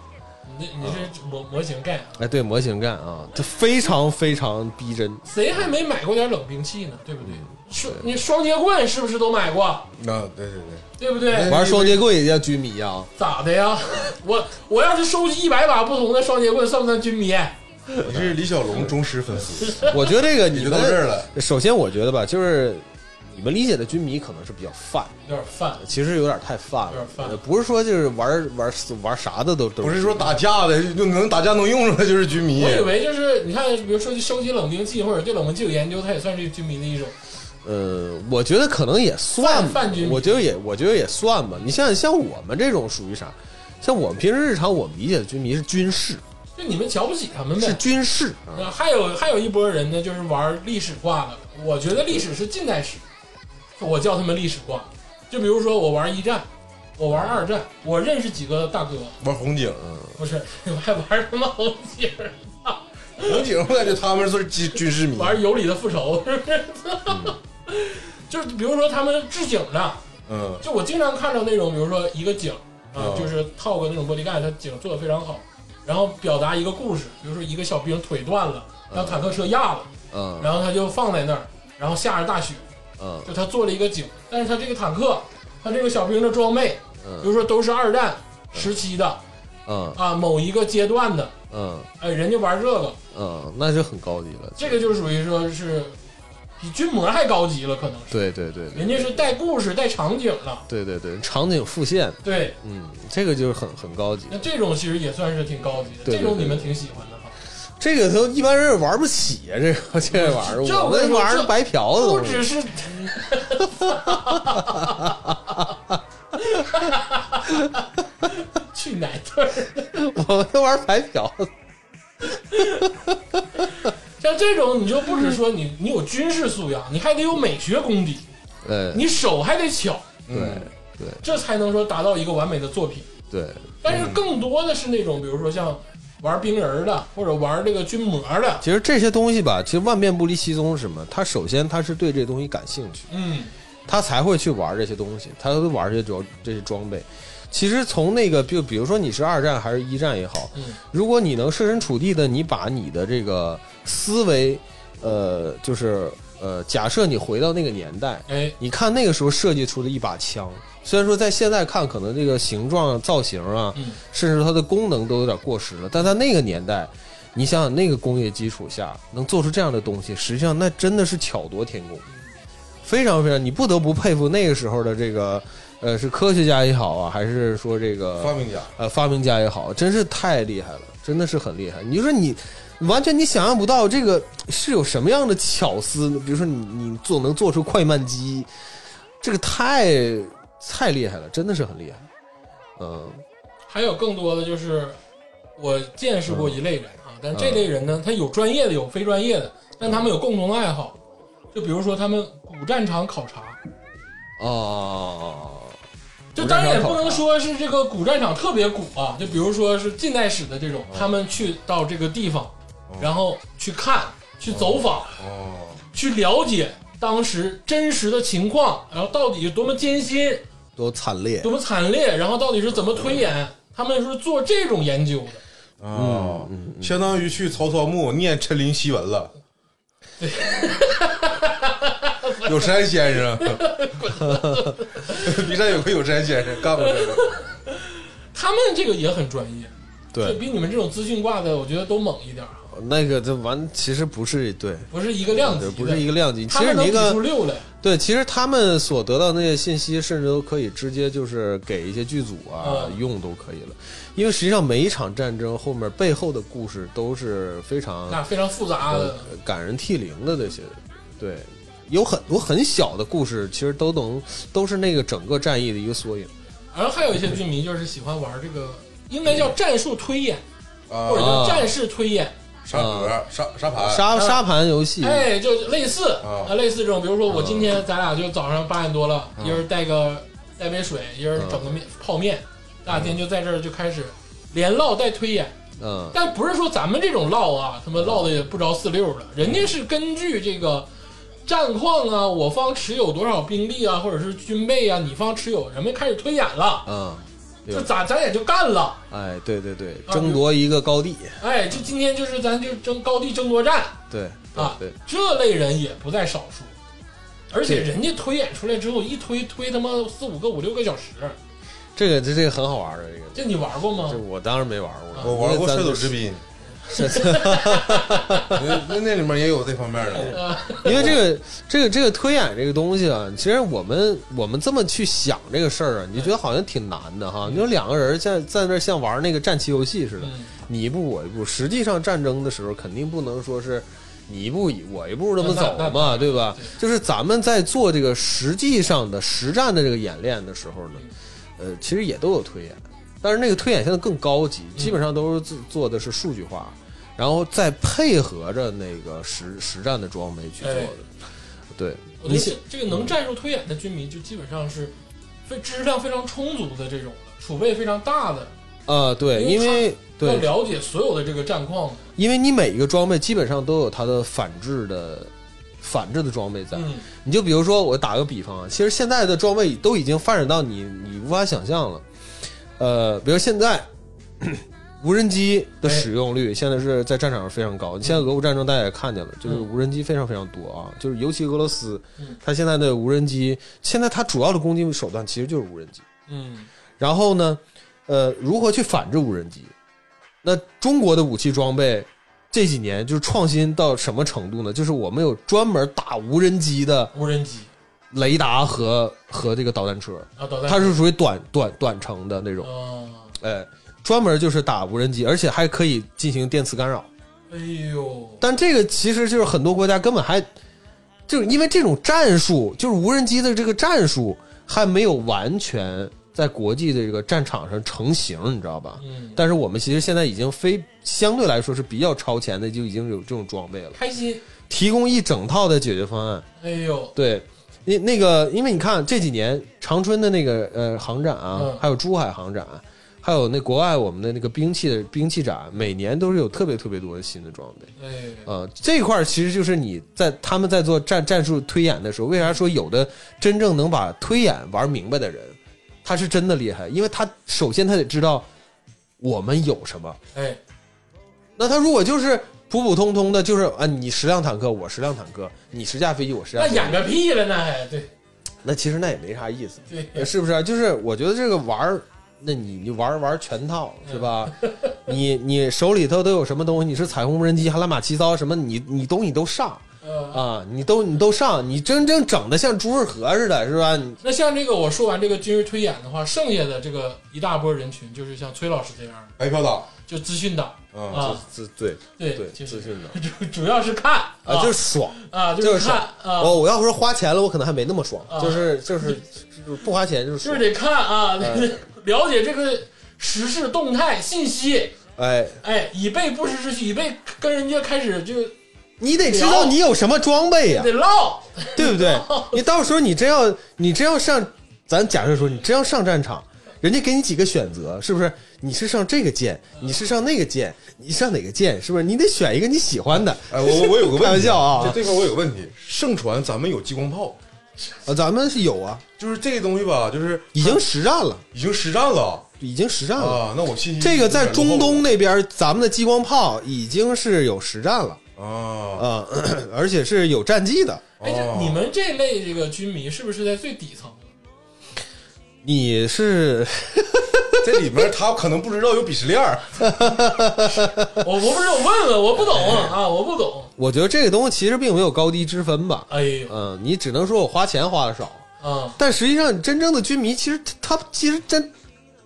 A: 你你是模模型盖啊？
C: 哎，对，模型干啊，这非常非常逼真。
A: 谁还没买过点冷兵器呢？对不对？
C: 嗯
A: 双你双截棍是不是都买过？
B: 那啊对对对，
A: 对不对？
B: 哎
C: 玩双截棍也叫军迷啊，
A: 咋的呀？我我要是收集一百把不同的双截棍，算不算军迷？
B: 你是李小龙忠实粉丝，
C: 我觉得这个
B: 你
C: 你
B: 就到这儿
C: 们，
B: 了。
C: 首先我觉得吧，就是你们理解的军迷可能是比较泛，
A: 有点泛。
C: 其实有点太泛了，
A: 有点泛
C: 呃不是说就是玩玩玩啥的都都
B: 不是说打架的就能打架能用上的就是军迷
A: 我，以为就是你看，比如说去收集冷兵器或者对冷兵器有研究，它也算是军迷的一种。
C: 呃，我觉得可能也算吧
A: 泛泛军，迷
C: 我觉得也我觉得也算吧。你像像我们这种属于啥？像我们平时日常我们理解的军迷是军事，
A: 就你们瞧不起他们
C: 是
A: 呗。
C: 军事啊，
A: 啊还有还有一波人呢，就是玩历史挂的。我觉得历史是近代史，我叫他们历史挂。就比如说我玩一战，我玩二战，我认识几个大哥，
B: 玩红警，
A: 不是 我还玩他妈红警，
B: 红警我感觉他们是军军事迷，
A: 玩有理的复仇， 是不是？就是比如说他们置景的，
B: 嗯
A: 就我经常看到那种，比如说一个景啊
B: 嗯，
A: 就是套个那种玻璃盖，它景做的非常好，然后表达一个故事，比如说一个小兵腿断了，让坦克车压了，
C: 嗯
A: 然后他就放在那儿，然后下着大雪，
C: 嗯
A: 就他做了一个景，但是他这个坦克，他这个小兵的装备，比
C: 嗯
A: 如说都是二战时期的
C: 嗯
A: 啊某一个阶段的，
C: 嗯
A: 哎，人家玩这个，
C: 嗯，那就很高级了。
A: 这个就属于说是比军模还高级了，可能是，
C: 对对对对
A: 人家是带故事带场景了，
C: 对对对，场景复现，
A: 对，
C: 嗯，这个就是很很高级。
A: 那这种其实也算是挺高级的，
C: 对对
A: 这种你们挺喜欢的哈。
C: 这个都一般人玩不起呀、这个这个玩意
A: 这
C: 儿，
A: 我
C: 我
A: 跟你
C: 们
A: 说
C: 玩
A: 这
C: 的白嫖的
A: 不
C: 东西
A: 只。是， 去奶对儿，
C: 我们都玩白嫖的。
A: 像这种你就不止说你你有军事素养，你还得有美学功底，
C: 哎，
A: 你手还得巧，
C: 对
B: 嗯
A: 这才能说达到一个完美的作品。
C: 对，
A: 但是更多的是那种，比如说像玩冰人儿的，或者玩这个军模的，
C: 其实这些东西吧，其实万变不离其宗是什么？他首先他是对这东西感兴趣，
A: 嗯，
C: 他才会去玩这些东西，他会玩这些装这些装备。其实从那个，就比如说你是二战还是一战也好，
A: 嗯
C: 如果你能设身处地的，你把你的这个思维，呃，就是呃，假设你回到那个年代，
A: 哎，
C: 你看那个时候设计出的一把枪，虽然说在现在看，可能这个形状、造型啊，
A: 嗯
C: 甚至它的功能都有点过时了，但在那个年代，你想想那个工业基础下，能做出这样的东西，实际上那真的是巧夺天工，非常非常，你不得不佩服那个时候的这个，呃，是科学家也好啊，还是说这个
B: 发明家，
C: 呃发明家也好，真是太厉害了，真的是很厉害。你就说你完全你想象不到这个是有什么样的巧思，比如说你你做能做出快慢机，这个太太厉害了，真的是很厉害。嗯
A: 还有更多的就是我见识过一类人啊，但这类人呢，他有专业的，有非专业的，但他们有共同的爱好，就比如说他们古战场考察，
C: 哦，
A: 就
C: 古
A: 当
C: 战场
A: 然也不
C: 考察
A: 能说是这个古战场特别古啊，就比如说是近代史的这
C: 哦
A: 种，他们去到这个地方，然后去看、去走访、
B: 哦，
A: 去了解当时真实的情况，然后到底是多么艰辛、
C: 多惨烈，
A: 多么惨烈，然后到底是怎么推演，他们是做这种研究的。
B: 哦，
C: 嗯
B: 相当于去曹操墓念陈林檄 文了。有山先生，骊山有个有山先生干过这个，
A: 他们这个也很专业，就
C: 对，
A: 比你们这种资讯挂的，我觉得都猛一点儿啊，
C: 那个这完其实不是对。
A: 不是一个量级
C: 对，
A: 的，
C: 不是一个量级。
A: 他
C: 其实
A: 们能
C: 你一
A: 比
C: 个
A: 出六来，
C: 对，其实他们所得到的那些信息，甚至都可以直接就是给一些剧组啊、
A: 嗯
C: 用都可以了，因为实际上每一场战争后面背后的故事都是非常
A: 那非常复杂
C: 呃
A: 的。
C: 感人涕零的那些，对，有很多很小的故事，其实都能都是那个整个战役的一个缩影。
A: 然后还有一些军迷就是喜欢玩这个，应该叫战术推演，或者
B: 啊，
A: 叫战士推演，
B: 沙盒、沙沙盘、
C: 沙沙盘游戏，
A: 呃哎，就类似
B: 啊
A: 啊，类似这种，比如说我今天咱俩就早上八点多了，一人带个带杯水，一人整个面泡面，大天就在这儿就开始连唠带推演，
C: 嗯，
A: 但不是说咱们这种唠啊，他们唠的也不着四六的，人家是根据这个战况啊，我方持有多少兵力啊，或者是军备啊，你方持有，人们开始推演了，
C: 嗯，对
A: 就咱咱也就干了，
C: 哎，对对对，
A: 啊
C: 争夺一个高地，
A: 哎，就今天就是咱就争高地争夺战
C: 对对
A: 啊
C: 对，，
A: 这类人也不在少数，而且
C: 对
A: 人家推演出来之后，一推推他妈四五个五六个小时，
C: 这个这这个很好玩儿的这个。
A: 这啊你玩过吗
C: 这？我当然没玩过了，
B: 我玩过《
C: 因为
B: 射
C: 咱
B: 手之滨》，那那那里面也有这方面 的，
C: 因为这个这个这个推演这个东西啊，其实我们我们这么去想这个事儿啊，你就觉得好像挺难的哈。你说两个人在在那儿像玩那个战棋游戏似的
A: 嗯，
C: 你一步我一步。实际上战争的时候，肯定不能说是你一步我一步这么走
A: 那那
C: 嘛，对吧？就是咱们在做这个实际上的实战的这个演练的时候
A: 嗯
C: 呢，呃，其实也都有推演，但是那个推演现在更高级，
A: 嗯
C: 基本上都是做做的是数据化，然后再配合着那个实实战的装备去做的。
A: 哎
C: 对，
A: 我理
C: 你嗯
A: 解这个能战术推演的军迷，就基本上是非知识量非常充足的这种的，储备非常大的。
C: 啊，对，
A: 因
C: 因
A: 为
C: 为
A: 要
C: 对，
A: 了解所有的这个战况。
C: 因为你每一个装备基本上都有它的反制的反制的装备在。
A: 嗯，
C: 你就比如说，我打个比方啊，其实现在的装备都已经发展到你你无法想象了。呃，比如现在无人机的使用率现在是在战场上非常高。你现在俄乌战争大家也看见了，就是
A: 嗯
C: 无人机非常非常多啊，就是尤其俄罗斯
A: 嗯，
C: 它现在的无人机，现在它主要的攻击手段其实就是无人机。
A: 嗯，
C: 然后呢，呃，如何去反制无人机？那中国的武器装备这几年就是创新到什么程度呢？就是我们有专门打无人机的
A: 无人机
C: 雷达和和这个导弹车，
A: 啊，导弹
C: 它是属于短短短程的那种，
A: 啊，
C: 哎，专门就是打无人机，而且还可以进行电磁干扰。
A: 哎呦，
C: 但这个其实就是很多国家根本还就是因为这种战术，就是无人机的这个战术还没有完全在国际的这个战场上成型，你知道吧？
A: 嗯，
C: 但是我们其实现在已经非相对来说是比较超前的，就已经有这种装备了，
A: 开心，
C: 提供一整套的解决方案。
A: 哎呦，
C: 对，那那个，因为你看这几年长春的那个呃航展啊，
A: 嗯
C: 还有珠海航展，啊还有那国外我们的那个兵器的兵器展，每年都是有特别特别多的新的装备。
A: 哎，
C: 呃，这一块儿其实就是你在他们在做战战术推演的时候，为啥说有的真正能把推演玩明白的人，他是真的厉害，因为他首先他得知道我们有什么。
A: 哎，
C: 那他如果就是普普通通的，就是啊，你十辆坦克，我十辆坦克，你十架飞机，我十架
A: 哎那
C: 飞机，
A: 演个屁了，那还对，
C: 那其实那也没啥意思，
A: 对，
C: 是不是啊？就是我觉得这个玩儿，那你你玩儿玩儿全套
A: 嗯
C: 是吧？你你手里头都有什么东西？你是彩虹无人机、哈拉玛七糟什么？你你东西都上
A: 呃，
C: 啊，你都你都上，你真正整的像朱日和似的，是吧？你
A: 那像这个我说完这个今日推演的话，剩下的这个一大波人群，就是像崔老师这样的，
B: 白嫖党，
A: 就资讯党
B: 嗯，
A: 啊，
C: 自对
A: 对
C: 对，
A: 就是
C: 自信的
A: 主主要是看
C: 啊，就是
A: 是
C: 爽。
A: 啊，
C: 就是哦是
A: 看啊，
C: 我我要不是花钱了，我可能还没那么爽
A: 啊，
C: 就是就是就是不花钱就是
A: 就是
C: 爽，
A: 得看啊
C: 哎，
A: 了解这个时事动态信息，
C: 哎，
A: 哎，以备不时之需，以备跟人家开始就
C: 你得知道你有什么装备呀、
A: 得唠，
C: 对 不对？你到时候你真要你真要上，咱假设说你真要上战场，人家给你几个选择，是不是？你是上这个键，你是上那个键，你上哪个键？是不是？你得选一个你喜欢的。
B: 哎，我我我有个问题，
C: 开玩笑啊
B: 这这块我有个问题，盛传咱们有激光炮，
C: 啊，咱们是有啊，
B: 就是这个东西吧，就是
C: 已经实战了，
B: 已经实战了
C: 已经实战了。
B: 啊。那我信息
C: 这个在中东
B: 的
C: 那边，咱们的激光炮已经是有实战了
B: 啊，
C: 啊、 咳咳而且是有战绩的。
A: 哎，这
B: 哦
A: 你们这类这个军迷是不是在最底层？
C: 你是
B: 这里面他可能不知道有鄙视链儿，
A: 我我不是我问问，我不懂啊，我不 懂。
C: 我觉得这个东西其实并没有高低之分吧，
A: 哎呦
C: 嗯，你只能说我花钱花的少，
A: 啊
C: 但实际上真正的军迷其实他他其实真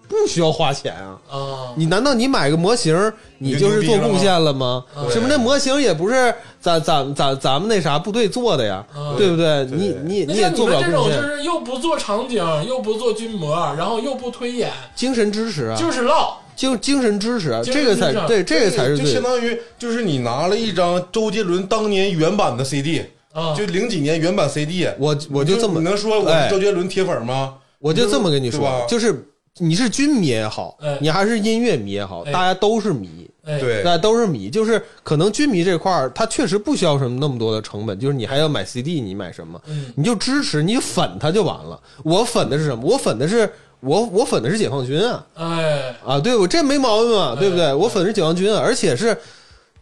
C: 不需要花钱啊。
A: 啊，
C: 你难道你买个模型，你就是做贡献了吗
A: 你就牛逼了吗？
C: 是不是？那模型也不是咱咱咱咱们那啥部队做的呀，
A: 啊
C: 对不嗯对？
B: 对
C: 你
B: 对
C: 你
A: 那
C: 也
A: 像你
C: 做不
A: 们
C: 了
A: 这种
C: 贡
A: 就
C: 献，
A: 是又不做场景，又不做军模，啊然后又不推演，
C: 精神支持啊，
A: 就是唠。
C: 精精神支持啊，
A: 精
C: 这
A: 神支
C: 个
A: 持
C: 才对， 这个才是
B: 就就
C: 对
B: 相
C: 的。
B: 当于就是你拿了一张周杰伦当年原版的 CD，
A: 啊
B: 就零几年原版 CD，
C: 我我
B: 你就
C: 这么
B: 你能说我
C: 哎
B: 是周杰伦铁粉吗？
C: 我就这么跟你
B: 对
C: 说
B: 吧，
C: 就是你是军迷也好
A: 哎，
C: 你还是音乐迷也好，
A: 哎
C: 大家都是迷，
A: 哎，
B: 对，
C: 那都是米，就是可能军迷这块儿，它确实不需要什么那么多的成本，就是你还要买 CD，你买什么，
A: 嗯
C: 你就支持，你粉它就完了。我粉的是什么？我粉的是我我粉的是解放军啊
A: 哎，
C: 啊，对我这没毛病嘛，对不对？
A: 哎
C: 我粉的是解放军啊，而且是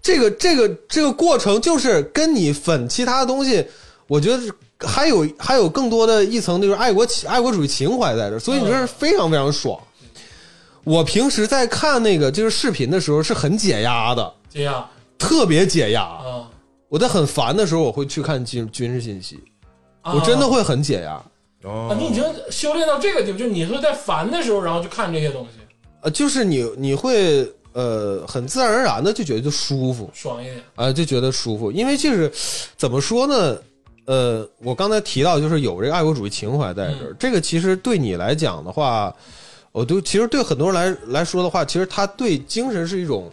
C: 这个这个这个过程，就是跟你粉其他的东西，我觉得是还有还有更多的一层就是爱国情爱国主义情怀在这儿，所以你这
A: 嗯
C: 是非常非常爽。我平时在看那个就是视频的时候是很解压的，
A: 这样
C: 特别解压。
A: 啊，
C: 我在很烦的时候，我会去看军军事信息，
A: 啊
C: 我真的会很解压。
A: 啊，
B: 哦
A: 你已经修炼到这个地步，就你会在烦的时候，然后去看这些东西，
C: 呃，就是你你会呃很自然而然的就觉得就舒服
A: 爽一点。
C: 啊、就觉得舒服，因为就是怎么说呢？呃，我刚才提到就是有这个爱国主义情怀在
A: 嗯
C: 这儿，这个其实对你来讲的话，我都其实对很多人来来说的话，其实它对精神是一种，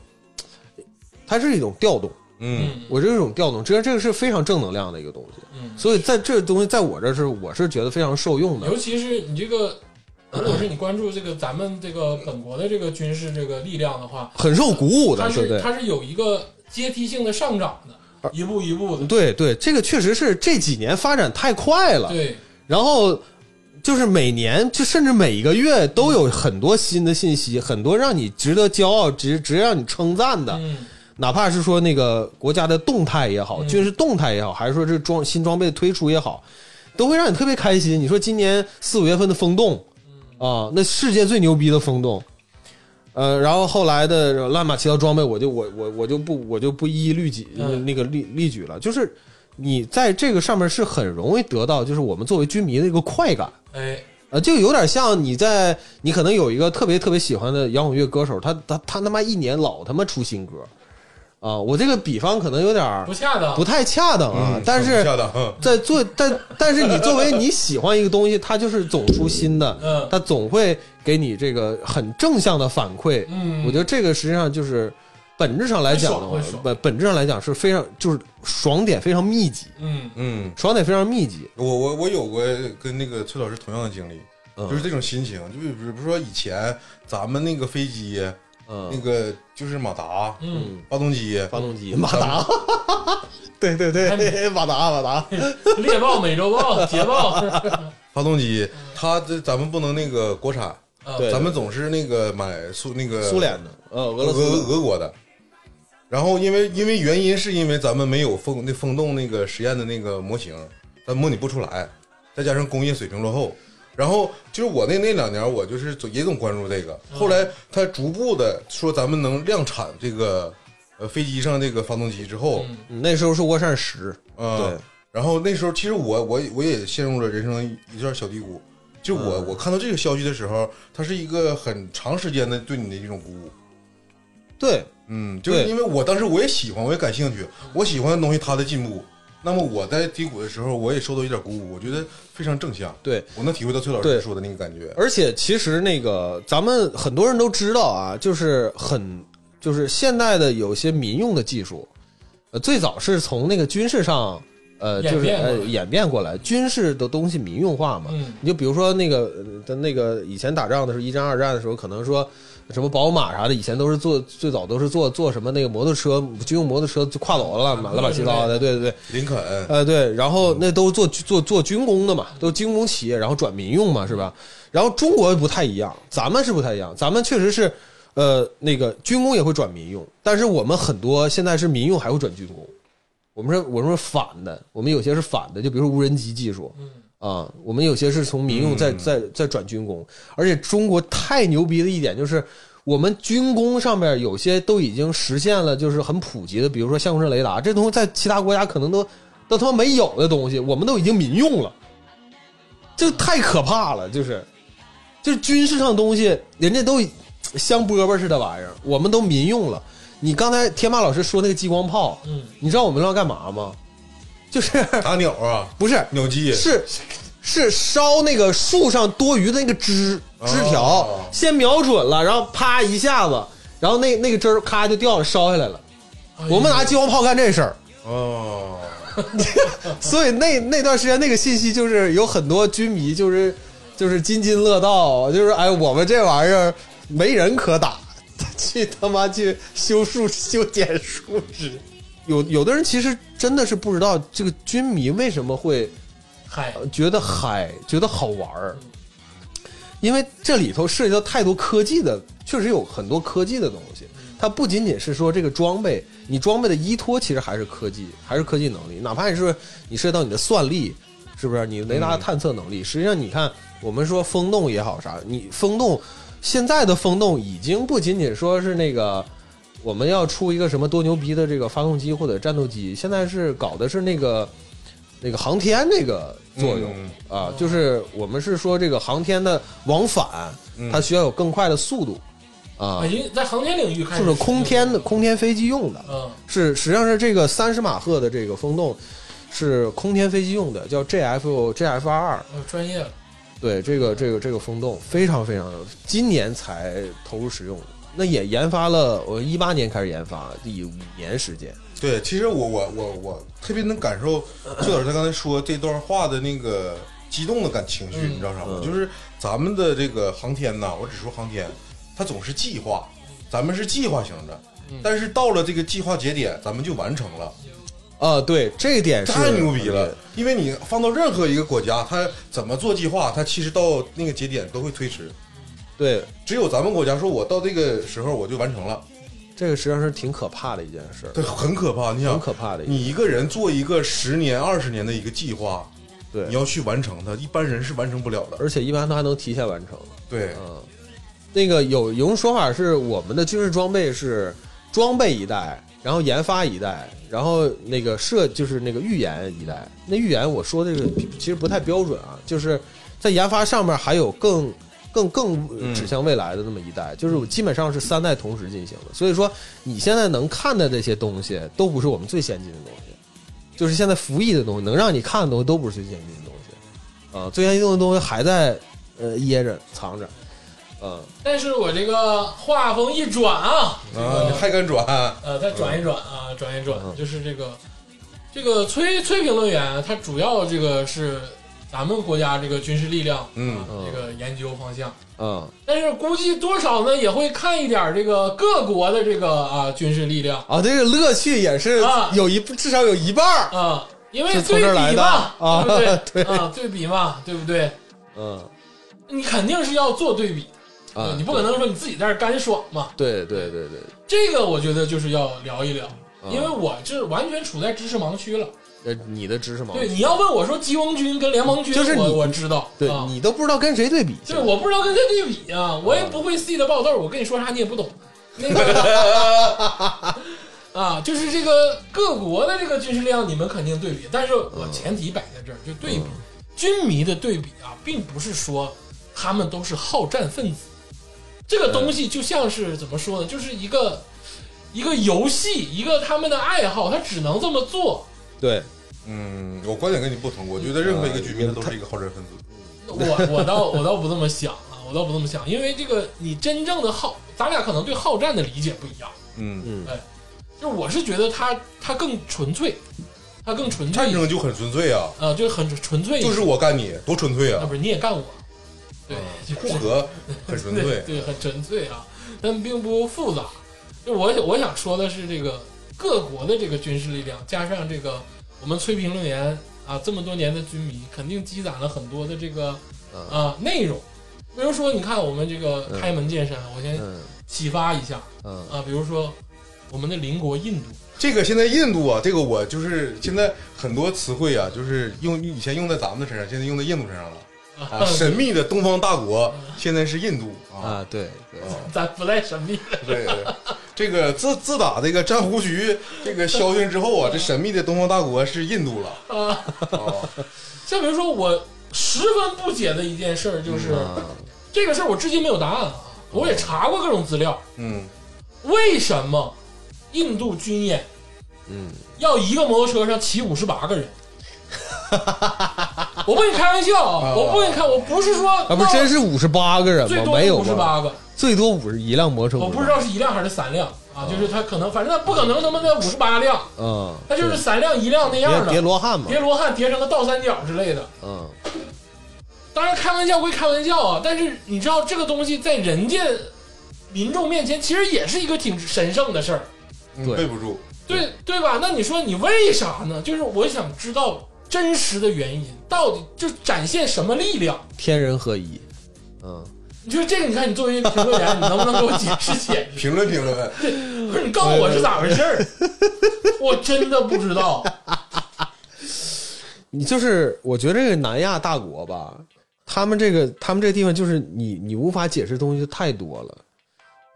C: 它是一种调动，
B: 嗯，
A: 嗯
C: 我这种调动，这这个是非常正能量的一个东西。
A: 嗯，
C: 所以在这东西在我这儿是我是觉得非常受用的
A: 尤。其是你这个，如果是你关注这个咱们这个本国的这个军事这个力量的话，
C: 很受鼓舞
A: 它
C: 的，对
A: 是
C: 不啊对？
A: 它是有一个阶梯性的上涨的，一步一步的。
C: 对对，这个确实是这几年发展太快了，
A: 对，
C: 然后就是每年就甚至每一个月都有很多新的信息，很多让你值得骄傲、值值得让你称赞的，
A: 嗯，
C: 哪怕是说那个国家的动态也好，
A: 嗯
C: 军事动态也好，还是说这装新装备的推出也好，都会让你特别开心。你说今年四五月份的风洞
A: 嗯
C: 啊，那世界最牛逼的风洞。呃，然后后来的乱码七糟装备我，就我我我就不我就不一一律举、
A: 嗯
C: 那个例例举了，就是你在这个上面是很容易得到，就是我们作为军迷的一个快感，
A: 哎，
C: 呃，就有点像你在你可能有一个特别特别喜欢的摇滚乐歌手，他他他他妈一年老他妈出新歌，啊、我这个比方可能有点儿
A: 不恰当
C: 不。太恰当啊，
B: 嗯
C: 但
B: 很
C: 是
B: 恰当，
C: 在做但但是你作为你喜欢一个东西，它就是总出新的，
A: 嗯
C: 它总会给你这个很正向的反馈。
A: 嗯，
C: 我觉得这个实际上就是本质上来讲的话
A: 会爽会，爽
C: 本本质上来讲是非常就是爽点非常密集，
A: 嗯
B: 嗯，
C: 爽点非常密集。
B: 我我我有过跟那个崔老师同样的经历，
C: 嗯
B: 就是这种心情，就比如说以前咱们那个飞机，那
C: 嗯，
B: 个就是马达、
A: 嗯，
B: 发动机，
C: 发动机马达， 对对
A: 还
C: 对，
A: 没
C: 马达马达，
A: 猎豹、美洲豹、捷豹，
C: 哦
B: 发动机，它这咱们不能那个国产，
A: 啊
C: 对
B: 咱们总是那个买苏那个
C: 苏联的，呃，俄
B: 俄
C: 罗斯的，
B: 俄国的。然后因为因为原因是因为咱们没有风那风洞那个实验的那个模型，咱模拟不出来。再加上工业水平落后。然后就是我那那两年，我就是总也总关注这个。后来他逐步的说咱们能量产这个呃飞机上这个发动机之后，
A: 嗯
C: 那时候是涡扇十，
B: 啊、
C: 对，
B: 然后那时候其实我我我也陷入了人生一段小低谷。就我、
C: 嗯
B: 我看到这个消息的时候，它是一个很长时间的对你的一种鼓舞。
C: 对，
B: 嗯，就是
C: 对
B: 因为我当时我也喜欢，我也感兴趣，我喜欢的东西它的进步。那么我在低谷的时候，我也受到一点鼓舞，我觉得非常正向。
C: 对，
B: 我能体会到崔老师
C: 对
B: 说的那个感觉。
C: 而且其实那个咱们很多人都知道啊，就是很就是现代的有些民用的技术，呃，最早是从那个军事上呃
A: 演
C: 就是
A: 变过来
C: 呃演变过来，军事的东西民用化嘛。
A: 嗯
C: 你就比如说那个呃的那个以前打仗的时候，一战二战的时候，可能说什么宝马啥的，以前都是做最早都是做做什么那个摩托车军用摩托车就跨楼了，
A: 嗯
C: 乱七八糟的，对对对。
B: 林肯，
C: 呃，对，然后那都做做做军工的嘛，都是军工企业，然后转民用嘛，是吧？然后中国不太一样，咱们是不太一样，咱们确实是，呃，那个军工也会转民用，但是我们很多现在是民用还会转军工，我们是我们是反的，我们有些是反的，就比如说无人机技术
A: 嗯
C: 啊，我们有些是从民用再再再转军工，而且中国太牛逼的一点就是。我们军工上面有些都已经实现了，就是很普及的，比如说相控式雷达，这东西在其他国家可能都都他妈没有的东西，我们都已经民用了，这太可怕了，就是，就是军事上的东西，人家都已香饽饽似的玩意儿，我们都民用了。你刚才天霸老师说那个激光炮，
A: 嗯，
C: 你知道我们要干嘛吗？就是
B: 打鸟啊，
C: 不是
B: 鸟鸡，
C: 是是烧那个树上多余的那个枝枝条，
B: 哦
C: 先瞄准了，然后啪一下子，然后那那个枝儿咔就掉了，烧下来了。
A: 哎
C: 我们拿
A: 呀
C: 激光炮干这事儿。
B: 哦，
C: 所以那那段时间那个信息就是有很多军迷就是就是津津乐道，就是哎我们这玩意儿没人可打， 去他妈去修树修剪树枝。有有的人其实真的是不知道这个军迷为什么会
A: 嗨，
C: 呃觉得嗨，觉得好玩儿，因为这里头涉及到太多科技的，确实有很多科技的东西。它不仅仅是说这个装备，你装备的依托其实还是科技，还是科技能力。哪怕你是你涉及到你的算力，是不是你雷达探测能力？实际上，你看我们说风洞也好啥，你风洞现在的风洞已经不仅仅说是那个。我们要出一个什么多牛逼的这个发动机或者战斗机，现在是搞的是那个那个航天那个作用、
B: 嗯
C: 啊，就是我们是说这个航天的往返，
B: 嗯
C: 它需要有更快的速度啊
A: 啊，，因为在航天领域开始
C: 就是空天的，空天飞机用的，
A: 嗯
C: 是实际上是这个三十马赫的这个风洞是空天飞机用的，叫 GF GF 二，
A: 哦专业了，
C: 对这个这个这个风洞非常非常，今年才投入使用的。那也研发了，我一八年开始研发，以五年时间。
B: 对，其实我我我我特别能感受崔老师他刚才说这段话的那个激动的感情绪，
A: 嗯
B: 你知道啥吗？
C: 嗯
B: 就是咱们的这个航天呐，我只说航天，它总是计划，咱们是计划型的
A: 嗯，
B: 但是到了这个计划节点，咱们就完成了，
C: 啊，对，这一点是
B: 太牛逼了！因为你放到任何一个国家，它怎么做计划，它其实到那个节点都会推迟，
C: 对，
B: 只有咱们国家说，我到这个时候我就完成了，
C: 这个实际上是挺可怕的一件事，
B: 这很可怕。你
C: 很
B: 想，
C: 可怕的一件
B: 你一个人做一个十年、二十年的一个计划，你
C: 对，
B: 要去完成它，一般人是完成不了的。
C: 而且一般都还能提前完成。
B: 对，
C: 嗯，那个有有种说法是，我们的军事装备是装备一代，然后研发一代，然后那个设就是那个预研一代。那预研我说这个其实不太标准啊，就是在研发上面还有更。更更
B: 嗯
C: 指向未来的那么一代，就是基本上是三代同时进行的。所以说，你现在能看的这些东西，都不是我们最先进的东西。就是现在服役的东西，能让你看的东西都不是最先进的东西，啊，最先进的东西还在呃掖着藏着，啊，
A: 但是我这个话锋一转啊，这
B: 啊，你
A: 个
B: 还敢转？
A: 呃再转一转啊，转一转，
C: 嗯
A: 就是这个这个崔崔评论员他主要这个是咱们国家这个军事力量
B: 嗯
A: 啊这个研究方向。
C: 啊，
A: 但是估计多少呢，也会看一点这个各国的这个啊军事力量
C: 啊，这个乐趣也是
A: 啊
C: 有一、至少有一半儿，
A: 啊，因为
C: 是从这儿
A: 对
C: 来
A: 比
C: 的
A: 嘛，
C: 啊
A: 对不对？
C: 对
A: 啊，对比嘛，对不对？
C: 嗯
A: 你肯定是要做对比，
C: 啊，
A: 嗯你不可能说你自己在这儿干爽嘛。
C: 对，对对对对，啊
A: 这个我觉得就是要聊一聊，
C: 嗯
A: 因为我这完全处在知识盲区了。
C: 呃，你的知识盲
A: 对，
C: 区，
A: 你要问我说鸡翁军跟联盟军，
C: 就是你
A: 我我知道，
C: 对
A: 啊、
C: 你都不知道跟谁对比去
A: 对，
C: 了。
A: 我不知道跟谁对比啊，我也不会 C 的爆豆，我跟你说啥你也不懂。那个啊，就是这个各国的这个军事力量，你们肯定对比，但是我前提摆在这儿，就对比、军迷的对比啊，并不是说他们都是好战分子，这个东西就像是怎么说呢，就是一个一个游戏，一个他们的爱好，他只能这么做。
C: 对，
B: 嗯，我观点跟你不同，我觉得任何一个居民都是一个好战分子。
A: 我我倒我倒不这么想啊，我倒不这么想，因为这个你真正的好，咱俩可能对好战的理解不一样。
B: 嗯，
C: 嗯，
A: 就是我是觉得他他更纯粹，他更纯粹
B: 战
A: 一些，
B: 争就很纯粹啊，
A: 啊、就是很纯粹一些，
B: 就是我干你，多纯粹
A: 啊，
B: 啊！
A: 不是你也干我，对，就是
B: 互和很纯
A: 对
B: 粹，
A: 对，很纯粹啊，但并不复杂。就我我想说的是，这个各国的这个军事力量，加上这个我们崔评论员啊，这么多年的军迷，肯定积攒了很多的这个
C: 嗯
A: 啊内容。比如说，你看我们这个
C: 嗯
A: 开门见山，我先
C: 嗯
A: 启发一下
C: 嗯，
A: 啊，比如说我们的邻国印度，
B: 这个现在印度啊，这个我就是现在很多词汇啊，就是用以前用在咱们的身上，现在用在印度身上了。 啊，神秘的东方大国现在是印度啊！
C: 啊，对对，
A: 咱不带神秘的，
B: 对，对这个自自打这个战胡须这个消停之后啊，这神秘的东方大国是印度了啊！
A: 像比如说我十分不解的一件事儿，就是、
C: 啊，
A: 这个事儿我至今没有答案啊，我也查过各种资料，
B: 嗯，
A: 为什么印度军演
C: 嗯，
A: 要一个摩托车上骑五十八个人？ 我不跟你开玩笑啊，
B: 啊
A: 我不跟你开，我不是说
C: 啊，不是，真是五十八个人
A: 最
C: 吗？
A: 多
C: 没有
A: 五十
C: 吧？
A: 八个，
C: 最多五十一辆摩托车，
A: 我不知道是一辆还是三辆啊，就是他可能，反正他不可能他妈的五十八辆，
C: 嗯，
A: 他就是三辆一辆那
C: 叠
A: 样
C: 叠
A: 的，
C: 罗汉嘛，
A: 叠罗汉叠成个倒三角之类的。
C: 嗯，
A: 当然开玩笑归开玩笑啊，但是你知道这个东西在人家民众面前，其实也是一个挺神圣的事儿，
B: 嗯
C: 对
B: 背不住。
A: 对对吧？那你说你为啥呢？就是我想知道真实的原因，到底就展现什么力量？
C: 天人合一，嗯，
A: 你说这个，你看你作为评论员，你能不能给我解释解 释？
B: 评论评论，
A: 不是你告诉我是咋回事儿？我真的不知道。
C: 你就是我觉得这个南亚大国吧，他们这个他们这个地方就是你你无法解释的东西太多了，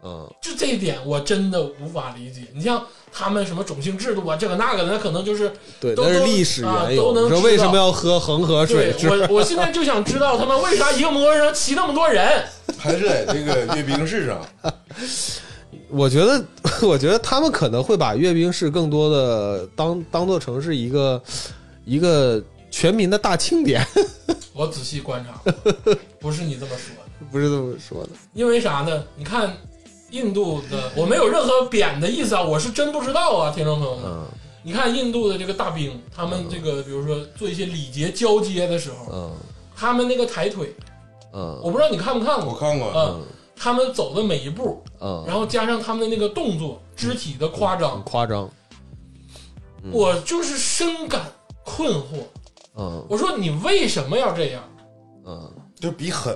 C: 嗯，
A: 就这一点，我真的无法理解。你像他们什么种姓制度啊，这个那个的，那可能就是
C: 对，
A: 都
C: 那是
A: 都
C: 历史
A: 啊
C: 缘
A: 都
C: 由。
A: 能
C: 你说
A: 知
C: 为什
A: 道
C: 么要喝恒河水
A: 对
C: 之
A: 我，我现在就想知道他们为啥一个摩托车上骑那么多人？
B: 还是在这个阅兵式上，
C: 我觉得， 我觉得他们可能会把阅兵式更多的当当做成是一个一个全民的大庆典，
A: 我仔细观察过，不是你这么说的，
C: 不是这么说的。
A: 因为啥呢？你看印度的，我没有任何贬的意思啊，我是真不知道啊，听众朋友们，
C: 嗯
A: 你看印度的这个大兵，他们这个比如说做一些礼节交接的时候，
C: 嗯
A: 他们那个抬腿，
C: 嗯
A: 我不知道你看不看
B: 我
A: 过，
B: 看
C: 啊
B: 过，
A: 嗯，他们走的每一步，
C: 嗯，
A: 然后加上他们的那个动作、肢体的夸
C: 很
A: 张，
C: 夸张。嗯
A: 我就是深感困惑。
C: 嗯
A: 我说你为什么要这样？
C: 嗯，
B: 就比狠，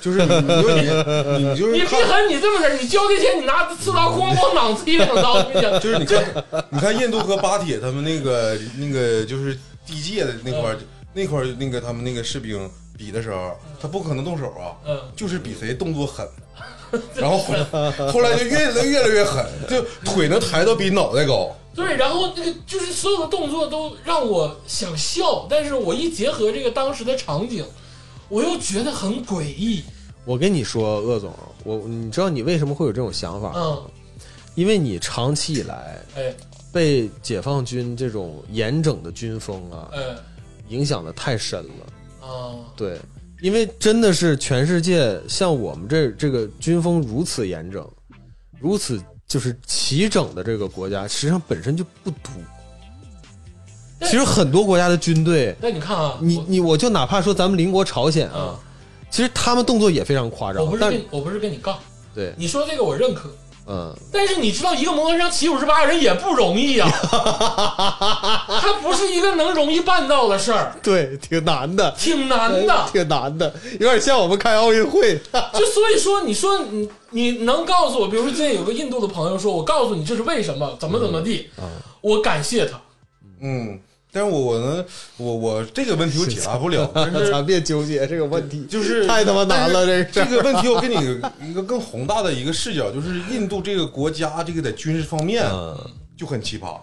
B: 就是你你就你你就
A: 你别
B: 是看。
A: 狠，你这么事儿，你交接前你拿刺刀咣咣攮自己两 刀，你想
B: 就是你看，你看印度和巴铁他们那个那个就是地界的那块儿、那块儿那个他们那个士兵比的时候，他不可能动手啊，
A: 嗯，
B: 就是比谁动作狠。 然后后来后来就越来越来越狠，就腿能抬到比脑袋高。
A: 对，然后那个就是所有的动作都让我想笑，但是我一结合这个当时的场景，我又觉得很诡异。
C: 我跟你说，鄂总，我你知道你为什么会有这种想法？
A: 嗯，
C: 因为你长期以来
A: 哎
C: 被解放军这种严整的军风啊
A: 哎
C: 影响的太深了。
A: 啊，
C: 对，因为真的是全世界像我们这这个军风如此严整，如此就是齐整的这个国家，实际上本身就不多。其实很多国家的军队，
A: 但你看啊，
C: 你你我就哪怕说咱们邻国朝鲜
A: 我啊
C: 啊，，其实他们动作也非常夸张
A: 我不，是
C: 但
A: 跟我不是跟你杠，
C: 对
A: 你说这个我认可，
C: 嗯，
A: 但是你知道，一个摩托车骑五十八个人也不容易 呀、它不是一个能容易办到的事儿，
C: 对，挺难的，
A: 挺难的。
C: 挺难的，有点像我们开奥运会。
A: 就所以说，你说你你能告诉我，比如说今天有个印度的朋友说，我告诉你这是为什么，怎么怎么地，
C: 嗯啊
A: 我感谢他。
B: 嗯，但是我我能我我这个问题我解答不了，但是
C: 咱别纠结这个问题，
B: 就是
C: 太他妈难了，
B: 但
C: 这
B: 是这
C: 个事
B: 个问题，我给你一个更宏大的一个视角，就是印度这个国家，这个在军事方面
C: 嗯
B: 就很奇葩。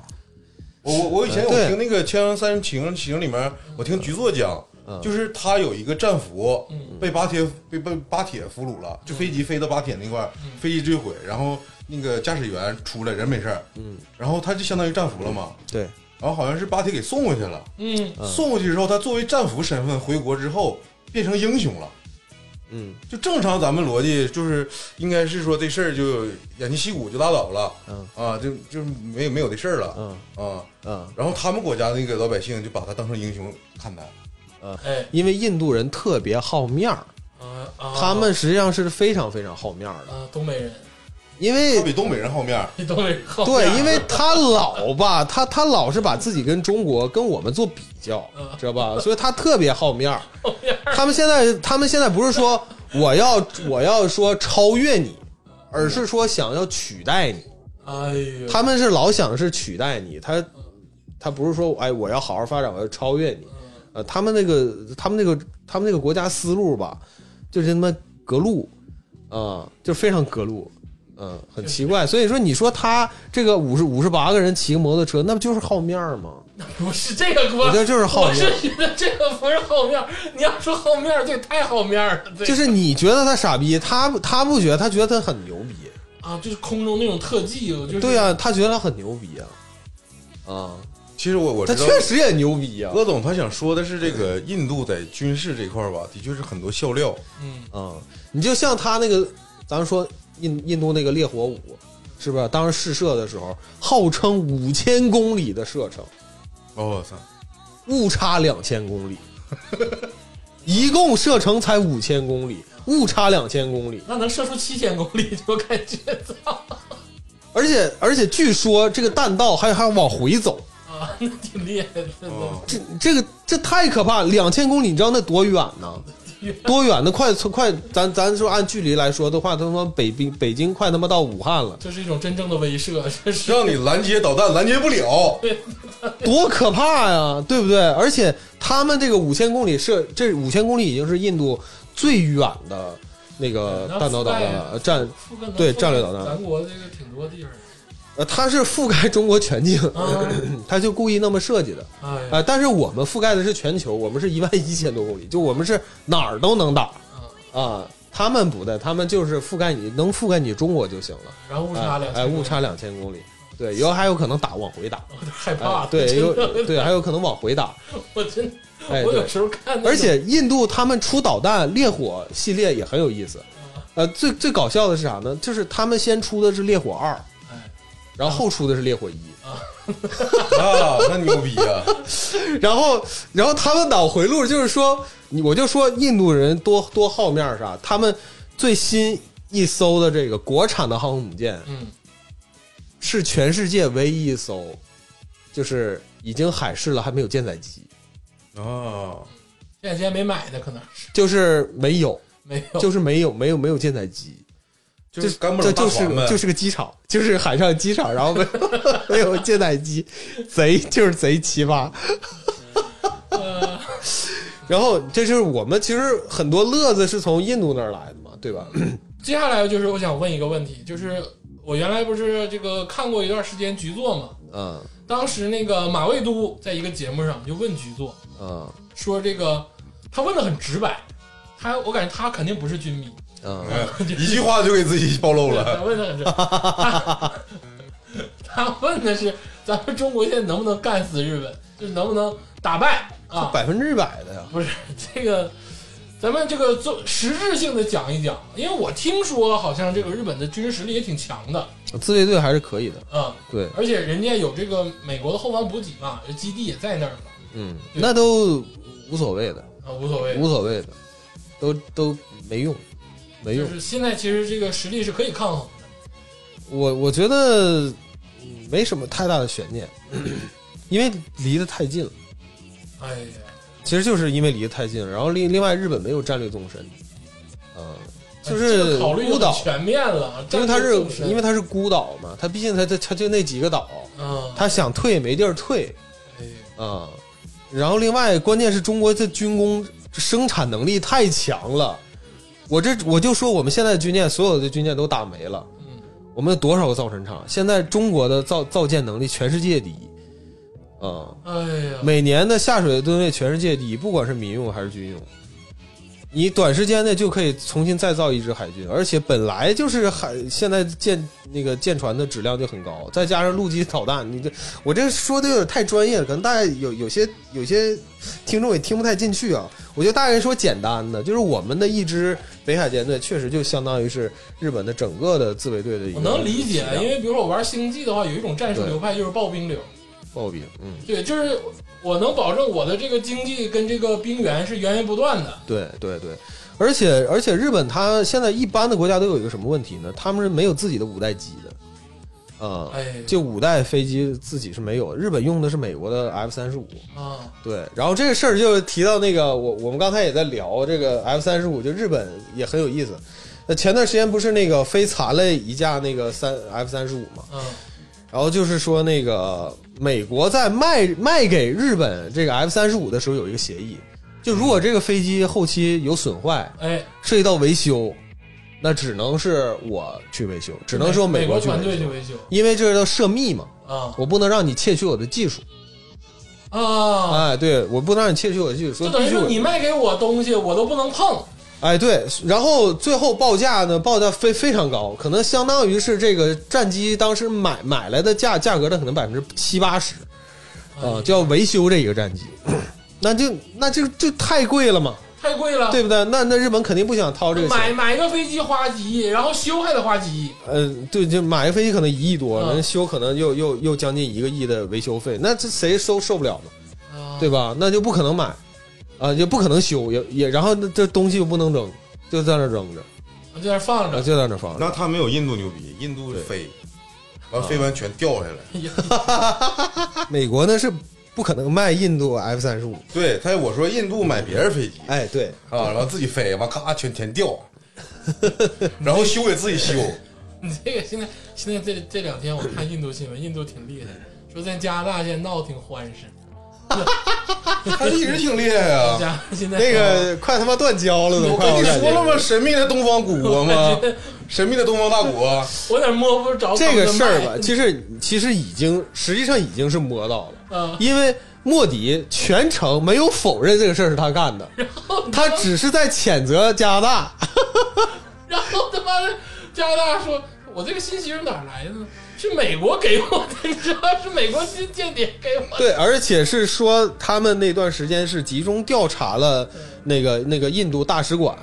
B: 我我我以前
C: 嗯
B: 我
C: 对
B: 听那个《锵锵三人行行》里面，我听局座讲，
C: 嗯
B: 就是他有一个战俘被巴铁被被巴铁俘虏
C: 嗯
B: 了，就飞机飞到巴铁那块儿，飞机坠毁，然后那个驾驶员出来人没事儿，
C: 嗯，
B: 然后他就相当于战俘了嘛，
C: 对，
B: 然后好像是巴铁给送回去了。
A: 嗯，
C: 嗯
B: 送过去之后，他作为战俘身份回国之后，变成英雄了。
C: 嗯
B: 就正常咱们逻辑就是应该是说这事儿就偃旗息鼓就拉倒了，
C: 嗯
B: 啊，就就没有没有这事儿了
C: 嗯
B: 啊。
C: 嗯，
B: 然后他们国家那个老百姓就把他当成英雄看待，
A: 哎，
C: 因为印度人特别好面儿，
A: 啊啊，
C: 他们实际上是非常非常好面儿的，
A: 啊，东北人，
C: 因
B: 他
C: 为
B: 比东北人好面儿。
A: 比东北人好
C: 对
A: 面儿，
C: 因为他老吧，他他老是把自己跟中国跟我们做比较
A: 嗯，
C: 知道吧？所以他特别 好面儿。他们现在他们现在不是说我要我要说超越你，而是说想要取代你。
A: 哎呦，
C: 他们是老想是取代你，他他不是说哎我要好好发展，我要超越你，
A: 嗯
C: 呃，他们那个他们那个他们那个国家思路吧，就是他妈格路啊、就非常格路，嗯、很奇怪。所以说你说他这个五十五十八个人骑个摩托车，那不就是好面儿吗？
A: 不是这个
C: 我
A: 锅
C: 觉，得就是好
A: 我
C: 面儿
A: 是。觉得这个不是好面儿，你要说好面儿，这太好面儿了，这
C: 就是你觉得他傻逼，他不他不觉得，他觉得他很牛逼。
A: 啊，就是空中那种特技，我就是
C: 对啊，他觉得他很牛逼啊，啊，
B: 其实我我
C: 他
B: 知道，
C: 确实也牛逼啊，
B: 葛总他想说的是，这个印度在军事这块儿吧，的确是很多笑料。
A: 嗯，
C: 啊、你就像他那个，咱们说印印度那个烈火五，是不是？当时试射的时候，号称五千公里的射程，
B: 哦，我操！
C: 误差两千公里，一共射程才五千公里，误差两千公里，
A: 那能射出七千公里，我感觉 操
C: 而且而且据说这个弹道还还往回走，
A: 啊，那挺厉害的，真
C: 嗯
A: 的
B: 哦，
C: 这这个这太可怕，两千公里你知道那多远呢？多远的快快，咱咱说按距离来说的话，他妈北冰北京快他妈到武汉了，
A: 这是一种真正的威慑，这是
B: 让你拦截导弹，拦截不 了。
C: 多可怕呀，对不对？而且他们这个五千公里射，这五千公里已经是印度最远的那个弹道导弹了，呃战
A: 覆盖
C: 对
A: 覆盖
C: 战略导弹
A: 咱国这个挺多 地方
C: 呃，它是覆盖中国全 境，
A: 的
C: 它就故意那么设计的啊、
A: 啊，哎呀，
C: 但是我们覆盖的是全球，我们是一万一千多公里，就我们是哪儿都能打啊、
A: 嗯
C: 他们不对，他们就是覆盖你能覆盖你中国就行了，
A: 然后误差两千，
C: 哎，误，差两千公里，对，以后还有可能打往回打，
A: 我都害怕
C: 哎，对，
A: 啊真
C: 有
A: 的
C: 对，还有可能往回打，
A: 我真的，
C: 哎，
A: 我
C: 对
A: 有。时候看那个，
C: 而且印度他们出导弹烈火系列也很有意思，呃，最最搞笑的是啥呢？就是他们先出的是烈火二，
A: 哎，
C: 然后后出的是烈火一，
B: 啊，那牛逼啊！
C: 然后然后他们脑回路就是说，你我就说印度人多多好面儿啥，他们最新一艘的这个国产的航空母舰
A: 嗯，
C: 是全世界唯一一艘，就是已经海试了还没有舰载机，
B: 啊，
A: 这两天没买呢，可能是
C: 就是没有，
A: 没有，
C: 就是没有没有没有舰载机。
B: 就
C: 这
B: 是干不了
C: 这
B: 大
C: 就是
B: 船呗。
C: 就是个机场，就是海上机场，然后没有没有舰载机，贼就是贼奇葩。
A: 呃
C: 然后这就是我们其实很多乐子是从印度那儿来的嘛，对吧？
A: 接下来就是我想问一个问题，就是我原来不是这个看过一段时间局座嘛，
C: 嗯
A: 当时那个马未都在一个节目上就问局座
C: 嗯
A: 说这个，他问的很直白，他我感觉他肯定不是军迷，
C: 嗯
B: 哎一句话就给自己暴露
A: 对，
B: 了。
A: 他问的很直，他他问的是咱们中国现在能不能干死日本，就是能不能打败啊？
C: 百分之百的呀。
A: 不是这个，咱们这个做实质性的讲一讲，因为我听说好像这个日本的军事实力也挺强的，
C: 自卫队还是可以的，
A: 嗯，
C: 对，
A: 而且人家有这个美国的后方补给嘛，这基地也在那儿嘛，
C: 嗯，那都无所谓的，
A: 啊，无所谓
C: 无。所谓的，都都没用，没
A: 就
C: 用。
A: 是现在其实这个实力是可以抗衡的，
C: 我我觉得嗯没什么太大的悬念，因为离得太近了。
A: 哎呀，
C: 其实就是因为离得太近了，然后另另外日本没有战略纵深，嗯、就
A: 哎这
C: 是
A: 个考虑得
C: 孤岛
A: 很，全面了，啊
C: 因为它
A: 战略纵
C: 是
A: 深
C: 因为它是孤岛嘛，它毕竟它它它就那几个岛，
A: 嗯，
C: 它想退也没地儿退
A: 哎
C: 啊、然后另外关键是中国这军工生产能力太强了，我这我就说我们现在军舰所有的军舰都打没了。
A: 嗯，
C: 我们有多少个造船厂？现在中国的造造舰能力全世界第一，啊、
A: 哎呀，
C: 每年的下水的吨位全世界第一，不管是民用还是军用，你短时间内就可以重新再造一支海军，而且本来就是海现在舰那个舰船的质量就很高，再加上陆基导弹，你这我这说的有点太专业了，可能大家有有些有些听众也听不太进去啊。我觉得大概说简单的，就是我们的一支北海舰队确实就相当于是日本的整个的自卫队的一个
A: 我能理解
C: 体，量
A: 因为比如说我玩星际的话，有一种战术流派就是刨冰流，
C: 暴兵，嗯，
A: 对，就是我能保证我的这个经济跟这个兵源是源源不断的，
C: 对对对，而且而且日本它现在一般的国家都有一个什么问题呢？他们是没有自己的五代机的，啊、
A: 哎，
C: 这五代飞机自己是没有的，日本用的是美国的 F 三十五。
A: 啊，
C: 对，然后这个事儿就提到那个我我们刚才也在聊这个 F 三十五，就日本也很有意思。那前段时间不是那个飞残了一架那个三 F 三十五嘛，
A: 嗯，
C: 然后就是说那个美国在卖卖给日本这个 F 三十五的时候有一个协议，就如果这个飞机后期有损坏，
A: 哎，
C: 涉及到维修，那只能是我去维修，只能是我
A: 美
C: 国去
A: 团
C: 维
A: 队去
C: 修，
A: 维修
C: 因为这叫涉密嘛，
A: 啊
C: 我不能让你窃取我的技术。
A: 啊，
C: 哎，对，我不能让你窃取我的技术，
A: 就
C: 说
A: 等
C: 必
A: 于
C: 须我
A: 说你卖给我东西，我都不能碰，
C: 哎，对，然后最后报价呢，报价非非常高，可能相当于是这个战机当时买买来的价价格的可能百分之七八十，啊，
A: 哎
C: 就要维修这一 个战机，那就那就就太贵了嘛，
A: 太贵
B: 啊
A: 了，
C: 对不对？那那日本肯定不想掏这个
A: 买
C: 钱，
A: 买个飞机花几亿，然后修还得花几亿，
C: 嗯、对，就买个飞机可能一亿
B: 啊
C: 多，
A: 嗯
C: 人修可能又又又将近一个亿的维修费，那这谁受受不了呢？
A: 啊，
C: 对吧？那就不可能买，啊，就不可能修，也也然后那这东西又不能扔，就在那扔着，
A: 就在那放
C: 啊，
A: 着，
C: 就在那放着。
B: 那他没有印度牛逼，印度飞，完飞完全掉下来。
A: 啊
C: 呃
B: 啊
C: 美国呢是不可能卖印度 F 三十五。
B: 对他，我说印度买别人飞机
C: 哎，对，
B: 啊，然后自己飞，完咔全全掉， 然后修也自己修。
A: 你这个现在现在这这两天我看印度新闻，印度挺厉害，说在加拿大现在闹得挺欢实，
B: 他一直挺厉害啊。
A: 加现在
C: 那个快他妈断交了，都
B: 我
C: 快
B: 跟你
C: 感觉
B: 说了吗？神秘的东方古 国吗？神秘的东方大国，
A: 我有点摸不着
C: 这个事儿吧，
A: 就
C: 其实其实已经实际上已经是摸到了，
A: 啊，
C: 因为莫迪全程没有否认这个事儿是他干的，他只是在谴责加拿大。
A: 然后他妈的加拿大说，我这个信息是哪儿来的呢？是美国给我的， 你知道是美国间间谍给我的。
C: 对，而且是说他们那段时间是集中调查了那个那个印度大使馆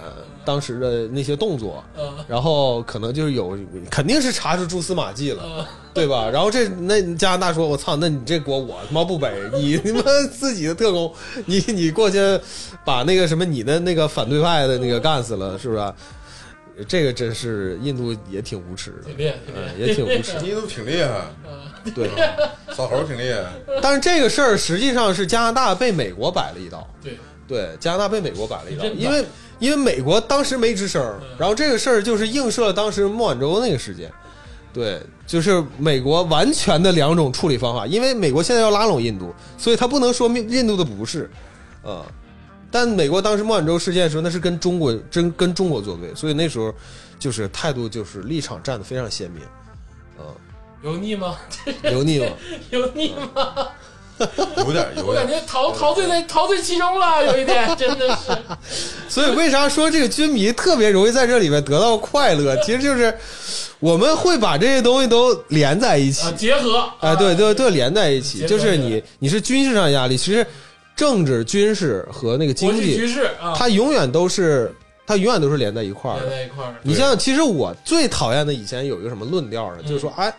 C: 当时的那些动作，
A: 嗯
C: 然后可能就是有肯定是查出蛛丝马迹了。
A: 嗯，
C: 对吧？然后这那加拿大说：“我操，那你这锅我他妈不背，你 他妈自己的特工，你你过去把那个什么你的那个反对派的那个干死了，是不是？这个真是印度也挺无耻
A: 挺
C: 的，
A: 厉害，挺厉害
C: 嗯，也挺无 耻。
B: 印度挺厉害，
A: 嗯
C: 对，
B: 小猴挺厉害。
C: 但是这个事儿实际上是加拿大被美国摆了一道，
A: 对，
C: 对，加拿大被美国摆了一道，
A: 真的嗯
C: 因为因为美国当时没吱声儿，然后这个事儿就是映射了当时孟晚舟那个事件，对，就是美国完全的两种处理方法，因为美国现在要拉拢印度，所以他不能说印印度的不是，啊、但美国当时孟晚舟事件的时候，那是跟中国真跟中国作对，所以那时候就是态度就是立场站得非常鲜明，啊、
A: 油腻吗？
C: 油腻了，
A: 油腻吗？
B: 有点，
C: 嗯
B: 有
A: 我感
B: 点。
A: 觉陶陶醉在陶醉其中了，有一点真的 是。
C: 所以为啥说这个军迷特别容易在这里面得到快 乐？其实就是我们会把这些东西都连在一起
A: 啊，，结合
C: 哎，对对对，连在一起，
A: 结合
C: 就是
A: 起
C: 你
A: 来
C: 你是军事上的压力，其实政治、军事和那
A: 国
C: 个经
A: 际局
C: 济，
A: 势啊，
C: 它永远都是它永远都是连在一块儿
A: 连
C: 的。
A: 在一块儿了。
C: 你像，其实我最讨厌的以前有一个什么论调呢，就是说，哎，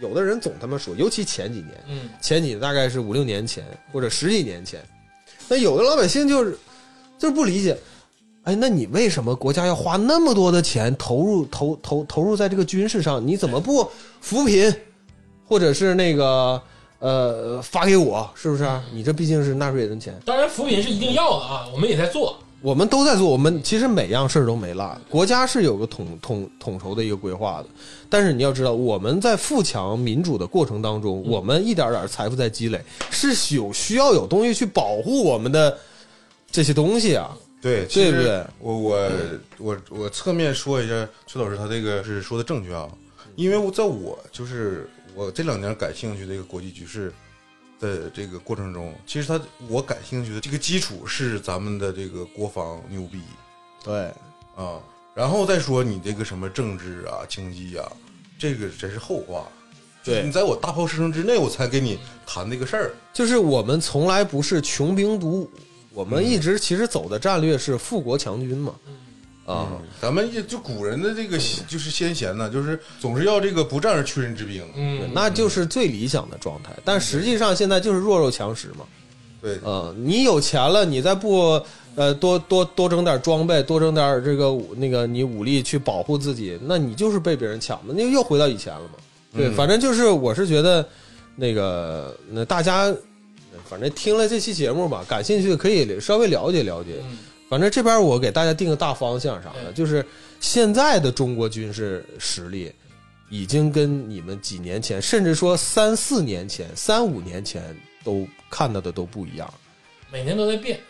C: 有的人总他妈说，尤其前几年，
A: 嗯，
C: 前几大概是五六年前或者十几年前，那有的老百姓就是就是不理解，哎，那你为什么国家要花那么多的钱投入投投投入在这个军事上？你怎么不扶贫，或者是那个呃发给我？是不是？你这毕竟是纳税人钱，
A: 当然，扶贫是一定要的啊，我们也在做。
C: 我们都在做，我们其实每样事儿都没落。国家是有个统统统筹的一个规划的，但是你要知道，我们在富强民主的过程当中，我们一点点儿财富在积累，是有需要有东西去保护我们的这些东西啊。
B: 对，
C: 对不
B: 其实
C: 对
B: 我我我我侧面说一下，崔老师他这个是说的正确啊，因为我在我就是我这两年感兴趣的一个国际局势的这个过程中，其实他我感兴趣的这个基础是咱们的这个国防牛逼
C: 对，
B: 啊，然后再说你这个什么政治啊、经济啊，这个真是后话。
C: 对
B: 你在我大炮射程之内，我才跟你谈这个事儿。
C: 就是我们从来不是穷兵黩武，我们一直其实走的战略是富国强军嘛。啊，
B: 嗯咱们也就古人的这个就是先贤呢，就是总是要这个不战而屈人之兵。
A: 嗯，
C: 那就是最理想的状态。但实际上现在就是弱肉强食嘛。
B: 对，
C: 嗯，你有钱了，你再不呃多多多整点装备，多整点这个武那个你武力去保护自己，那你就是被别人抢的，那又回到以前了嘛。对，
B: 嗯
C: 反正就是我是觉得那个那大家反正听了这期节目吧，感兴趣的可以稍微了解了解。
A: 嗯
C: 反正这边我给大家定个大方向啥的，就是现在的中国军事实力已经跟你们几年前，甚至说三四年前、三五年前都看到的都不一样，
A: 每年都在变。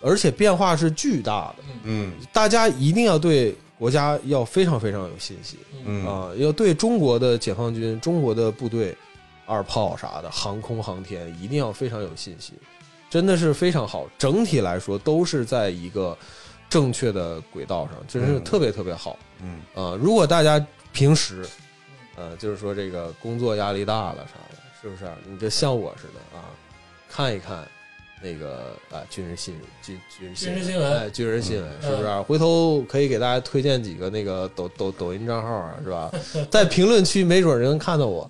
C: 而且变化是巨大的。
B: 嗯
C: 大家一定要对国家要非常非常有信心
B: 嗯
C: 啊、要对中国的解放军、中国的部队、二炮啥的、航空航天一定要非常有信心，真的是非常好。整体来说都是在一个正确的轨道上，真是
B: 嗯
C: 特别特别好。
B: 嗯
C: 呃，如果大家平时，呃，就是说这个工作压力大了啥的，是不是？你这像我似的啊，看一看那个啊军事新军军事
A: 军事新闻
C: 哎，军事新闻
A: 嗯
C: 是不是？啊回头可以给大家推荐几个那个抖抖抖音账号啊，是吧？在评论区没准儿能看到我。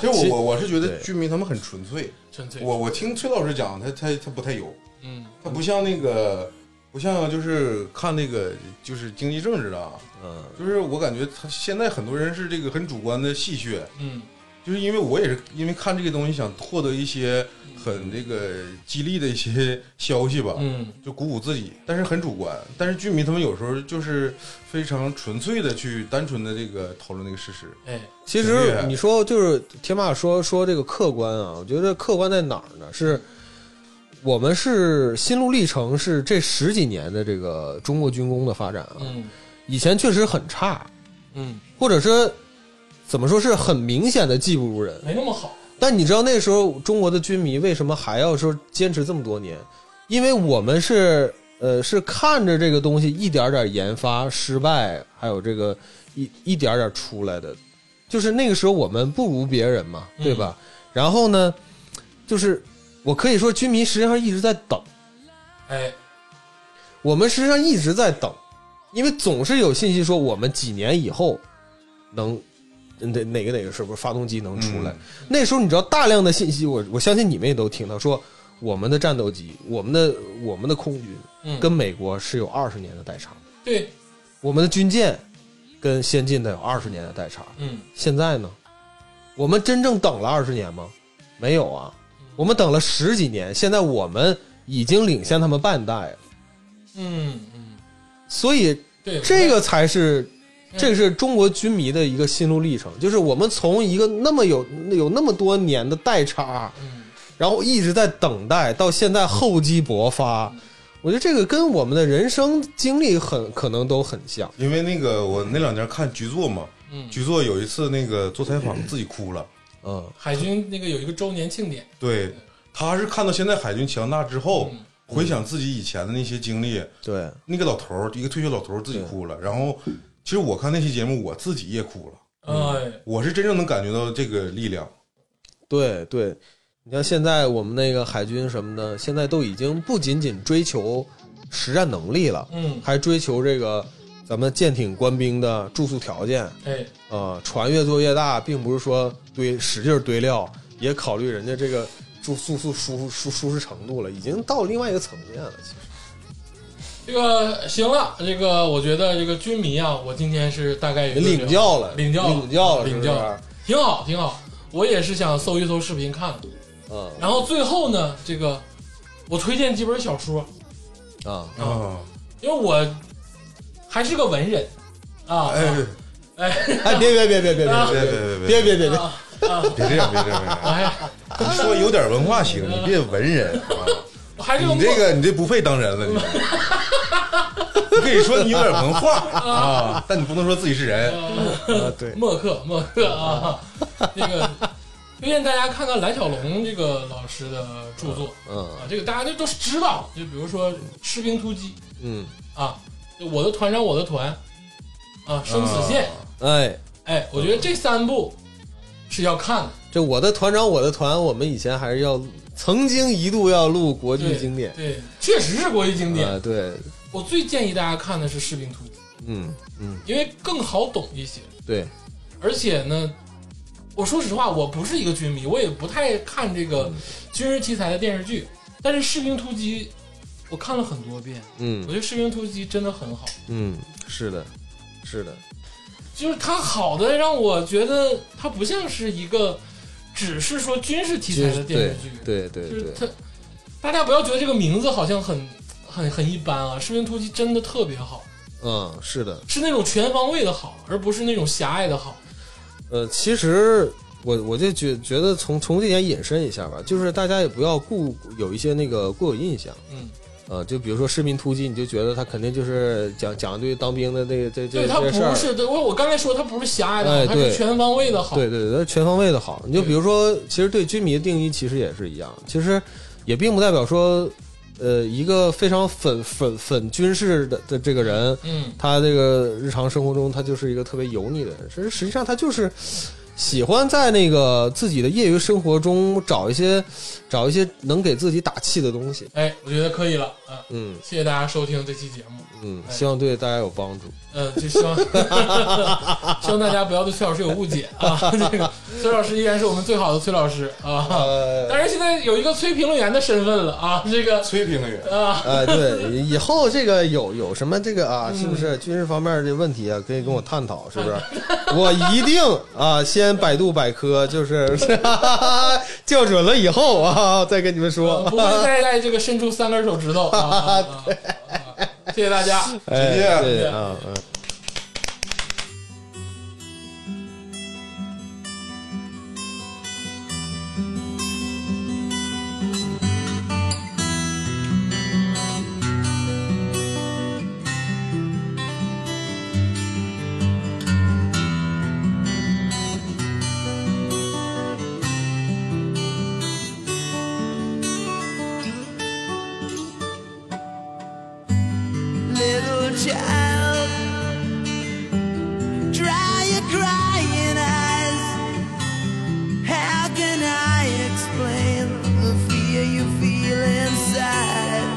B: 其实我
C: 其
B: 我我是觉得
C: 对
B: 居民他们很纯粹。
A: 纯粹，
B: 我我听崔老师讲，他他他不太油，
A: 嗯，
B: 他不像那个不像就是看那个就是经济政治的啊，
C: 嗯，
B: 就是我感觉他现在很多人是这个很主观的戏谑，
A: 嗯，
B: 就是因为我也是因为看这个东西想获得一些很这个激励的一些消息吧，
A: 嗯，
B: 就鼓舞自己，但是很主观。但是居民他们有时候就是非常纯粹的去单纯的这个讨论那个事实，
A: 哎，
C: 其
B: 挺厉
C: 实
B: 害
C: 你说就是天霸说说这个客观啊，我觉得客观在哪儿呢？是我们是心路历程是这十几年的这个中国军工的发展啊，
A: 嗯，
C: 以前确实很差，
A: 嗯，
C: 或者说怎么说是很明显的技不如人。
A: 没那么好，
C: 但你知道那时候中国的军迷为什么还要说坚持这么多年？因为我们是呃是看着这个东西一点点研发失败，还有这个一一点点出来的，就是那个时候我们不如别人嘛，对吧？然后呢，就是我可以说军迷实际上一直在等，
A: 哎，
C: 我们实际上一直在等，因为总是有信息说我们几年以后能哪哪个哪个是不是发动机能出来。
B: 嗯
C: 那时候你知道大量的信息，我我相信你们也都听到说，我们的战斗机、我们的我们的空军
A: 嗯，
C: 跟美国是有二十年的代差，
A: 对，
C: 我们的军舰跟先进的有二十年的代差。
A: 嗯，
C: 现在呢，我们真正等了二十年吗？没有啊，我们等了十几年，现在我们已经领先他们半代了，
A: 嗯，嗯，
C: 所以
A: 对，
C: 这个才是，
A: 嗯
C: 这是中国军迷的一个心路历程，就是我们从一个那么有有那么多年的代差，
A: 嗯，
C: 然后一直在等待，到现在厚积薄发。我觉得这个跟我们的人生经历很可能都很像。
B: 因为那个我那两年看局座嘛，
A: 嗯，
B: 局座有一次那个做采访自己哭了，
C: 嗯，
A: 海军那个有一个周年庆典，
B: 对，他是看到现在海军强大之后，
A: 嗯
B: 回想自己以前的那些经历，
C: 对，
B: 那个老头儿，一个退休老头儿自己哭
A: 嗯
B: 了，然后其实我看那期节目，我自己也哭了，
A: 哎，
B: 我是真正能感觉到这个力量，
C: 对，对。你像现在我们那个海军什么的，现在都已经不仅仅追求实战能力了，
A: 嗯，
C: 还追求这个咱们舰艇官兵的住宿条件。
A: 哎，
C: 呃，船越做越大，并不是说堆使劲儿堆料，也考虑人家这个住宿宿舒服舒舒适程度了，已经到另外一个层面了。其实，
A: 这个行了，这个我觉得这个军迷啊，我今天是大概也就这样
C: 领教了，
A: 领教了
C: 领教了，
A: 领教了
C: 是
A: 挺好，挺好。我也是想搜一搜视频看，
C: 不是？嗯
A: 然后最后呢，这个我推荐几本小说，
C: 嗯啊，
B: 啊，
A: 因为我还是个文人啊，
B: 哎，
C: 哎，别别别别别
A: 啊
B: 别
C: 别
B: 别别别
C: 别别别别，
A: 啊啊，
B: 别这样，别这样，别这样，
A: 哎呀，
B: 你说有点文化
A: 嗯
B: 行，你别文人啊，
A: 我还是个
B: 你
A: 墨
B: 这个你这不配当人 了，你。你可以说你有点文化啊，但你不能说自己是 人。
A: 啊
C: 啊对，
A: 墨客墨客啊，那个推荐大家看看蓝小龙这个老师的著作
C: 嗯
A: 啊，这个大家就都知道，就比如说《士兵突击
C: 嗯，》
A: 啊，就我的团长我的团啊，《生死线》
C: 哎，
A: 哎，我觉得这三部是要看的。
C: 这我的团长我的团，我们以前还是要曾经一度要录国际
A: 对
C: 经典，
A: 对，确实是国际经典。
C: 啊对，
A: 我最建议大家看的是《士兵突击》，
C: 嗯嗯
A: 因为更好懂一些。
C: 对，
A: 而且呢，我说实话，我不是一个军迷，我也不太看这
C: 嗯
A: 个军事题材的电视剧。但是《士兵突击》，我看了很多遍，我
C: 嗯
A: 觉得《士兵突击》真的很好，
C: 嗯，是的，是的，
A: 就是它好的让我觉得它不像是一个只是说军事题材的电视剧，
C: 对对
A: 就
C: 对
A: 是
C: 对，
A: 它。大家不要觉得这个名字好像很很很一般啊，《士兵突击》真的特别好，
C: 嗯，是的，
A: 是那种全方位的好，而不是那种狭隘的好。
C: 呃，其实我我就觉觉得从从这点引申一下吧，就是大家也不要固有一些那个固有印象，
A: 嗯，
C: 呃，就比如说士兵突击，你就觉得他肯定就是讲讲对当兵的那个这
A: 对，
C: 这
A: 它
C: 这事
A: 不
C: 儿，
A: 是，对我我刚才说它不是狭隘的好，
C: 哎
A: 它是
C: 对
A: 全方位的好。
C: 对对对，它全方位的好。你就比如说，其实对军迷的定义其实也是一样，其实也并不代表说，呃，一个非常粉粉粉军事的的这个人，
A: 嗯，
C: 他这个日常生活中，他就是一个特别油腻的人。其实实际上，他就是喜欢在那个自己的业余生活中找一些找一些能给自己打气的东西。
A: 哎，我觉得可以了啊！
C: 嗯
A: 谢谢大家收听这期节目，
C: 嗯，希望对大家有帮助。
A: 呃，就希 望希望大家不要对崔老师有误解啊。这个崔老师依然是我们最好的崔老师啊，
C: 呃
A: 当然现在有一个崔评论员的身份了啊。这个
B: 崔评论员，
A: 啊，
C: 呃，对，以后这个有有什么这个啊，是不是军事方面的问题啊，可以跟我探讨，是不是？我一定啊，先百度百科，就是 校准了以后啊，再跟你们
A: 呃
C: 说。
A: 不会再 再这个伸出三根手指头啊啊！啊啊啊谢谢大家。
C: 哎，
B: 直接
C: 对啊，嗯。
D: little child. Dry your crying eyes. How can I explain the fear you feel inside?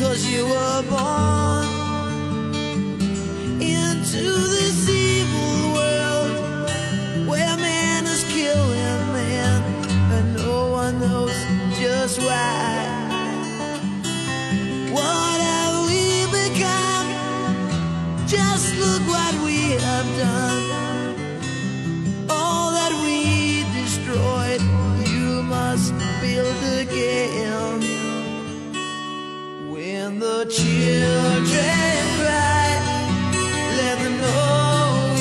D: Cause you were born into this evil world where man is killing man and no one knows just why. What have we become? Just look what we have done. All that we destroyed, you must build again. When the children cry, let them know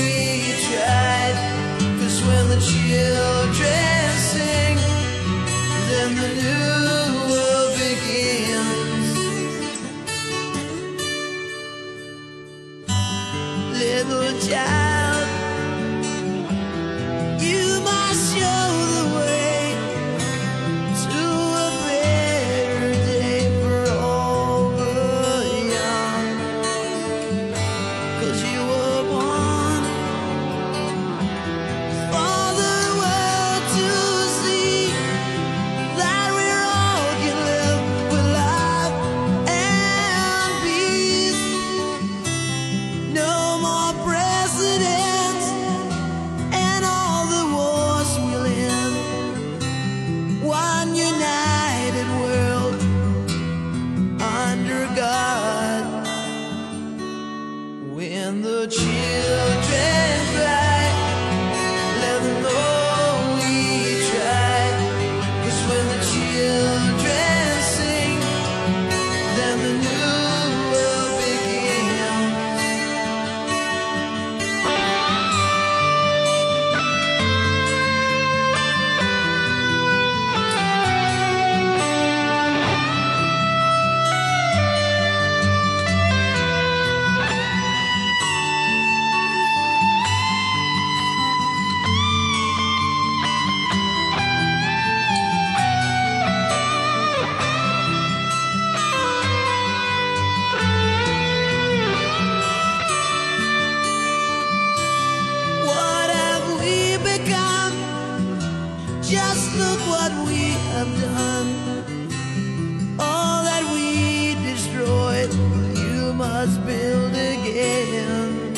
D: Just look what we have done. All that we destroyed, you must build again.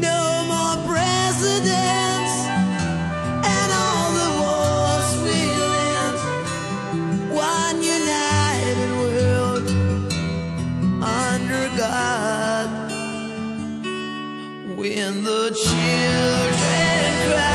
D: No more presidents and all the wars we'll end. One united world under God. When the children cry.